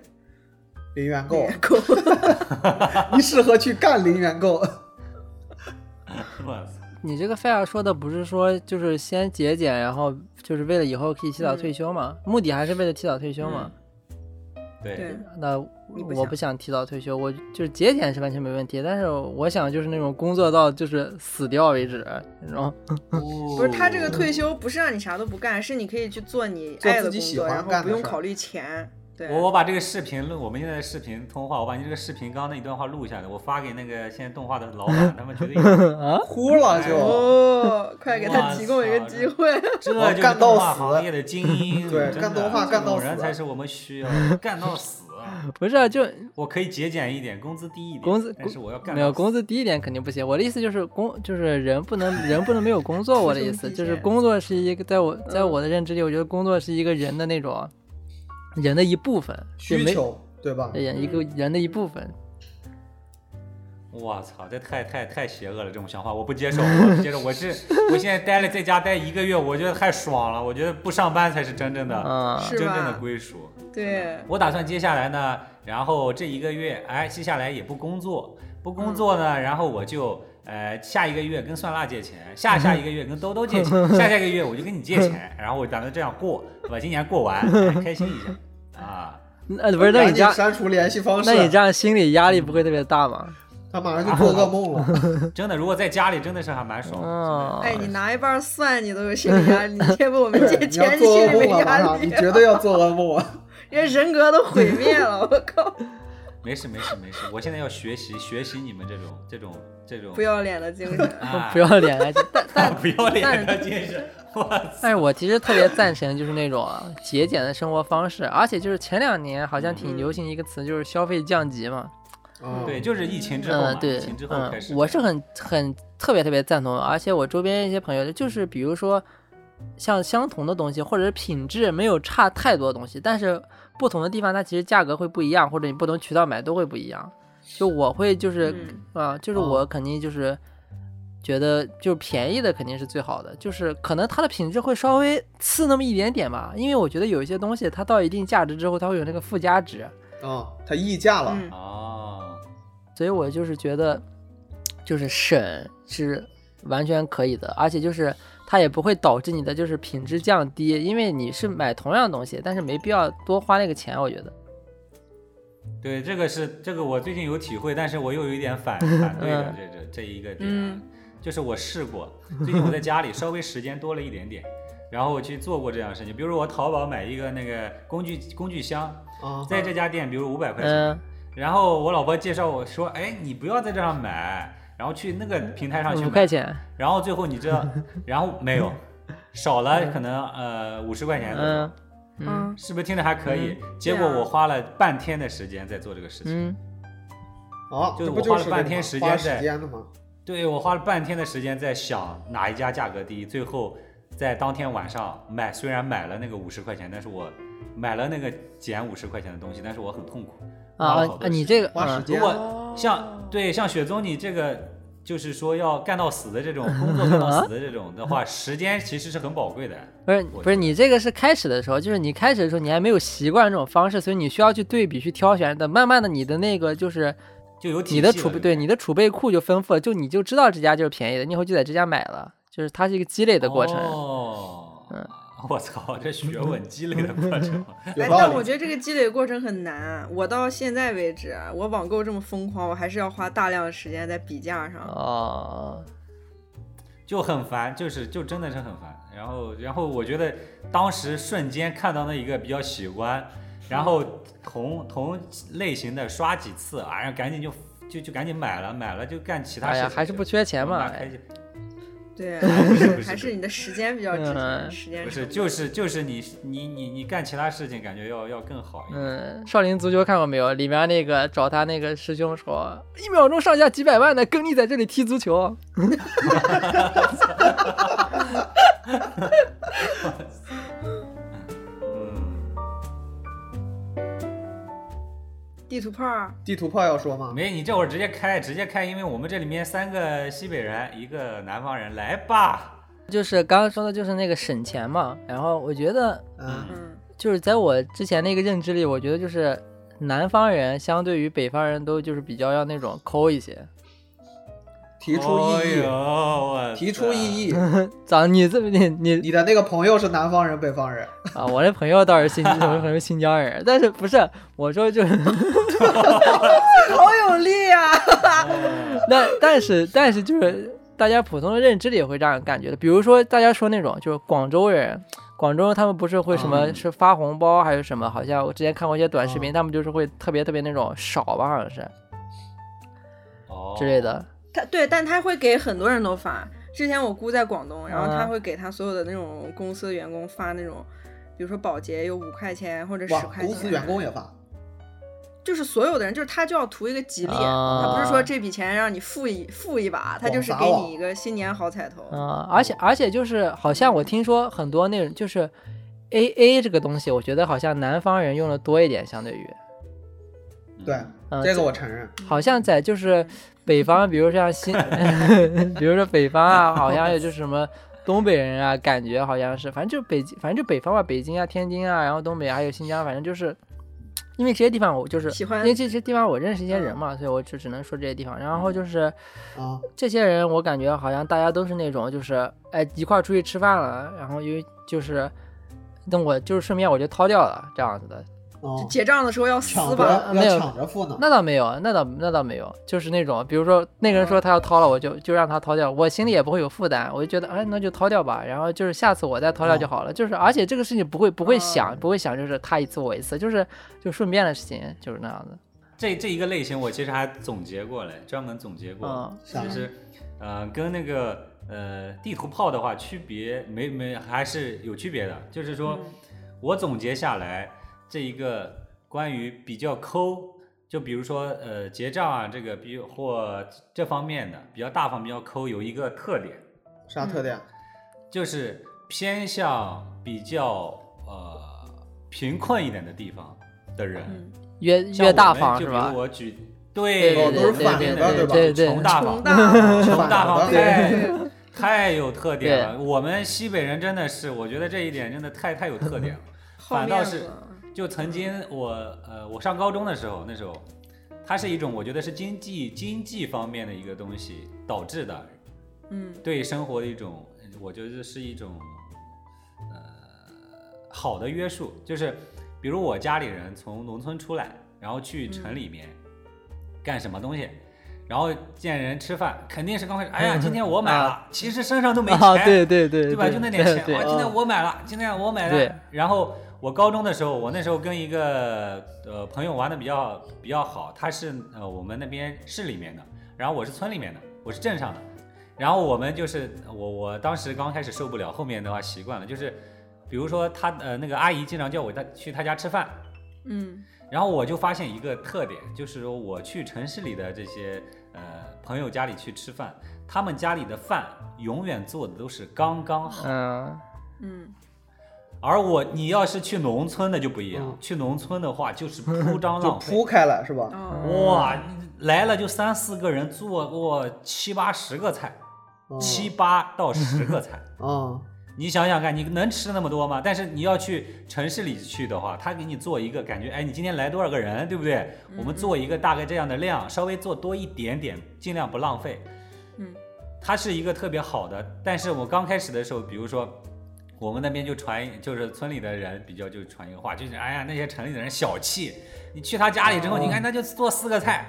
Speaker 4: 零元
Speaker 2: 零
Speaker 4: 购，
Speaker 2: 元 购。
Speaker 4: 你适合去干零元 购。
Speaker 3: 我操，
Speaker 1: 你这个 fire 说的不是说就是先节俭，然后就是为了以后可以提早退休嘛？目的还是为了提早退休嘛？
Speaker 3: 对
Speaker 2: 对，
Speaker 1: 那
Speaker 2: 你不
Speaker 1: 我
Speaker 2: 想
Speaker 1: 不想提早退休，我就是节俭是完全没问题，但是我想就是那种工作到就是死掉为止，然后
Speaker 3: 不
Speaker 2: 不是他这
Speaker 3: 哦
Speaker 2: 个退休不是让你啥都不干，是你可以去做你
Speaker 4: 做
Speaker 2: 爱的
Speaker 4: 自己
Speaker 2: 工
Speaker 4: 喜
Speaker 2: 作，
Speaker 4: 欢
Speaker 2: 然后
Speaker 4: 干
Speaker 2: 不
Speaker 4: 的
Speaker 2: 用
Speaker 4: 事儿哦
Speaker 2: 考虑钱。对，
Speaker 3: 我我把这个视频录，我们现在的视频通话，我把你这个视频刚刚那一段话录下来，我发给那个现在动画的老板，他们绝对 有
Speaker 4: 哭了就，
Speaker 2: 哦，快给他
Speaker 3: 哇
Speaker 2: 提供一个
Speaker 3: 塞
Speaker 2: 机会。
Speaker 3: 这
Speaker 4: 哇
Speaker 3: 就是
Speaker 4: 干到
Speaker 3: 动画
Speaker 4: 死
Speaker 3: 行业的精英，
Speaker 4: 对
Speaker 3: 真
Speaker 4: 干
Speaker 3: 的
Speaker 4: 动画
Speaker 3: 这
Speaker 4: 干到
Speaker 3: 种人
Speaker 4: 死
Speaker 3: 才是我们需 要的，干到死。
Speaker 1: 不是啊就
Speaker 3: 我可以节俭一点，工资低一点，
Speaker 1: 工资
Speaker 3: 但是我要干
Speaker 1: 没有
Speaker 3: 到死
Speaker 1: 工资低一点肯定不行。我的意思就是工，就是人不能 人不能没有工作。我的意思
Speaker 2: 低
Speaker 1: 就是
Speaker 2: 贱
Speaker 1: 工作是一个，在我在我的认知里，我觉得工作是一个人的那种人的一部分，就
Speaker 4: 需
Speaker 1: 没
Speaker 4: 求，对吧？
Speaker 2: 哎
Speaker 1: 人一个人的一部分。
Speaker 3: 我操，这太太太邪恶了！这种想法我不接受，我不接受。我这我现在待了在家待一个月，我觉得太爽了。我觉得不上班才是真正的、
Speaker 1: 啊，
Speaker 2: 是
Speaker 3: 真正的
Speaker 2: 吧？
Speaker 3: 归属。
Speaker 2: 对，
Speaker 3: 我打算接下来呢，然后这一个月，哎，接下来也不工作，不工作呢，然后我就呃下一个月跟蒜辣借钱，下下一个月跟兜兜借钱，下下个月我就跟你借钱，然后我打算这样过，把今年过完，哎开心一下啊！
Speaker 1: 那不是那
Speaker 4: 赶
Speaker 1: 你这
Speaker 4: 紧
Speaker 1: 样，
Speaker 4: 删除联系方式
Speaker 1: 那，你这样心理压力不会特别大吗？
Speaker 4: 他马上就做噩 梦了。
Speaker 3: 真的，如果在家里真的是还蛮爽的。
Speaker 1: 啊，
Speaker 2: 哎，你拿一半蒜，你都有心理压力， 你借给我们借
Speaker 4: 对你要
Speaker 2: 钱，你
Speaker 4: 做
Speaker 2: 心
Speaker 4: 噩
Speaker 2: 里没
Speaker 4: 梦了，马
Speaker 2: 压
Speaker 4: 上
Speaker 2: 力啊
Speaker 4: 你，绝对要做噩梦啊！
Speaker 2: 人人格都毁灭了，我靠！
Speaker 3: 没事没事没事，我现在要学习学习你们这种这种这种
Speaker 2: 不要脸的精 神，
Speaker 3: 啊
Speaker 1: 不要脸了。
Speaker 3: 不要脸的精神，我
Speaker 1: 但是我其实特别赞成就是那种啊节俭的生活方式，而且就是前两年好像挺流行一个词，就是消费降级嘛。
Speaker 4: 嗯
Speaker 3: 对，就是疫情之后嘛
Speaker 1: 嗯，，对
Speaker 3: 疫情之，后
Speaker 1: 嗯
Speaker 3: 开始，，
Speaker 1: 我是很很特别特别赞同，而且我周边一些朋友就是比如说像相同的东西，或者是品质没有差太多的东西，但是不同的地方它其实价格会不一样，或者你不同渠道买都会不一样。就我会就是
Speaker 2: 嗯
Speaker 1: 啊，就是
Speaker 4: 哦
Speaker 1: 我肯定就是觉得就是便宜的肯定是最好的，就是可能它的品质会稍微次那么一点点吧，因为我觉得有一些东西它到一定价值之后，它会有那个附加值，
Speaker 4: 啊，他溢价了，
Speaker 2: 嗯，
Speaker 3: 哦，
Speaker 1: 所以我就是觉得就是省是完全可以的，而且就是它也不会导致你的就是品质降低，因为你是买同样东西，但是没必要多花那个钱，我觉得。
Speaker 3: 对，这个是这个我最近有体会，但是我又有一点反
Speaker 1: 嗯
Speaker 3: 反对的这这这一个点啊
Speaker 2: 嗯，
Speaker 3: 就是我试过，最近我在家里稍微时间多了一点点，然后我去做过这样的事情，比如说我淘宝买一个那个工具工具箱，
Speaker 4: 啊，
Speaker 3: 在这家店比如五百块钱，
Speaker 1: 哦嗯，
Speaker 3: 然后我老婆介绍我说，哎，你不要在这上买，然后去那个平台上去
Speaker 1: 五
Speaker 3: 买
Speaker 1: 块，钱，
Speaker 3: 然后最后你知 道，然后没有，少了可能呃五十块钱左右
Speaker 1: 嗯嗯
Speaker 2: 嗯，
Speaker 3: 是不是听着还可以？结
Speaker 2: 对
Speaker 3: 果
Speaker 2: 啊
Speaker 3: 我花了半天的时间在做这个事情。
Speaker 1: 嗯，
Speaker 4: 啊，
Speaker 3: 就
Speaker 4: 这
Speaker 3: 是
Speaker 4: 不
Speaker 3: 我
Speaker 4: 就
Speaker 3: 花了
Speaker 4: 是
Speaker 3: 半
Speaker 4: 给
Speaker 3: 天
Speaker 4: 你
Speaker 3: 时
Speaker 4: 花
Speaker 3: 间
Speaker 4: 时
Speaker 3: 在嗯
Speaker 4: 间的吗？
Speaker 3: 对我花了半天的时间在想哪一家价格低，最后在当天晚上买，虽然买了那个五十块钱，但是我买了那个减五十块钱的东西，但是我很痛苦。花
Speaker 1: 啊
Speaker 3: 了好
Speaker 1: 啊，
Speaker 3: 多
Speaker 1: 你
Speaker 3: 时
Speaker 1: 这个
Speaker 4: 花时
Speaker 1: 嗯
Speaker 4: 间
Speaker 3: 如果
Speaker 2: 哦
Speaker 3: 像对像雪宗你这个。就是说要干到死的这种工作干到死的这种的话，时间其实是很宝贵的。
Speaker 1: 嗯不是
Speaker 3: 我
Speaker 1: 不是，你这个是开始的时候，就是你开始的时候你还没有习惯这种方式，所以你需要去对比去挑选的。慢慢的，你的那个就是
Speaker 3: 就有体
Speaker 1: 你的
Speaker 3: 系
Speaker 1: 储备，
Speaker 3: 了这
Speaker 1: 对
Speaker 3: 种
Speaker 1: 你的储备库就丰富了，就你就知道这家就是便宜的，你以后就在这家买了，就是它是一个积累的过程。
Speaker 3: 哦
Speaker 1: 嗯，
Speaker 3: 我操，这学问积累的过程。
Speaker 4: 有
Speaker 2: 哎，但
Speaker 4: 道
Speaker 2: 我
Speaker 4: 理。
Speaker 2: 觉得这个积累过程很难。啊我到现在为止，啊我网购这么疯狂，我还是要花大量的时间在比价上。
Speaker 1: 哦，
Speaker 3: 就很烦，就是就真的是很烦。然后，然后我觉得当时瞬间看到那一个比较喜欢，然后同同类型的刷几次，哎呀，赶紧就就就赶紧买了，买了就干其他
Speaker 1: 哎
Speaker 3: 事情去了。
Speaker 1: 呀，还是不缺钱嘛。
Speaker 3: 马
Speaker 1: 哎
Speaker 3: 开心
Speaker 2: 对，
Speaker 3: 不是不是
Speaker 2: 还是你的时间比较值钱，
Speaker 1: 嗯
Speaker 2: 时间
Speaker 3: 不
Speaker 2: 成
Speaker 3: 是，
Speaker 2: 本
Speaker 3: 就是就是你你你你干其他事情，感觉要要更好一点。
Speaker 1: 嗯，少林足球看过没有？里面那个找他那个师兄说，一秒钟上下几百万的，跟你在这里踢足球。
Speaker 3: 嗯，
Speaker 2: 地图炮儿，
Speaker 4: 地图炮要说吗？
Speaker 3: 没，你这会儿直接开直接开，因为我们这里面三个西北人，一个南方人，来吧。
Speaker 1: 就是刚刚说的，就是那个省钱嘛。然后我觉得
Speaker 4: 嗯，
Speaker 2: 嗯，
Speaker 1: 就是在我之前那个认知里，我觉得就是南方人相对于北方人都就是比较要那种抠一些。
Speaker 4: 提出异
Speaker 3: 哎呦嗯
Speaker 4: 议，
Speaker 3: 我
Speaker 4: 提出
Speaker 3: 操
Speaker 4: 异议。
Speaker 1: 咋你这么你你
Speaker 4: 你的那个朋友是南方人，北方人？
Speaker 1: 啊？我那朋友倒是新，我那朋友新疆人，但是不是我说就是
Speaker 2: 好有力啊！
Speaker 3: 啊
Speaker 1: 那但是但是就是大家普通的认知里也会这样感觉的。比如说大家说那种就是广州人，广州他们不是会什么
Speaker 3: 嗯
Speaker 1: 是发红包还是什么？好像我之前看过一些短视
Speaker 4: 嗯
Speaker 1: 频，他们就是会特别特别那种少吧，好像是
Speaker 3: 哦
Speaker 1: 之类的。
Speaker 2: 他对，但他会给很多人都发。之前我姑在广东，然后他
Speaker 1: 嗯
Speaker 2: 会给他所有的那种公司的员工发那种，比如说保洁有五块钱或者
Speaker 4: 哇
Speaker 2: 十，块钱，
Speaker 4: 公司员工也发。
Speaker 2: 就是所有的人，就是他就要图一个吉利，
Speaker 1: 啊
Speaker 2: 他不是说这笔钱让你付一付一把，他就是
Speaker 4: 撒
Speaker 2: 给
Speaker 4: 网啊
Speaker 2: 你一个新年好彩头。
Speaker 1: 嗯，而且而且就是好像我听说很多那种就是 A A 这个东西，我觉得好像南方人用的多一点，相对于，
Speaker 4: 对，
Speaker 1: 嗯、
Speaker 4: 这个我承认。
Speaker 1: 好像在就是北方，比如像新， 比如说北方啊，好像也就是什么东北人啊，感觉好像是，反正就是北京，反正就北方吧，北京啊、天津啊，然后东北还有新疆，反正就是因为这些地方我就是
Speaker 2: 喜欢嗯
Speaker 1: 因为这些地方我认识一些人嘛，所以我就只能说这些地方。然后就是
Speaker 4: 啊，
Speaker 1: 这些人，我感觉好像大家都是那种就是哎一块儿出去吃饭了，然后因为就是那我就是顺便我就掏掉了这样子的，
Speaker 4: 哦、
Speaker 2: 结账的时候要撕
Speaker 4: 抢
Speaker 2: 吧，
Speaker 4: 着
Speaker 1: 没有
Speaker 4: 要抢着付呢。
Speaker 1: 那倒没有，啊那倒那倒没有，就是那种，比如说那个人
Speaker 4: 嗯
Speaker 1: 说他要掏了，我就就让他掏掉，我心里也不会有负担，我就觉得哎，那就掏掉吧，然后就是下次我再掏
Speaker 4: 嗯
Speaker 1: 掉就好了，就是而且这个事情不会不会想、不会想就是他一次我一次，就是就顺便的事情就是那样子，
Speaker 3: 这这一个类型我其实还总结过嘞，专门总结过，
Speaker 1: 嗯
Speaker 4: 啥
Speaker 3: 就是呃跟那个呃地图炮的话区别没没还是有区别的，就是说、我总结下来这一个关于比较抠。就比如说，呃，结账啊，这个比如或这方面的比较大方、比较抠，有一个特点，
Speaker 4: 啥特点？
Speaker 3: 就是偏向比较呃贫困一点的地方的人，
Speaker 2: 嗯，
Speaker 1: 越
Speaker 3: 像
Speaker 1: 越大
Speaker 3: 我们
Speaker 1: 方
Speaker 3: 就是比如
Speaker 1: 吧？
Speaker 3: 我举
Speaker 1: 对
Speaker 3: 对
Speaker 1: 对
Speaker 4: 哦都是
Speaker 1: 对
Speaker 4: 反
Speaker 1: 对
Speaker 4: 的对
Speaker 1: 对
Speaker 4: 吧
Speaker 1: 对对，
Speaker 3: 穷大
Speaker 2: 穷
Speaker 3: 方，
Speaker 2: 大
Speaker 4: 穷
Speaker 3: 穷大方
Speaker 4: 反的
Speaker 3: 太太有特点了。我们西北人真的是，我觉得这一点真的太太有特点了。
Speaker 2: 好
Speaker 3: 反倒
Speaker 2: 面
Speaker 3: 是
Speaker 2: 子，
Speaker 3: 就曾经我呃，我上高中的时候，那时候它是一种我觉得是经济经济方面的一个东西导致的，
Speaker 2: 嗯，
Speaker 3: 对生活的一种，我觉得是一种呃好的约束，就是比如我家里人从农村出来，然后
Speaker 1: 嗯
Speaker 3: 去城里面干什么东西。然后见人吃饭，肯定是刚开始，哎呀，今天我买了，其实身上都没钱，
Speaker 1: 啊，对对对，
Speaker 3: 对吧？就那点钱，
Speaker 1: 对
Speaker 3: 哦，
Speaker 1: 对
Speaker 3: 今天我买了，今天我买
Speaker 1: 对
Speaker 3: 了。然后我高中的时候，我那时候跟一个呃朋友玩的比较比较好，他是呃我们那边市里面的，然后我是村里面的，我是镇上的。然后我们就是我我当时刚开始受不了，后面的话习惯了，就是比如说他呃那个阿姨经常叫我他去他家吃饭，
Speaker 2: 嗯
Speaker 3: 然后我就发现一个特点，就是说我去城市里的这些呃朋友家里去吃饭，他们家里的饭永远做的都是刚刚好。
Speaker 1: 嗯，
Speaker 2: 嗯，
Speaker 3: 而我，你要是去农村的就不一样，
Speaker 4: 嗯
Speaker 3: 去农村的话 就是铺张
Speaker 4: 就
Speaker 3: 浪费
Speaker 4: 铺，开了是吧？
Speaker 2: 哦，
Speaker 3: 哇，来了就三四个人做过七八十个菜，
Speaker 4: 嗯
Speaker 3: 七八到十个菜，
Speaker 4: 嗯
Speaker 3: 你想想看，你能吃那么多吗？但是你要去城市里去的话，他给你做一个感觉，哎，你今天来多少个人，对不对？我们做一个大概这样的量，稍微做多一点点，尽量不浪费。
Speaker 2: 嗯，
Speaker 3: 它是一个特别好的，但是我刚开始的时候，比如说。我们那边就传，就是村里的人比较就传一个话，就是哎呀，那些城里的人小气，你去他家里之后，你看他就做四个菜，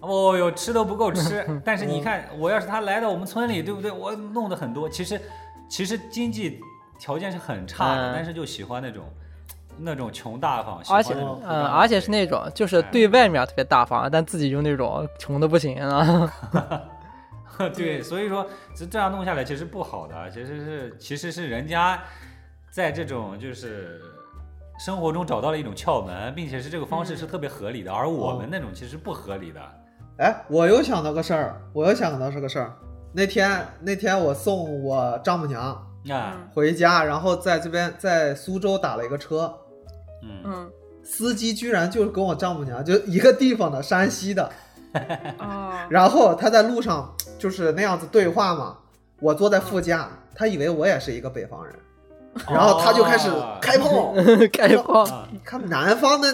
Speaker 3: 哦哟，吃都不够吃。但是你看，我要是他来到我们村里，对不对？我弄的很多。其实，其实经济条件是很差的，
Speaker 1: 嗯
Speaker 3: 但是就喜欢那种那种穷大方，喜
Speaker 1: 而
Speaker 3: 欢
Speaker 1: 且
Speaker 3: 那种
Speaker 1: 嗯，而且是那种就是对外面特别大方，但自己就那种穷的不行啊了，
Speaker 3: 那对，所以说这这样弄下来其实不好的，其实是其实是人家在这种就是。生活中找到了一种窍门，并且是这个方式是特别合理的，而我们那种其实不合理的。
Speaker 4: 哎，我又想到个事儿，我又想到是个事儿。那天那天我送我丈母娘
Speaker 3: 啊，
Speaker 4: 回家，然后在这边在苏州打了一个车，
Speaker 3: 嗯，
Speaker 2: 嗯
Speaker 4: 司机居然就是跟我丈母娘就一个地方的山西的，
Speaker 3: 嗯
Speaker 2: 哦，
Speaker 4: 然后他在路上就是那样子对话嘛，我坐在副驾，他以为我也是一个北方人，然后他就开始
Speaker 3: 哦
Speaker 4: 开炮，
Speaker 1: 开炮。
Speaker 3: 啊
Speaker 4: 你看南方的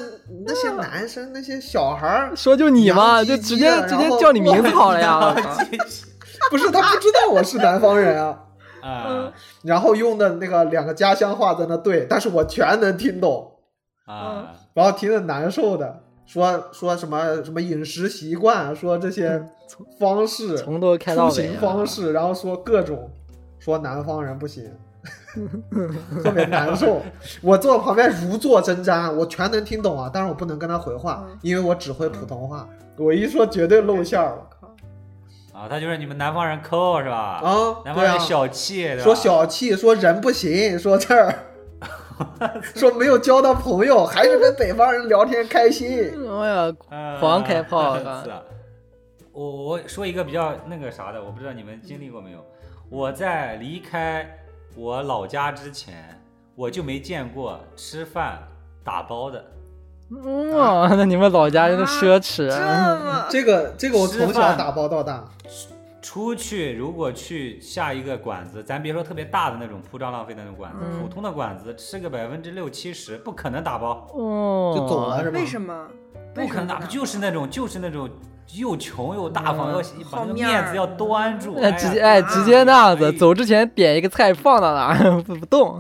Speaker 4: 那些男生那些小孩 儿，
Speaker 1: 说就你嘛，
Speaker 4: 洋
Speaker 1: 就
Speaker 4: 唧
Speaker 1: 直
Speaker 4: 唧
Speaker 1: 接
Speaker 4: 的
Speaker 1: 直
Speaker 4: 然
Speaker 1: 接
Speaker 4: 后
Speaker 1: 叫你名字好了呀！我 靠
Speaker 4: 不是他不知道我是南方人啊。
Speaker 3: 啊
Speaker 4: 然后用的那个两个家乡话在那对，但是我全能听懂，
Speaker 3: 啊！
Speaker 4: 然后听得难受的，说说什么什么饮食习惯，啊说这些方式、
Speaker 1: 从头开到
Speaker 4: 出
Speaker 1: 尾
Speaker 4: 行
Speaker 1: 啊，
Speaker 4: 方式，然后说各种，说南方人不行， 特别难受。我坐旁边如坐针毡，我全能听懂啊，但是我不能跟他回话，
Speaker 2: 嗯
Speaker 4: 因为我只会普通话，我一说绝对露馅儿了
Speaker 3: 啊，他就是你们南方人抠是吧？
Speaker 4: 啊！
Speaker 3: 南方
Speaker 4: 对啊
Speaker 3: 人，小气，对吧
Speaker 4: 说小气，说人不行，说 这儿，说没有交到朋友，还是跟北方人聊天开心。
Speaker 1: 哎呀，
Speaker 3: 呃
Speaker 1: 狂开炮
Speaker 3: 是啊我我说一个比较那个啥的，我不知道你们经历过没有？我在离开我老家之前，我就没见过吃饭打包的，
Speaker 1: 哇、 那你们老家真的奢侈
Speaker 2: 这
Speaker 1: 哎啊。
Speaker 2: 么
Speaker 4: 这个这个我从
Speaker 3: 吃
Speaker 4: 小
Speaker 3: 饭
Speaker 4: 打包到大，
Speaker 3: 出去如果去下一个馆子，咱别说特别大的那种铺张浪费的那种馆子，
Speaker 1: 嗯
Speaker 3: 普通的馆子吃个百分之六七十不可能打包，
Speaker 1: 哦，
Speaker 4: 就走了是吗？
Speaker 2: 为什么？
Speaker 3: 不可能打包，就是是那种就是那种又穷又大
Speaker 1: 嗯
Speaker 3: 方，要把
Speaker 2: 好
Speaker 3: 那个
Speaker 2: 面
Speaker 3: 面
Speaker 2: 儿
Speaker 3: 子要端住，
Speaker 1: 那
Speaker 3: 呀
Speaker 1: 直接哎，直接那样子，
Speaker 3: 哎
Speaker 1: 走之前点一个菜放到那儿 不不动，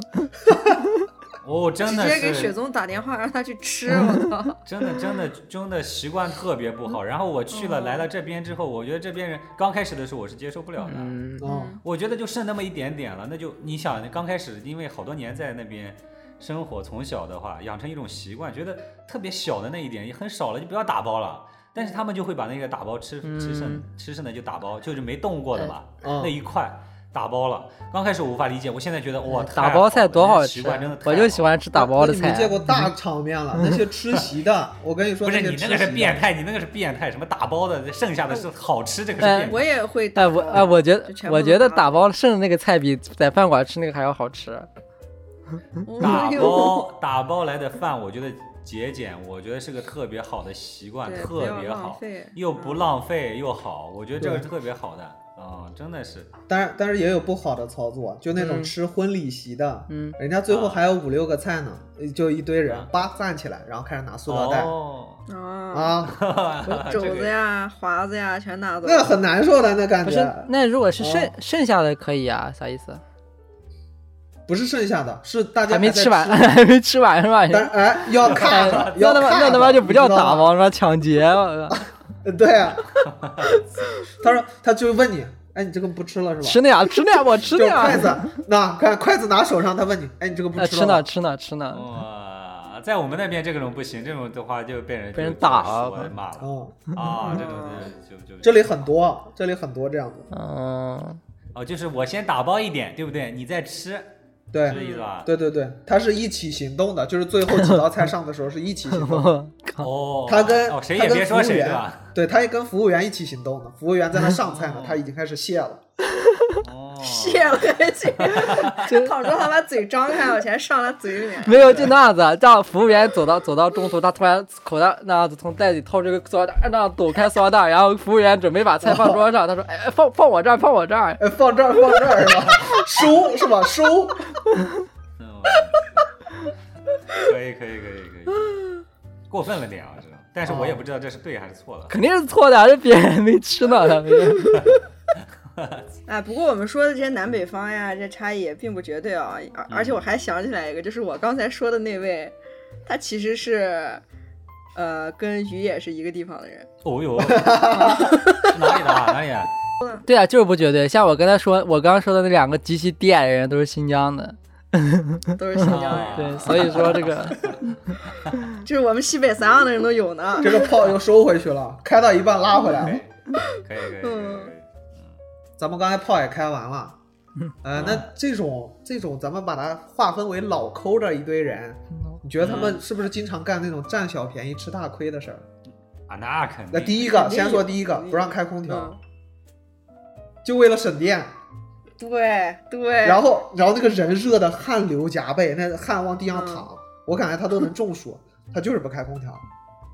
Speaker 3: 哦，真
Speaker 2: 直
Speaker 3: 的
Speaker 2: 接给雪
Speaker 3: 是，
Speaker 2: 宗打电话让他去吃，
Speaker 4: 嗯
Speaker 2: 我操！
Speaker 3: 真的真的真的习惯特别不好。然后我去了，
Speaker 1: 嗯
Speaker 3: 来到这边之后，我觉得这边人刚开始的时候我是接受不了的，
Speaker 1: 嗯，
Speaker 4: 嗯，
Speaker 3: 我觉得就剩那么一点点了。那就你想，刚开始因为好多年在那边生活，从小的话养成一种习惯，觉得特别小的那一点也很少了，就不要打包了。但是他们就会把那个打包吃吃
Speaker 1: 嗯
Speaker 3: 剩吃剩的就打包，就是没动过的吧，
Speaker 4: 嗯
Speaker 3: 那一块打包了。刚开始我无法理解，我现在觉得哇，太
Speaker 1: 嗯打包菜
Speaker 3: 了
Speaker 1: 多
Speaker 3: 这
Speaker 1: 好
Speaker 3: 习
Speaker 1: 吃啊
Speaker 3: 惯真的，太
Speaker 1: 我
Speaker 3: 好
Speaker 1: 就喜欢吃打包的
Speaker 4: 那你
Speaker 1: 菜啊
Speaker 4: 没。见过大场 面了，那些吃席的，我跟你说，
Speaker 3: 不是
Speaker 4: 些
Speaker 3: 你那
Speaker 4: 吃
Speaker 3: 个是
Speaker 4: 席的
Speaker 3: 变态，你那个是变态，什么打包的，剩下的是好吃，这个是
Speaker 1: 哎
Speaker 3: 变态。
Speaker 2: 嗯我也会打
Speaker 1: 哎，
Speaker 2: 包。
Speaker 1: 我哎，我觉
Speaker 2: 就
Speaker 1: 得
Speaker 2: 全部
Speaker 1: 我
Speaker 2: 都
Speaker 1: 觉得
Speaker 2: 打
Speaker 1: 打包剩的那个菜比在饭馆吃那个还要好吃。
Speaker 4: 嗯
Speaker 2: 我
Speaker 3: 打
Speaker 2: 有
Speaker 3: 包 打包来的饭，我觉得节俭，我觉得是个特别好的习惯，
Speaker 2: 对
Speaker 3: 啊特
Speaker 2: 不
Speaker 3: 别
Speaker 2: 要浪
Speaker 3: 好
Speaker 2: 费，嗯
Speaker 3: 又不浪费又好，我觉得这个
Speaker 4: 对
Speaker 3: 是特别好的啊、真的是
Speaker 4: 当然，但是也有不好的操作，就那种
Speaker 1: 嗯
Speaker 4: 吃婚礼席的，
Speaker 1: 嗯，
Speaker 4: 人家最后
Speaker 3: 啊
Speaker 4: 还有五六个菜呢，就一堆人
Speaker 3: 啊
Speaker 4: 叭站起来，然后开始拿塑料袋
Speaker 3: 哦，
Speaker 2: 啊，
Speaker 4: 啊，
Speaker 2: 肘
Speaker 3: 这
Speaker 2: 子
Speaker 3: 个
Speaker 2: 呀、华子呀全拿走。
Speaker 4: 那很难受的那感
Speaker 1: 不是
Speaker 4: 觉，，
Speaker 1: 那如果是剩
Speaker 4: 哦
Speaker 1: 剩下的可以啊，啥意思？
Speaker 4: 不是剩下的，是大家
Speaker 1: 还没
Speaker 4: 在
Speaker 1: 吃完， 还没吃完是吧？
Speaker 4: 但哎， 要看着，
Speaker 1: 那
Speaker 4: 要
Speaker 1: 他妈
Speaker 4: 看
Speaker 1: 那
Speaker 4: 着
Speaker 1: 他妈就不叫打，
Speaker 4: 你
Speaker 1: 包，是吧？抢劫，我靠
Speaker 4: 知道吗 对啊，他说他就问你，哎，你这个不吃了是吧？
Speaker 1: 吃那 呀，吃那呀，我吃
Speaker 4: 就
Speaker 1: 那
Speaker 4: 筷
Speaker 1: 呀，
Speaker 4: 子，那看筷子拿手上，他问你，哎，你这个不
Speaker 1: 啊吃
Speaker 4: 了
Speaker 1: 呢
Speaker 4: 吧？
Speaker 1: 吃呢吃呢，
Speaker 3: 哇，在我们那边这种不行，这种的话就被人
Speaker 1: 被人打了
Speaker 3: 了，说骂了
Speaker 4: 哦，
Speaker 3: 啊，这种 就就就
Speaker 4: 这里很多，这里很多这样的，
Speaker 1: 嗯，
Speaker 3: 哦，就是我先打包一点，对不对？你再吃，是这
Speaker 4: 对。
Speaker 3: 意思吧？
Speaker 4: 对对对，它是一起行动的，就是最后几道菜上的时候是一起行动的，
Speaker 1: 我靠，
Speaker 3: 哦，
Speaker 4: 他跟
Speaker 3: 哦谁
Speaker 4: 他
Speaker 3: 也
Speaker 4: 跟
Speaker 3: 别
Speaker 4: 服
Speaker 3: 说
Speaker 4: 务
Speaker 3: 谁
Speaker 4: 员
Speaker 3: 对吧？
Speaker 4: 对他也跟服务员一起行动的，服务员在那上菜 呢
Speaker 3: 哦，
Speaker 4: 他已经开始卸了。
Speaker 3: 哦，
Speaker 2: 谢了， 去，烤肉还把嘴张开，往前上他嘴里面。
Speaker 1: 没有，就那样子，让服务员走到走到中途，他突然口袋那样子从袋里掏出一个塑料袋，那样抖开塑料袋，然后服务员准备把菜放桌上，他说：“ 哎，放放我这儿，放我这儿。
Speaker 4: 哎，放这儿，放这儿是吧？ 收是吧？收。
Speaker 3: 嗯可以可以可以可以，过分了点啊，这种，但是我也不知道这是对还是错”的。
Speaker 1: 肯定是错的，这别人没吃呢，他们
Speaker 2: 哎，不过我们说的这些南北方呀，这差异也并不绝对啊。而而且
Speaker 4: 嗯
Speaker 2: 我还想起来一个，就是我刚才说的那位，他其实是，呃，跟于野是一个地方的人。
Speaker 3: 哦呦，是哪里的啊？哪里啊？
Speaker 1: 对啊，就是不绝对。像我跟他说，我刚刚说的那两个极其低矮的人都是新疆的，嗯
Speaker 2: 都是新疆
Speaker 4: 哦
Speaker 2: 人，
Speaker 1: 对，所以说这个
Speaker 2: 就是我们西北三样的人都有呢。
Speaker 4: 这个炮又收回去了，开到一半拉回来。
Speaker 3: 可以可以可以可以。
Speaker 4: 咱们刚才炮也开完了，呃，那这种这种，咱们把它划分为老抠这一堆人，你觉得他
Speaker 2: 嗯
Speaker 4: 们是不是经常干那种占小便宜吃大亏的事儿？
Speaker 3: 啊，那肯定。
Speaker 4: 那第一个，
Speaker 2: 肯定有
Speaker 4: 先说第一个
Speaker 2: 肯，定有
Speaker 4: 不让开空调
Speaker 2: 嗯，，
Speaker 4: 就为了省电。
Speaker 2: 对对。
Speaker 4: 然后，然后那个人热的汗流浃背，那汗往
Speaker 2: 嗯
Speaker 4: 地上淌，我感觉他都能中暑，他就是不开空调。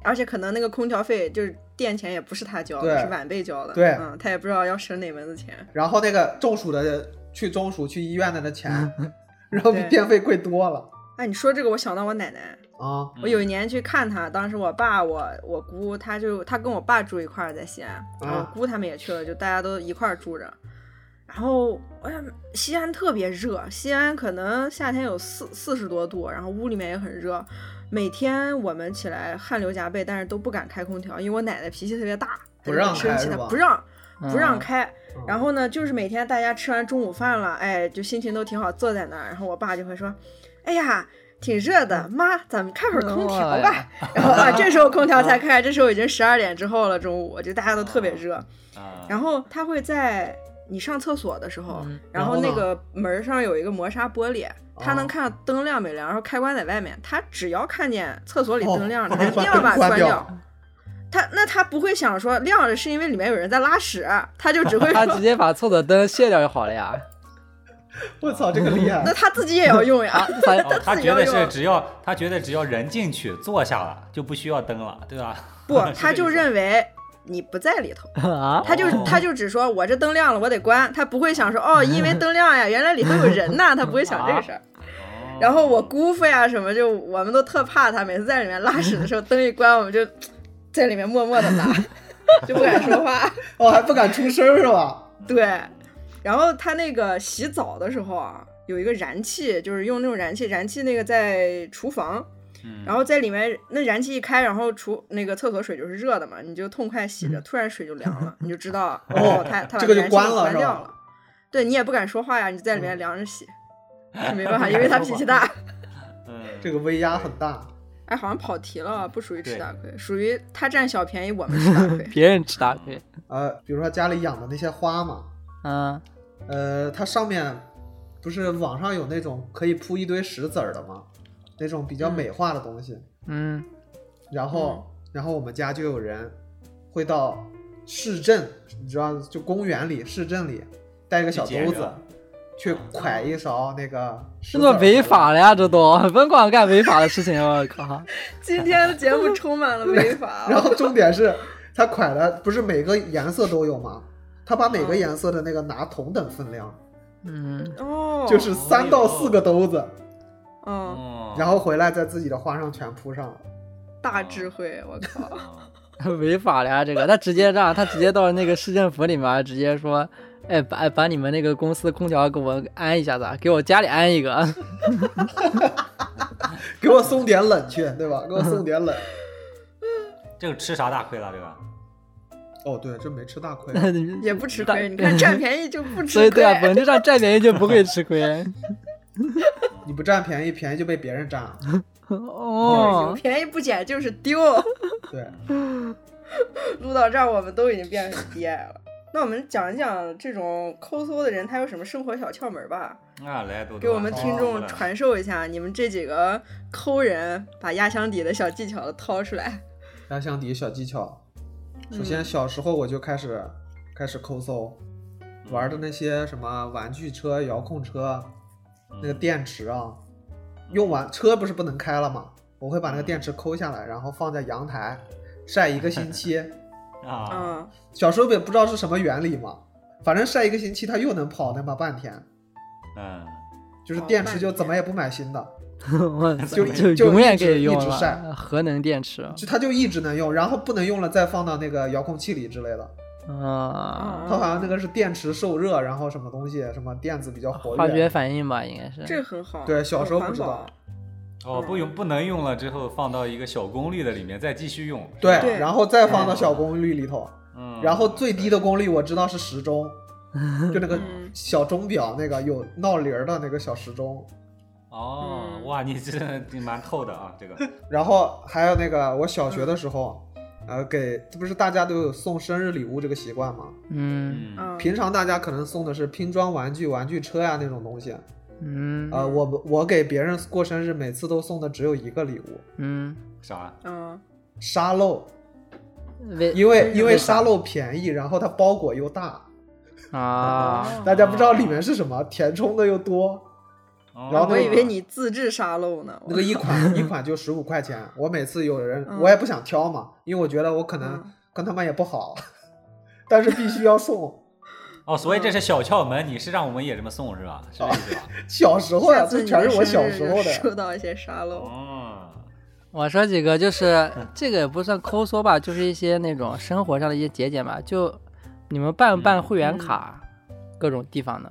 Speaker 2: 而且可能那个空调费就是电钱也不是他交的，
Speaker 4: 对
Speaker 2: 是晚辈交的。
Speaker 4: 对
Speaker 2: 嗯，他也不知道要省哪门子钱。
Speaker 4: 然后那个中暑的去中暑去医院的那钱，然后比
Speaker 2: 对
Speaker 4: 电费贵多了
Speaker 2: 哎，你说这个，我想到我奶奶。
Speaker 4: 啊！
Speaker 3: 嗯
Speaker 2: 我有一年去看她，当时我爸、我我姑，她就她跟我爸住一块儿在西安，然
Speaker 4: 啊
Speaker 2: 后我姑他们也去了，就大家都一块儿住着。然后我想，西安特别热，西安可能夏天有四四十多度，然后屋里面也很热。每天我们起来汗流浃背，但是都不敢开空调，因为我奶奶脾气特别大，
Speaker 4: 不让
Speaker 2: 她就很
Speaker 4: 开
Speaker 2: 生气，
Speaker 4: 是
Speaker 2: 她
Speaker 4: 吧
Speaker 2: 不让不让
Speaker 1: 嗯
Speaker 2: 开。
Speaker 4: 嗯
Speaker 2: 然后呢，就是每天大家吃完中午饭了，哎，就心情都挺好，坐在那儿，然后我爸就会说：“哎呀，挺热
Speaker 4: 嗯
Speaker 2: 的，妈，咱们开会儿空调吧。”然后啊，这时候空调
Speaker 4: 嗯
Speaker 2: 才开，这时候已经十二点之后了，中午就大家都特别热。
Speaker 3: 啊，
Speaker 2: 然后他会在你上厕所的时候，
Speaker 1: 嗯
Speaker 2: 然
Speaker 4: 然后呢哦
Speaker 2: 那个门儿上有一个磨砂玻璃，他能看到灯亮没亮，然后开关在外面，他只要看见厕所里
Speaker 4: 哦
Speaker 2: 灯亮 着，他
Speaker 4: 不是
Speaker 2: 一
Speaker 4: 把
Speaker 2: 定要
Speaker 4: 灯
Speaker 2: 把它
Speaker 4: 关
Speaker 2: 关
Speaker 4: 掉
Speaker 2: 掉。他那他不会想说亮着 是因为里面有人在拉屎，他就只会
Speaker 1: 他直接把厕所灯卸掉就好了呀。
Speaker 4: 我操，这个厉害
Speaker 2: 那！他自己也要用 呀，
Speaker 1: 他
Speaker 3: 哦，他
Speaker 2: 自己
Speaker 3: 觉得
Speaker 2: 要
Speaker 3: 是
Speaker 2: 用
Speaker 3: 只要他觉得只要人进去坐下了就不需要灯了，对吧？
Speaker 2: 不
Speaker 3: 啊是，
Speaker 2: 他
Speaker 3: 这
Speaker 2: 就
Speaker 3: 意思
Speaker 2: 认为你不在里头，
Speaker 1: 啊，。
Speaker 2: 他就
Speaker 3: 哦
Speaker 2: 他就只说我这灯亮了，我得关，他不会想说哦，因为灯亮呀，原来里头有人呐，他不会想这个事儿。
Speaker 3: 哦
Speaker 2: 然后我姑父呀什么，就我们都特怕他，每次在里面拉屎的时候，灯一关，我们就在里面默默的拉，就不敢说话。
Speaker 4: 哦，还不敢出声是吧？
Speaker 2: 对，然后他那个洗澡的时候啊，有一个燃气，就是用那种燃气，燃气那个在厨房，
Speaker 3: 嗯
Speaker 2: 然后在里面那燃气一开，然后厨那个厕所水就是热的嘛，你就痛快洗着，突然水就凉了，你就知 道哦，他他把
Speaker 4: 嗯这个就
Speaker 2: 燃气
Speaker 4: 关
Speaker 2: 给
Speaker 4: 了
Speaker 2: 关
Speaker 4: 是吧嗯
Speaker 2: 掉了。对你也不敢说话呀，你在里面凉着 洗，是没办法，因为他脾气大。
Speaker 3: 嗯
Speaker 4: 这个威压很大。
Speaker 2: 哎，好像跑题了，不属于吃
Speaker 3: 对
Speaker 2: 大亏，属于他占小便宜，我们吃大亏
Speaker 1: 别人吃大亏，
Speaker 4: 呃，比如说家里养的那些花嘛，
Speaker 1: 啊，
Speaker 4: 呃，它上面不是网上有那种可以铺一堆石子儿的吗？那种比较美化的东西。
Speaker 1: 嗯，
Speaker 4: 然后，
Speaker 2: 嗯
Speaker 4: 然后我们家就有人会到市政，你知道，就公园里、市政里带一个小
Speaker 3: 去捡
Speaker 4: 兜子
Speaker 3: 着，
Speaker 4: 去蒯一勺那个石
Speaker 1: 这
Speaker 4: 子儿
Speaker 1: 都
Speaker 4: 回来。
Speaker 1: 违法了呀，这都甭光干违法的事情，我靠，
Speaker 2: 今天的节目充满了违法
Speaker 4: 然后重点是，他蒯的不是每个颜色都有吗？他把每个颜色的那个拿同等分量，
Speaker 1: 嗯，
Speaker 2: 哦，
Speaker 4: 就是三到四个兜子，
Speaker 2: 嗯，
Speaker 3: 哦
Speaker 4: 然后回来在自己的花上全铺上了。
Speaker 2: 大智慧，我靠。
Speaker 3: 哦
Speaker 1: 违法了呀，这个他直接让他直接到那个市政府里面直接说。哎，把哎把你们那个公司空调给我安一下子啊，给我家里安一个。
Speaker 4: 给我送点冷却，对吧？给我送点冷。
Speaker 3: 这个吃啥大亏了，对吧？
Speaker 4: 哦，对，这没吃大亏。
Speaker 2: 也不吃
Speaker 1: 大
Speaker 2: 亏，你看占便宜就不吃亏。
Speaker 1: 所以对啊，本质上占便宜就不会吃亏。
Speaker 4: 你不占便宜，便宜就被别人占了。
Speaker 2: 有
Speaker 1: 哦，
Speaker 2: 便宜不捡就是丢。
Speaker 4: 对，
Speaker 2: 录到这儿，我们都已经变成 DI 了。那我们讲一讲这种抠搜的人，他有什么生活小窍门儿吧，
Speaker 3: 啊，来多多
Speaker 2: 给我们听众
Speaker 3: 哦
Speaker 2: 传授一下你们这几个抠人把压箱底的小技巧掏出来。
Speaker 4: 压箱底小技巧，首
Speaker 2: 嗯
Speaker 4: 先小时候我就开始开始抠搜，玩的那些什么玩具车、遥控车，那个电池啊，用完车不是不能开了吗？我会把那个电池抠下来，然后放在阳台晒一个星期。
Speaker 3: 啊，
Speaker 2: 嗯，
Speaker 4: 小时候也不知道是什么原理嘛，反正晒一个星期它又能跑那么半天，
Speaker 3: 嗯，
Speaker 4: 就是
Speaker 2: 跑
Speaker 4: 电
Speaker 2: 半
Speaker 4: 池就怎么
Speaker 2: 天
Speaker 4: 也不买新的。
Speaker 1: 我
Speaker 4: 就
Speaker 1: 就
Speaker 4: 就
Speaker 1: 永
Speaker 4: 一
Speaker 1: 远
Speaker 4: 直
Speaker 1: 可以
Speaker 4: 一
Speaker 1: 用
Speaker 4: 直晒
Speaker 1: 了，核能电池啊
Speaker 4: 就它就一直能用，然后不能用了再放到那个遥控器里之类的。
Speaker 1: 啊，
Speaker 4: 它好
Speaker 2: 嗯
Speaker 4: 像那个是电池受热，然后什么东西，什么电子比较活
Speaker 1: 化学
Speaker 4: 跃。
Speaker 1: 反应吧，应该是。
Speaker 2: 这很好。
Speaker 4: 对小时候
Speaker 2: 很
Speaker 4: 不知道
Speaker 2: 环保。
Speaker 3: 哦，不用不能用了之后放到一个小功率的里面再继续用，
Speaker 4: 对，
Speaker 2: 对
Speaker 4: 然后再放到小功率里头，
Speaker 3: 嗯，
Speaker 4: 然后最低的功率我知道是时钟，就那个
Speaker 2: 嗯
Speaker 4: 小钟表那个有闹铃儿的那个小时钟，
Speaker 3: 哦
Speaker 2: 嗯，
Speaker 3: 哇，你这你蛮透的啊，这个
Speaker 4: 然后还有那个我小学的时候，呃，给不是大家都有送生日礼物这个习惯吗？
Speaker 1: 嗯
Speaker 3: 嗯
Speaker 2: 嗯，
Speaker 4: 平常大家可能送的是拼装玩具、玩具车呀、那种东西，
Speaker 1: 嗯
Speaker 4: 呃，我我给别人过生日，每次都送的只有一个礼物，
Speaker 1: 嗯，
Speaker 3: 啥？
Speaker 2: 嗯，
Speaker 4: 沙漏，
Speaker 1: 为
Speaker 4: 因为因为沙漏便宜，然后它包裹又大，
Speaker 1: 啊，
Speaker 4: 大家不知
Speaker 2: 哦
Speaker 4: 道里面是什么，填充的又多，
Speaker 3: 哦
Speaker 4: 然后
Speaker 2: 我以为你自制沙漏呢。
Speaker 4: 那个 一款一款就十五块钱，我每次有人我也不想挑嘛，因为我觉得我可能
Speaker 2: 嗯
Speaker 4: 跟他们也不好， 但是必须要送。
Speaker 3: 哦，所以这是小窍门，你是让我们也这么送是吧？是这意思吧？
Speaker 4: 小时候呀，
Speaker 2: 下
Speaker 4: 啊这
Speaker 2: 次你
Speaker 4: 全
Speaker 2: 的
Speaker 4: 是
Speaker 2: 生
Speaker 4: 我小
Speaker 2: 日
Speaker 4: 时
Speaker 2: 就
Speaker 4: 候
Speaker 2: 收
Speaker 4: 的。
Speaker 2: 到一些沙漏。
Speaker 3: 哦，
Speaker 1: 我说几个，就是
Speaker 4: 嗯
Speaker 1: 这个也不算抠搜吧，就是一些那种生活上的一些节俭吧。就你们
Speaker 4: 嗯
Speaker 1: 办不办会员卡，各种地方的，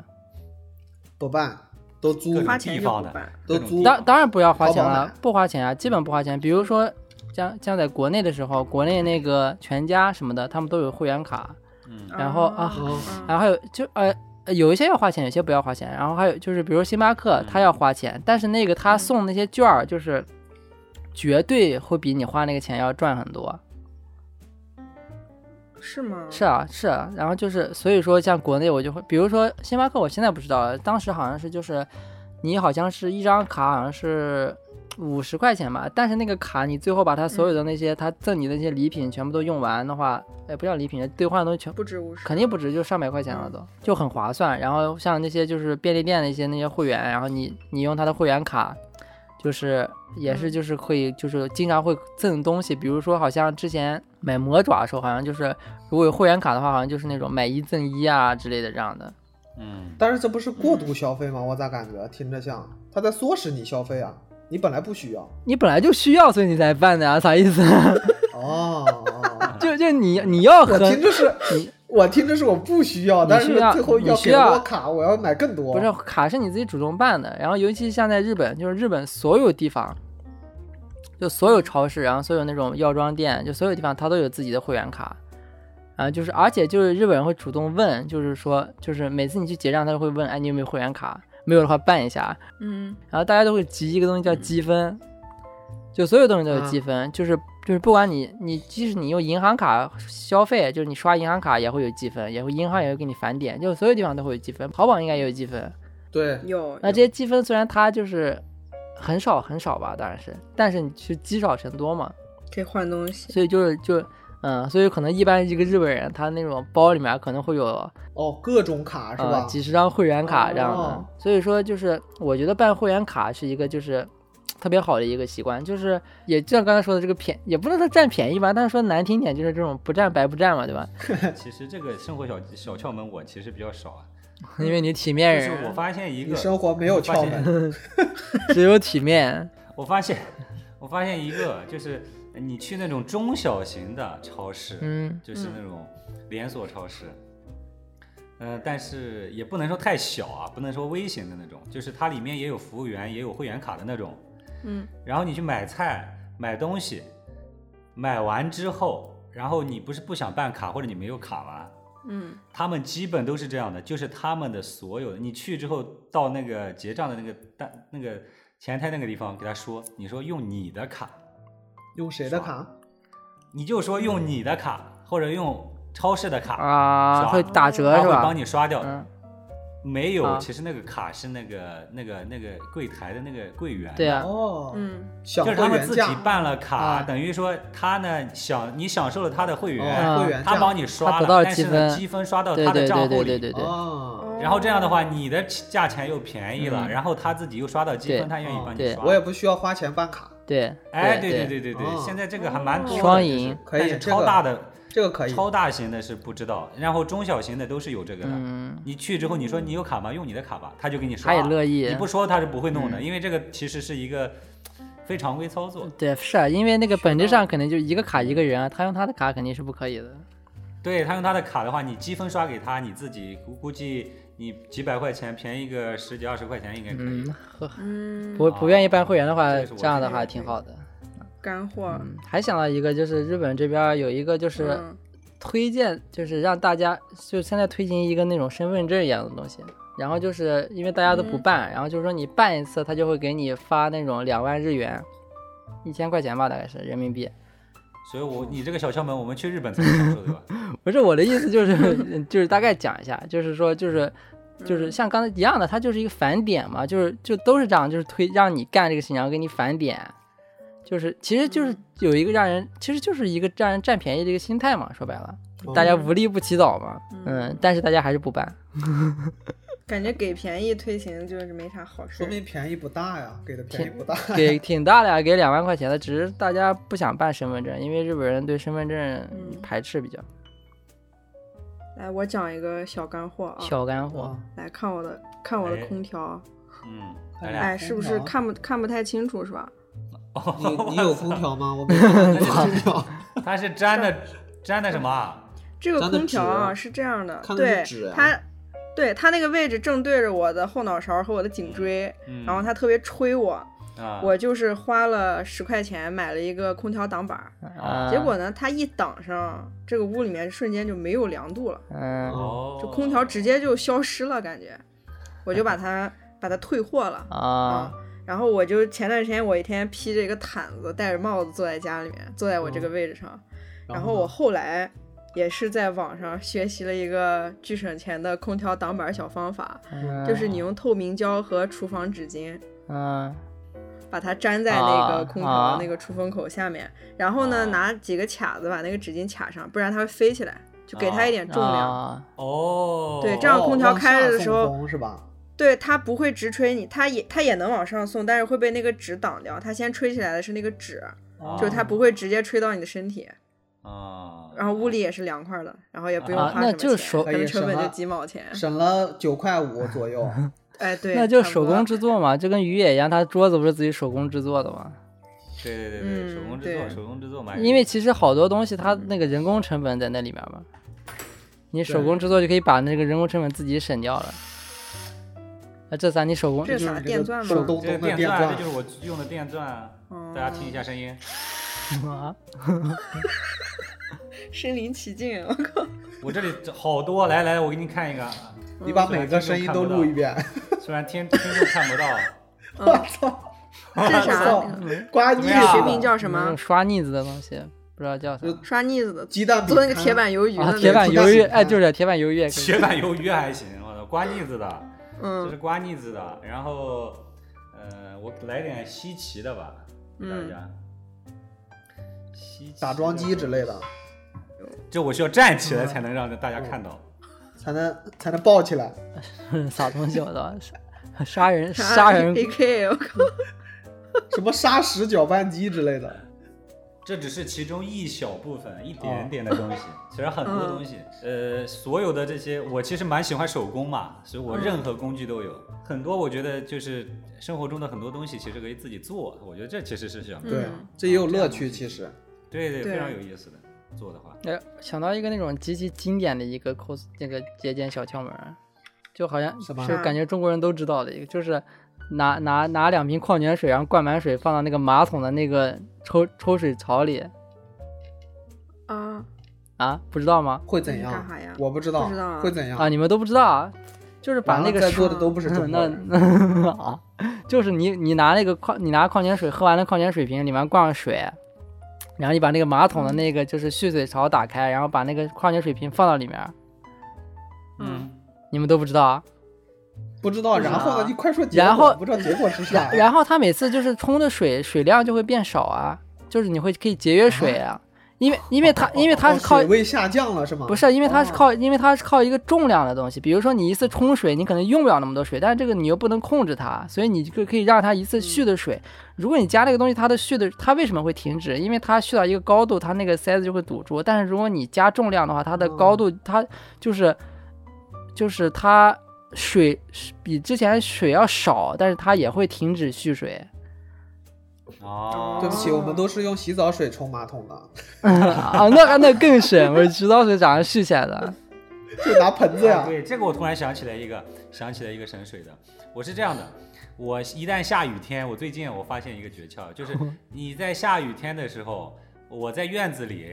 Speaker 4: 不办，都租
Speaker 3: 各种
Speaker 2: 花钱
Speaker 3: 地
Speaker 2: 就
Speaker 3: 方
Speaker 2: 不
Speaker 3: 的
Speaker 2: 办，
Speaker 4: 都
Speaker 3: 各种
Speaker 4: 租
Speaker 3: 地
Speaker 1: 当
Speaker 3: 方
Speaker 1: 当然不要花钱
Speaker 4: 淘宝
Speaker 1: 了
Speaker 4: 买，
Speaker 1: 不花钱啊，基本不花钱。比如说像像在国内的时候，国内那个全家什么的，他们都有会员卡，
Speaker 3: 嗯
Speaker 1: 然后啊
Speaker 4: 嗯
Speaker 1: 然后还有就呃。呃有一些要花钱，有些不要花钱。然后还有就是，比如星巴克，
Speaker 4: 嗯
Speaker 1: 它要花钱，但是那个它送那些券儿，就是绝对会比你花那个钱要赚很多。
Speaker 2: 是吗？
Speaker 1: 是啊，是啊。然后就是，所以说像国内我就会，比如说星巴克，我现在不知道了，当时好像是就是，你好像是一张卡，好像是五十块钱吧，但是那个卡你最后把它所有的那些、他赠你的那些礼品全部都用完的话，哎，不叫礼品，兑换的东西全
Speaker 2: 不止五十，
Speaker 1: 肯定不止，就上百块钱了都，就很划算。然后像那些就是便利店的一些那些会员，然后你你用他的会员卡，就是也是
Speaker 2: 嗯
Speaker 1: 就是会就是经常会赠东西，比如说好像之前买魔爪的时候，好像就是如果有会员卡的话，好像就是那种买一赠一啊之类的这样的。
Speaker 3: 嗯，
Speaker 4: 但是这不是过度消费吗？我咋感觉听着像他在唆使你消费啊？你本来不需要。
Speaker 1: 你本来就需要，所以你才办的啊，啥意思？
Speaker 4: 哦，哦
Speaker 1: 就就你你要
Speaker 4: 我
Speaker 1: 喝，
Speaker 4: 听着是
Speaker 1: 你，
Speaker 4: 我听着是我不需要，
Speaker 1: 你
Speaker 4: 但是
Speaker 1: 需要
Speaker 4: 最后
Speaker 1: 你
Speaker 4: 要
Speaker 1: 需
Speaker 4: 给
Speaker 1: 要
Speaker 4: 我卡，我要买更多。
Speaker 1: 不是卡是你自己主动办的，然后尤其像在日本，就是日本所有地方，就所有超市，然后所有那种药妆店，就所有地方它都有自己的会员卡，啊，就是而且就是日本人会主动问，就是说就是每次你去结账，他就会问，哎，你有没有会员卡？没有的话办一下，
Speaker 2: 嗯，
Speaker 1: 然后大家都会集一个东西叫积分，就所有东西都有积分，就是就是不管你你即使你用银行卡消费，就是你刷银行卡也会有积分，也会银行也会给你返点，就所有地方都会有积分，淘宝应该也有积分。
Speaker 4: 对，
Speaker 2: 有
Speaker 1: 那这些积分虽然它就是很少很少吧，当然是，但是你去积少成多嘛，
Speaker 2: 可以换东西，
Speaker 1: 所以就是就嗯，所以可能一般一个日本人他那种包里面可能会有
Speaker 4: 哦，各种卡是
Speaker 1: 呃
Speaker 4: 吧？
Speaker 1: 几十张会员卡这样的，
Speaker 4: 哦
Speaker 1: 所以说就是我觉得办会员卡是一个就是。特别好的一个习惯，就是也就像刚才说的这个便，也不能说占便宜吧，但是说难听点就是这种不占白不占嘛，对吧？
Speaker 3: 其实这个生活小小窍门我其实比较少啊，
Speaker 1: 因为你体
Speaker 3: 就
Speaker 1: 面
Speaker 3: 是我
Speaker 1: 人，
Speaker 3: 发现一
Speaker 4: 你
Speaker 3: 个
Speaker 4: 生活没有窍门，
Speaker 1: 只有体面。
Speaker 3: 我发现， 我发现一个，就是你去那种中小型的超市，
Speaker 1: 嗯
Speaker 3: 就是那种连锁超市，嗯、但是也不能说太小啊，不能说微型的那种，就是它里面也有服务员，也有会员卡的那种。
Speaker 2: 嗯，
Speaker 3: 然后你去买菜、买东西，买完之后，然后你不是不想办卡，或者你没有卡吗？
Speaker 2: 嗯，
Speaker 3: 他们基本都是这样的，就是他们的所有的，你去之后到那个结账的那个单那个前台那个地方，给他说，你说用你的卡，
Speaker 4: 用谁的卡？
Speaker 3: 你就说用你的卡或者用超市的卡，
Speaker 1: 啊，
Speaker 3: 刷
Speaker 1: 会打折
Speaker 3: 他
Speaker 1: 是
Speaker 3: 会
Speaker 1: 吧？
Speaker 3: 帮你刷掉。
Speaker 1: 嗯，
Speaker 3: 没有，
Speaker 1: 啊
Speaker 3: 其实那个卡是那个那个那个柜台的那个柜员，
Speaker 1: 对啊，
Speaker 4: 哦，
Speaker 2: 嗯，
Speaker 4: 想
Speaker 3: 就是
Speaker 4: 回
Speaker 3: 他们
Speaker 4: 原
Speaker 3: 自己
Speaker 4: 价，
Speaker 3: 办了卡，
Speaker 1: 啊
Speaker 3: 等于说他呢享你享受了他的会员，
Speaker 4: 哦，
Speaker 1: 嗯
Speaker 4: 会员价，
Speaker 3: 他帮你刷
Speaker 1: 他得到了
Speaker 3: 但是
Speaker 1: 积
Speaker 3: 呢
Speaker 1: 分
Speaker 3: 积分刷到
Speaker 1: 对
Speaker 3: 他的
Speaker 1: 对
Speaker 3: 账
Speaker 1: 对
Speaker 3: 户
Speaker 1: 对
Speaker 3: 里，
Speaker 1: 对对对。
Speaker 4: 哦，
Speaker 3: 然后这样的话，你的价钱又便宜了，
Speaker 1: 嗯
Speaker 3: 然后他自己又刷到积
Speaker 1: 对
Speaker 3: 分，他愿意帮你
Speaker 1: 对
Speaker 3: 刷。
Speaker 4: 我也不需要花钱办卡，
Speaker 1: 对，
Speaker 3: 哎，
Speaker 1: 对
Speaker 3: 对对对对
Speaker 4: 哦
Speaker 3: 对，现在这个还蛮多的，
Speaker 1: 双
Speaker 3: 就是
Speaker 1: 赢
Speaker 4: 可以
Speaker 3: 但是
Speaker 4: 这个
Speaker 3: 超大的、
Speaker 4: 这个可以。
Speaker 3: 超大型的是不知道，然后中小型的都是有这个的。
Speaker 1: 嗯，
Speaker 3: 你去之后，你说你有卡吗？用你的卡吧，他就给你刷。
Speaker 1: 他也乐意嗯
Speaker 3: 啊你。不说他是不会弄的，因为这个其实是一个非常规操作。
Speaker 1: 对，是啊，因为那个本质上肯定就一个卡一个人啊，他用他的卡肯定是不可以的。
Speaker 3: 对他用他的卡的话，你积分刷给他，你自己估估计你几百块钱便宜个十几二十块钱应该可以。
Speaker 1: 嗯，
Speaker 2: 嗯，
Speaker 1: 不不愿意办会员的话，
Speaker 3: 这个是我
Speaker 1: 这样的
Speaker 3: 建议
Speaker 1: 话
Speaker 3: 的
Speaker 1: 挺好的。
Speaker 2: 干货，
Speaker 1: 嗯，还想到一个，就是日本这边有一个就是
Speaker 2: 嗯
Speaker 1: 推荐，就是让大家就现在推行一个那种身份证一样的东西。然后就是因为大家都不
Speaker 2: 嗯
Speaker 1: 办，然后就是说你办一次，他就会给你发那种两万日元，一千块钱吧，大概是人民币。
Speaker 3: 所以我你这个小窍门，我们去日本才能享受对吧？
Speaker 1: 不是我的意思， 就是嗯就是大概讲一下，就是说就是就是
Speaker 2: 嗯
Speaker 1: 像刚才一样的，它就是一个返点嘛，就是就都是这样，就是推让你干这个事情，然后给你返点，就是其实就是
Speaker 2: 嗯
Speaker 1: 有一个让人，其实就是一个让人占便宜的一个心态嘛，说白了，大家
Speaker 4: 哦
Speaker 1: 无利不起早嘛，
Speaker 2: 嗯
Speaker 1: 嗯，但是大家还是不 办，
Speaker 2: 感觉给便宜推行就是没啥好事
Speaker 4: 说
Speaker 2: 儿，
Speaker 4: 明便宜不大呀，给的便宜不大。
Speaker 1: 给挺大的呀，给两万块钱的，只是大家不想办身份证，因为日本人对身份证
Speaker 2: 嗯
Speaker 1: 排斥比较，
Speaker 2: 来，我讲一个小干货啊，
Speaker 1: 小干货
Speaker 4: 哇，
Speaker 2: 来看我的，看我的
Speaker 3: 哎
Speaker 2: 空调啊，
Speaker 3: 嗯，咱俩
Speaker 2: 哎，是不是
Speaker 4: 空调
Speaker 2: 看不看不太清楚是吧？
Speaker 4: 你你有空调吗？我没有空调，
Speaker 3: 他是粘的粘的什么啊？
Speaker 2: 这个
Speaker 4: 咱的
Speaker 2: 空调啊
Speaker 4: 纸
Speaker 2: 是这样的，
Speaker 4: 看的是
Speaker 2: 对
Speaker 4: 纸啊
Speaker 2: 它，对它那个位置正对着我的后脑勺和我的颈椎，
Speaker 3: 嗯
Speaker 2: 然后它特别吹我，
Speaker 3: 啊，
Speaker 2: 我就是花了十块钱买了一个空调挡板儿，
Speaker 1: 啊，
Speaker 2: 哦结果呢，它一挡上，这个屋里面瞬间就没有凉度了，
Speaker 1: 嗯
Speaker 3: 哦，
Speaker 2: 就空调直接就消失了，感觉，我就把它把它退货了
Speaker 1: 啊
Speaker 2: 啊。然后我就前段时间我一天披着一个毯子，戴着帽子坐在家里面，坐在我这个位置上，然后
Speaker 4: 呢
Speaker 2: 我后来也是在网上学习了一个巨省钱的空调
Speaker 1: 嗯
Speaker 2: 哦挡板小方法，就是你用透明胶和厨房纸巾
Speaker 1: 嗯
Speaker 2: 把它粘在那个
Speaker 1: 啊
Speaker 2: 空调
Speaker 1: 啊
Speaker 2: 的那个出风口下面，然后呢
Speaker 3: 哦
Speaker 2: 拿几个卡子把那个纸巾卡上，不然它会飞起来，就给它
Speaker 3: 哦
Speaker 2: 一点重量。
Speaker 1: 啊
Speaker 3: 哦，
Speaker 2: 对这样空调开着的时候
Speaker 4: 往下送风是吧？
Speaker 2: 对，它不会直吹你，它也它也能往上送，但是会被那个纸挡掉。它先吹起来的是那个纸，就是它不会直接吹到你的身体。
Speaker 3: 啊，
Speaker 2: 然后屋里也是凉快的，然后也不用
Speaker 1: 啊
Speaker 2: 花什
Speaker 1: 那
Speaker 2: 么
Speaker 1: 就是
Speaker 2: 钱
Speaker 1: 手
Speaker 2: 可
Speaker 4: 哎
Speaker 2: 能
Speaker 4: 呀
Speaker 2: 成本
Speaker 4: 什
Speaker 2: 就
Speaker 4: 么
Speaker 2: 几毛钱。
Speaker 4: 省了九块五左右。
Speaker 2: 哎，对，
Speaker 1: 那就
Speaker 2: 差不
Speaker 1: 手
Speaker 2: 多
Speaker 1: 工制作嘛，就跟鱼也一样，它桌子不是自己手工制作的嘛。
Speaker 3: 对对对对，手
Speaker 2: 嗯
Speaker 3: 工制作，
Speaker 2: 对
Speaker 3: 手工制作嘛，
Speaker 1: 因为其实好多东西它那个人工成本在那里面嘛，你手工制作就可以把那个人工成本自己省掉了。那这算你手工
Speaker 2: 这
Speaker 4: 就是
Speaker 2: 啥
Speaker 4: 这个
Speaker 2: 电钻吗？
Speaker 4: 手动
Speaker 3: 这
Speaker 4: 动
Speaker 3: 个
Speaker 4: 的
Speaker 3: 电钻，这
Speaker 4: 钻
Speaker 3: 就是我用的电钻啊，
Speaker 2: 哦
Speaker 3: 大家听一下声音。
Speaker 1: 啊？
Speaker 2: 身临其境，我靠！
Speaker 3: 我这里这好多，来来，我给你看一个，
Speaker 2: 嗯
Speaker 4: 你把
Speaker 1: 啊
Speaker 4: 每个声音都录一遍。
Speaker 3: 虽然听听众看不到，
Speaker 4: 我操！
Speaker 2: 这嗯 是啥？嗯
Speaker 4: 操
Speaker 2: 那个
Speaker 1: 嗯
Speaker 4: 瓜啊腻
Speaker 3: 怎么样
Speaker 2: 学
Speaker 3: 这
Speaker 2: 名
Speaker 4: 了。
Speaker 2: 叫什
Speaker 1: 那种
Speaker 2: 么？
Speaker 1: 刷腻子的东西，不知道叫啥
Speaker 4: 就
Speaker 2: 刷腻子的，
Speaker 4: 鸡蛋饼
Speaker 2: 做那个
Speaker 4: 干
Speaker 2: 铁板鱿鱼的
Speaker 1: 啊？
Speaker 2: 那
Speaker 1: 铁板
Speaker 2: 种
Speaker 4: 油
Speaker 1: 鱿鱼，
Speaker 4: 那个
Speaker 1: 哎，就是铁板鱿鱼也可以。
Speaker 3: 铁板鱿鱼还行，我操，刮腻子的，这是
Speaker 2: 嗯
Speaker 3: 刮腻子的。然后，呃，我来点稀奇的吧，给大家。稀奇
Speaker 4: 嗯打桩机之类
Speaker 3: 的，
Speaker 4: 的，
Speaker 3: 这我需要站起来才能让大家看到。
Speaker 4: 才能才能抱起来。
Speaker 1: 啥东西我操！杀 人杀人
Speaker 2: A K，我靠！
Speaker 4: 什么沙石搅拌机之类的，
Speaker 3: 这只是其中一小部分，一
Speaker 4: 哦
Speaker 3: 点点的东西，其实很多东西，
Speaker 2: 嗯
Speaker 3: 呃，所有的这些，我其实蛮喜欢手工嘛，所以
Speaker 2: 嗯
Speaker 3: 我任何工具都有，很多我觉得就是生活中的很多东西，其实可以自己做，我觉得这其实是想、
Speaker 2: 嗯
Speaker 4: 对，这也
Speaker 3: 哦
Speaker 4: 有乐趣。其实，
Speaker 3: 对对
Speaker 2: 对
Speaker 3: 非常有意思的，做的话，
Speaker 1: 哎，想到一个那种极其经典的一个 cos 那个节俭小窍门儿，就好像
Speaker 4: 什么
Speaker 1: 是感觉中国人都知道的一个，就是拿拿拿两瓶矿泉水，然后灌满水放到那个马桶的那个抽抽水槽里
Speaker 2: 啊，
Speaker 1: 啊，不知道吗？
Speaker 4: 会怎样？
Speaker 2: 那嗯是干啥呀
Speaker 4: 我不知道，
Speaker 2: 不知道啊
Speaker 4: 会怎样？
Speaker 1: 啊，你们都不知道啊，就是把
Speaker 4: 完了
Speaker 1: 那个
Speaker 4: 在
Speaker 1: 水
Speaker 4: 座的都不是中国
Speaker 1: 那
Speaker 4: 人，
Speaker 1: 那啊，就是你你拿那个矿，你拿矿泉水喝完了矿泉水瓶，里面灌上水，然后你把那个马桶的那个就是蓄水槽打开，然后把那个矿泉水瓶放到里面，
Speaker 2: 嗯，
Speaker 1: 你们都不知道啊。
Speaker 4: 不知道。
Speaker 2: 不知道
Speaker 4: 然
Speaker 2: 啊
Speaker 4: 后呢？你快说结果，
Speaker 1: 然后
Speaker 4: 我不知道结果是啥。
Speaker 1: 然后它每次就是冲的水水量就会变少啊，就是你会可以节约水啊，因为因为它因为它是靠
Speaker 4: 哦水位下降了是吗？
Speaker 1: 不，是因为
Speaker 4: 哦
Speaker 1: 它是靠因为它是靠一个重量的东西，比如说你一次冲水你可能用不了那么多水，但是这个你又不能控制它，所以你就可以让它一次蓄
Speaker 4: 嗯
Speaker 1: 的水。如果你加那个东西，它的蓄的它为什么会停止？因为它蓄到一个高度，它那个塞子就会堵住。但是如果你加重量的话，它的高
Speaker 4: 哦
Speaker 1: 度它就是就是它水比之前水要少，但是它也会停止蓄水。
Speaker 3: 哦，
Speaker 4: 对不起，我们都是用洗澡水冲马桶 的，
Speaker 1: 啊，那那更神，我洗澡水早上蓄起来的。
Speaker 4: 就拿盆子
Speaker 3: 啊
Speaker 4: 呀。
Speaker 3: 对，这个我突然想起来一个，想起来一个省水的。我是这样的，我一旦下雨天，我最近我发现一个诀窍，就是你在下雨天的时候，我在院子里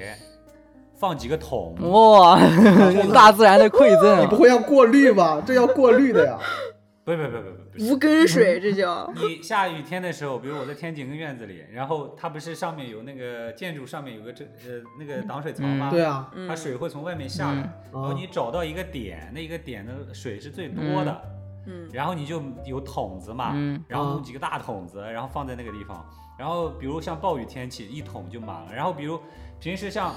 Speaker 3: 放几个桶，
Speaker 1: 哇， 大自然的馈
Speaker 4: 哦你
Speaker 1: 赠啊
Speaker 4: 不，会要过滤吧？这要过滤的呀。
Speaker 3: 不不不不不不是。
Speaker 2: 无根水这叫。
Speaker 3: 你下雨天的时候，比如我在天井跟院子里，然后它不是上面有那个建筑上面有个这呃那个挡水槽吗？
Speaker 4: 对啊，
Speaker 3: 它水会从外面下来，然后
Speaker 4: 啊
Speaker 3: 你找到一个点，那一个点的水是最多的，
Speaker 2: 嗯
Speaker 3: 然后你就有桶子嘛，
Speaker 1: 嗯
Speaker 3: 然后弄
Speaker 4: 啊
Speaker 3: 几个大桶子，然后放在那个地方，然后比如像暴雨天气，一桶就满了，然后比如平时像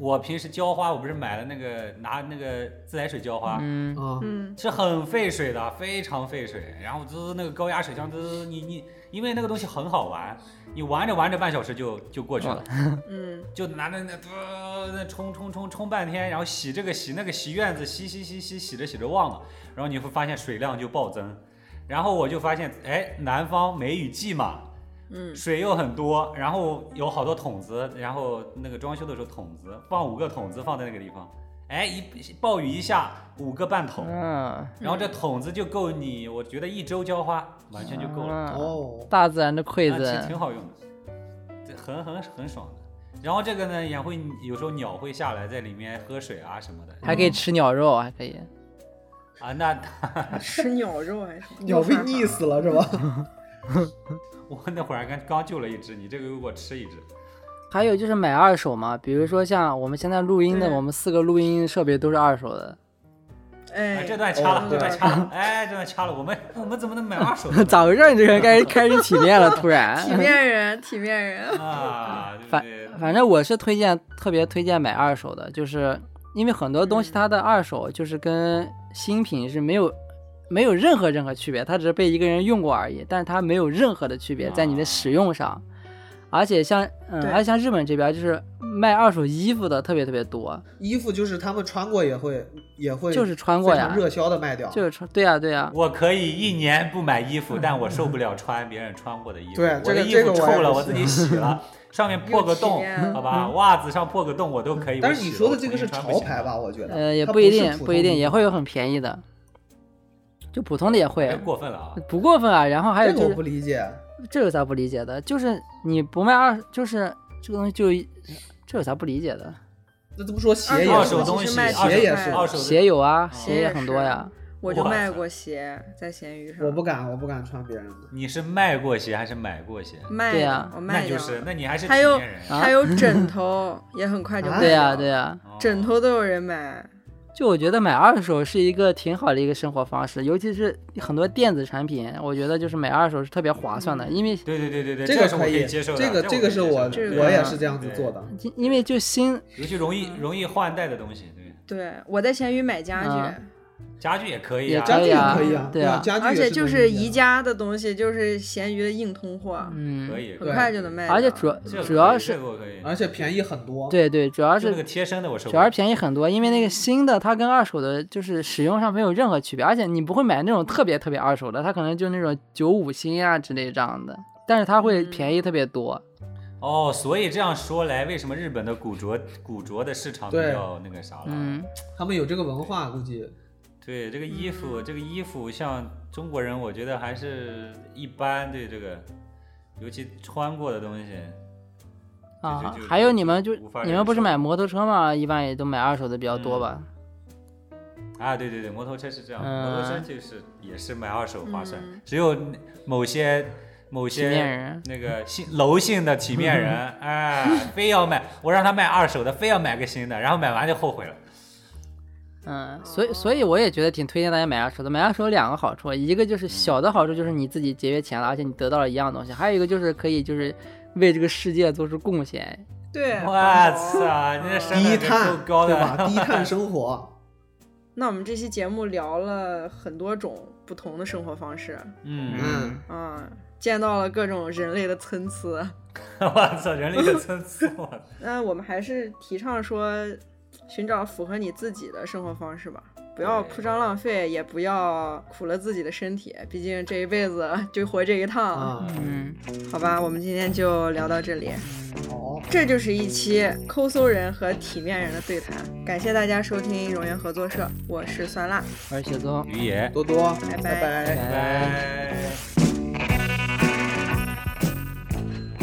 Speaker 3: 我平时浇花，我不是买了那个拿那个自来水浇花。
Speaker 1: 嗯，
Speaker 4: 啊，
Speaker 2: 嗯
Speaker 3: 是很费水的，非常费水。然后滋那个高压水枪滋，你你因为那个东西很好玩，你玩着玩着半小时就就过去了。
Speaker 2: 嗯
Speaker 3: 就拿着那呃那冲冲冲冲半天，然后洗这个洗那个洗院子，洗洗洗洗洗着洗着忘了，然后你会发现水量就暴增。然后我就发现，哎，南方梅雨季嘛，
Speaker 2: 嗯
Speaker 3: 水又很多，然后有好多桶子，然后那个装修的时候桶子放五个桶子放在那个地方，哎，一暴雨一下五个半桶，
Speaker 1: 嗯，
Speaker 3: 然后这桶子就够你，我觉得一周浇花完全就够了。
Speaker 1: 嗯
Speaker 4: 哦，
Speaker 1: 大自然的馈
Speaker 3: 啊其实
Speaker 1: 赠
Speaker 3: 挺，好用的，这很很很爽的。然后这个呢，也会有时候鸟会下来在里面喝水啊什么的。
Speaker 1: 还可以吃鸟肉，还可以。
Speaker 3: 啊，那
Speaker 2: 嗯，吃鸟肉还是
Speaker 4: 鸟被溺死了是吧？
Speaker 3: 我那会儿刚刚救了一只，你这个又给我吃一只。
Speaker 1: 还有就是买二手嘛，比如说像我们现在录音的，
Speaker 2: 对
Speaker 1: 我们四个录音设备都是二手的，
Speaker 2: 哎，
Speaker 3: 哎，这段掐
Speaker 4: 哦
Speaker 3: 了，这段
Speaker 4: 对
Speaker 3: 掐了，哎，这段掐了，我们我们怎么能买 二手的
Speaker 1: 咋回事儿？你这个人开始开始体面了，突
Speaker 2: 体
Speaker 1: 然。
Speaker 2: 面人，体面人，
Speaker 3: 啊？对不
Speaker 1: 反
Speaker 3: 对？
Speaker 1: 反正我是推荐，特别推荐买二手的，就是因为很多东
Speaker 4: 嗯
Speaker 1: 西它的二手就是跟新品是没有没有任何任何区别，它只是被一个人用过而已，但是它没有任何的区别在你的使用
Speaker 4: 哦
Speaker 1: 上。而且像嗯，
Speaker 2: 对
Speaker 1: 而且像日本这边就是卖二手衣服的特别特别多，
Speaker 4: 衣服就是他们穿过也会也会
Speaker 1: 就是穿过
Speaker 4: 非
Speaker 1: 呀
Speaker 4: 常，热销的卖掉，
Speaker 1: 就是穿对呀、对呀、
Speaker 3: 我可以一年不买衣服，但我受不了穿别人穿过的衣服。
Speaker 4: 对
Speaker 3: 我的
Speaker 4: 这个
Speaker 3: 衣
Speaker 4: 这
Speaker 3: 服
Speaker 4: 个我
Speaker 3: 臭
Speaker 4: 也
Speaker 3: 了，
Speaker 4: 不
Speaker 3: 我自己洗 了，上面破个洞
Speaker 2: 有体验，
Speaker 3: 好吧，袜子上破个洞我都可以。
Speaker 4: 但
Speaker 3: 我
Speaker 4: 是你
Speaker 3: 洗了
Speaker 4: 说
Speaker 3: 我
Speaker 4: 的这个
Speaker 3: 重新
Speaker 4: 是
Speaker 3: 穿不
Speaker 4: 潮
Speaker 3: 行
Speaker 4: 牌
Speaker 3: 吗？
Speaker 4: 吧？我觉得，
Speaker 1: 呃，也
Speaker 4: 它
Speaker 1: 一
Speaker 4: 是
Speaker 1: 定
Speaker 4: 普，
Speaker 1: 不一
Speaker 4: 通
Speaker 1: 定也会有很便宜的，就普通的也
Speaker 3: 太
Speaker 1: 会，
Speaker 3: 过分了啊！
Speaker 1: 不过分啊。然后还有
Speaker 4: 哎这
Speaker 1: 就
Speaker 4: 个我
Speaker 1: 是
Speaker 4: 不理解。
Speaker 1: 这有啥不理解的？就是你不卖二，就是这个东西就一，这有啥不理解的？
Speaker 4: 那这么说鞋
Speaker 3: 二
Speaker 4: 哎也
Speaker 3: 手
Speaker 4: 是，
Speaker 3: 东
Speaker 2: 其
Speaker 3: 西，
Speaker 2: 实卖
Speaker 3: 二手
Speaker 4: 鞋也是
Speaker 3: 二手的
Speaker 1: 鞋有啊，
Speaker 3: 嗯
Speaker 1: 鞋也很多呀。
Speaker 2: 我就
Speaker 3: 哇
Speaker 2: 卖过鞋，在闲鱼上，
Speaker 4: 我不敢，我不敢穿别人的。
Speaker 3: 你是卖过鞋还是买过鞋？
Speaker 2: 卖
Speaker 1: 对啊
Speaker 2: 的
Speaker 1: 呀
Speaker 2: 我
Speaker 3: 那
Speaker 2: 卖
Speaker 3: 就
Speaker 2: 掉
Speaker 3: 是，
Speaker 2: 了，
Speaker 3: 那你还是体
Speaker 2: 还有
Speaker 3: 面人。
Speaker 1: 啊
Speaker 2: 还有枕头也很快就
Speaker 4: 啊
Speaker 2: 卖
Speaker 1: 对呀、
Speaker 2: 掉
Speaker 1: 对
Speaker 2: 了
Speaker 1: 呀、
Speaker 3: 哦
Speaker 2: 枕头都有人买，
Speaker 1: 就我觉得买二手是一个挺好的一个生活方式，尤其是很多电子产品，我觉得就是买二手是特别划算
Speaker 3: 嗯
Speaker 1: 的，因为
Speaker 3: 对对对对对，
Speaker 4: 这
Speaker 3: 个
Speaker 4: 个
Speaker 3: 是我
Speaker 4: 以，
Speaker 3: 接受的。
Speaker 4: 这个
Speaker 3: 这
Speaker 4: 个是我
Speaker 3: 可以接受
Speaker 2: 这个
Speaker 3: 的
Speaker 2: 嗯
Speaker 4: 我
Speaker 1: 可以
Speaker 4: 也
Speaker 1: 接
Speaker 4: 是这样子
Speaker 3: 对
Speaker 4: 做的。
Speaker 1: 因因为就新
Speaker 3: 尤其容易容易换代的东西，对，
Speaker 2: 对我在闲鱼买家具，
Speaker 3: 家具也可以
Speaker 1: 也
Speaker 3: 啊，
Speaker 4: 家
Speaker 1: 可
Speaker 4: 具
Speaker 1: 以
Speaker 4: 也
Speaker 1: 啊
Speaker 4: 可以啊，
Speaker 1: 对啊
Speaker 4: 啊，家具
Speaker 2: 而且
Speaker 4: 也
Speaker 2: 就
Speaker 4: 可以
Speaker 2: 是
Speaker 4: 的
Speaker 2: 宜家的东西，就是闲鱼的硬通货，
Speaker 1: 嗯
Speaker 3: 可，以，啊
Speaker 2: 很快就能卖掉。
Speaker 1: 而且主
Speaker 3: 这个可以
Speaker 1: 主要是
Speaker 3: 这个我可以，
Speaker 4: 而且便宜很多。
Speaker 1: 对对，主要
Speaker 3: 就那个
Speaker 1: 是
Speaker 3: 贴身的我受
Speaker 1: 主
Speaker 3: 不
Speaker 1: 要是
Speaker 3: 了。
Speaker 1: 便宜很多，因为那个新的它跟二手的就是使用上没有任何区别，而且你不会买那种特别特别二手的，它可能就那种九五新啊之类这样的，但是它会
Speaker 2: 嗯
Speaker 1: 便宜特别多。
Speaker 3: 哦，所以这样说来，为什么日本的古着古着的市场比
Speaker 4: 对
Speaker 3: 较那个啥了？
Speaker 1: 嗯，
Speaker 4: 他们有这个文化，估计
Speaker 3: 对，这个衣
Speaker 1: 嗯
Speaker 3: 服，这个衣服像中国人，我觉得还是一般对这个，尤其穿过的东西。
Speaker 1: 啊
Speaker 3: 嗯就就，
Speaker 1: 还有你们就
Speaker 3: 无法
Speaker 1: 你
Speaker 3: 忍
Speaker 1: 们不是
Speaker 3: 受
Speaker 1: 买摩托车吗？一般也都买二手的比较多
Speaker 3: 嗯
Speaker 1: 吧？
Speaker 3: 啊，对对对，摩托车是这样，
Speaker 1: 嗯
Speaker 3: 摩托车就是也是买二手划算，
Speaker 2: 嗯
Speaker 3: 只有某些某
Speaker 1: 体面
Speaker 3: 些
Speaker 1: 人，
Speaker 3: 那个姓楼姓的体面 人，哎，非要买，我让他卖二手的，非要买个新的，然后买完就后悔了。
Speaker 1: 嗯，所
Speaker 3: 哦
Speaker 1: 以所以我也觉得挺推荐大家买二手的。买二手有两个好处，一个就是小的好处就是你自己节约钱了，而且你得到了一样东西；还有一个就是可以就是为这个世界做出贡献。
Speaker 2: 对，
Speaker 3: 我
Speaker 2: 环保
Speaker 3: 操，你这生
Speaker 4: 低
Speaker 3: 产
Speaker 4: 碳
Speaker 3: 够高
Speaker 4: 对
Speaker 3: 的
Speaker 4: 吧？低碳生活，
Speaker 2: 那我们这期节目聊了很多种不同的生活方式，
Speaker 3: 嗯，
Speaker 4: 嗯，
Speaker 2: 嗯，见到了各种人类的参差。
Speaker 3: 我操，人类的参差，我操
Speaker 2: 那我们还是提倡说，寻找符合你自己的生活方式吧，不要
Speaker 3: 对
Speaker 2: 铺张浪费，也不要苦了自己的身体，毕竟这一辈子就活这一趟，
Speaker 4: 啊，
Speaker 1: 嗯，
Speaker 2: 好吧？我们今天就聊到这里，
Speaker 4: 好，
Speaker 2: 这就是一期抠搜人和体面人的对谈，感谢大家收听荣源合作社，我是酸辣，
Speaker 1: 我是雪宗，
Speaker 3: 于野，
Speaker 4: 多多，
Speaker 2: 拜
Speaker 4: 拜拜
Speaker 1: 拜
Speaker 3: 拜。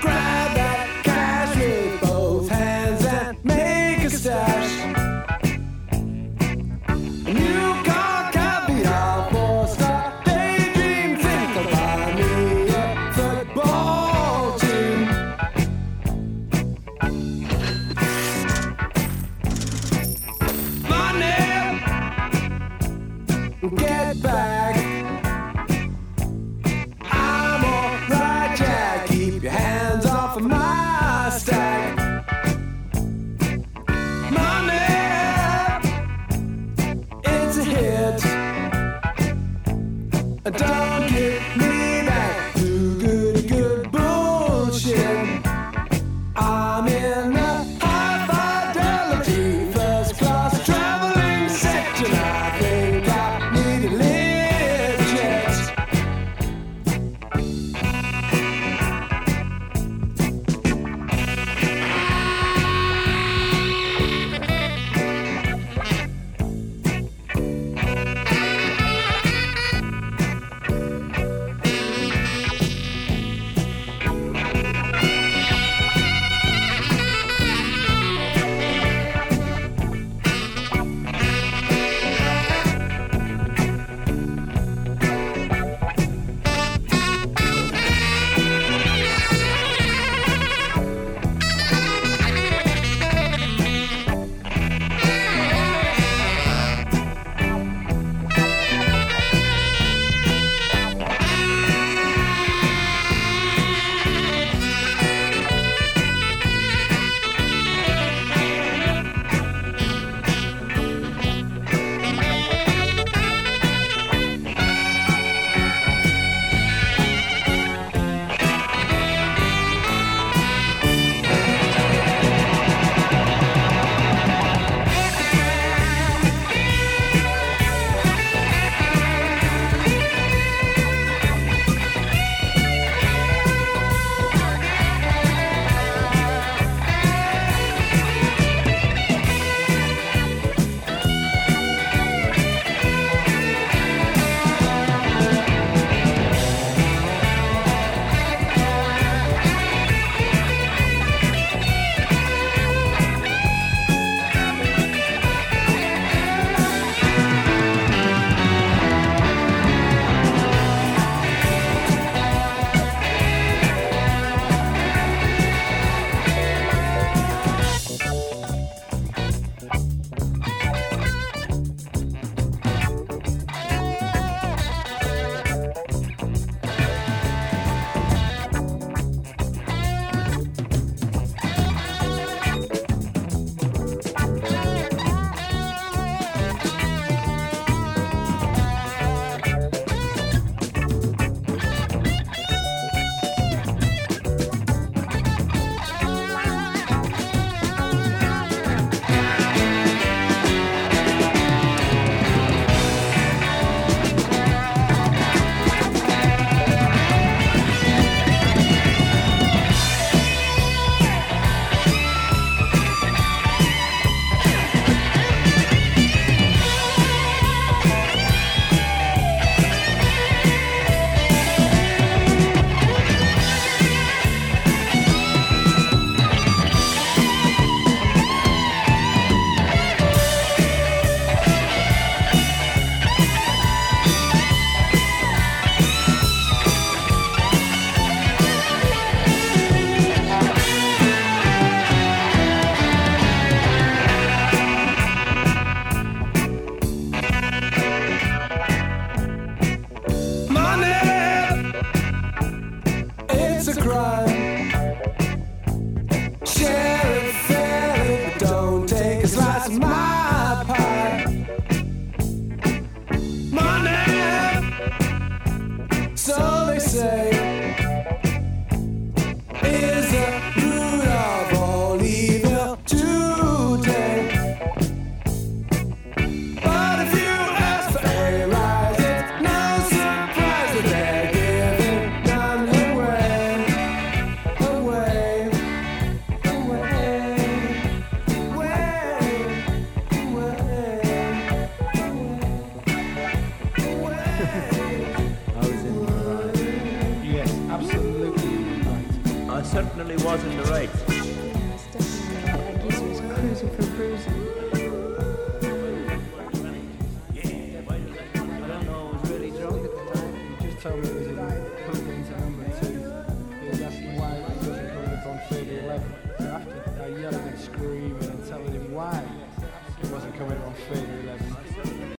Speaker 6: Grab that cash with both hands and make a stash. New car caviar for star daydream. Think about me a football team. Money get back. I'm alright, Jack. Keep your hands off of my stack. Money, it's a hit. Don't give me that too good, good bullshit. I'm in a high fidelity first class traveling section. I think I need a lift jet. take a slice of my pie. Money, so they say, is the root of all evil today. But if you ask for a rise, it's no surprise that they're giving none away, away, away, away, away, away.
Speaker 7: Yes, absolutely right.
Speaker 8: I certainly was in the right.
Speaker 7: You just tell me there's a complaint to number two. He was asking why it doesn't come up on Friday 11. So after I yelling and screaming and telling him why it wasn't coming up on Friday 11.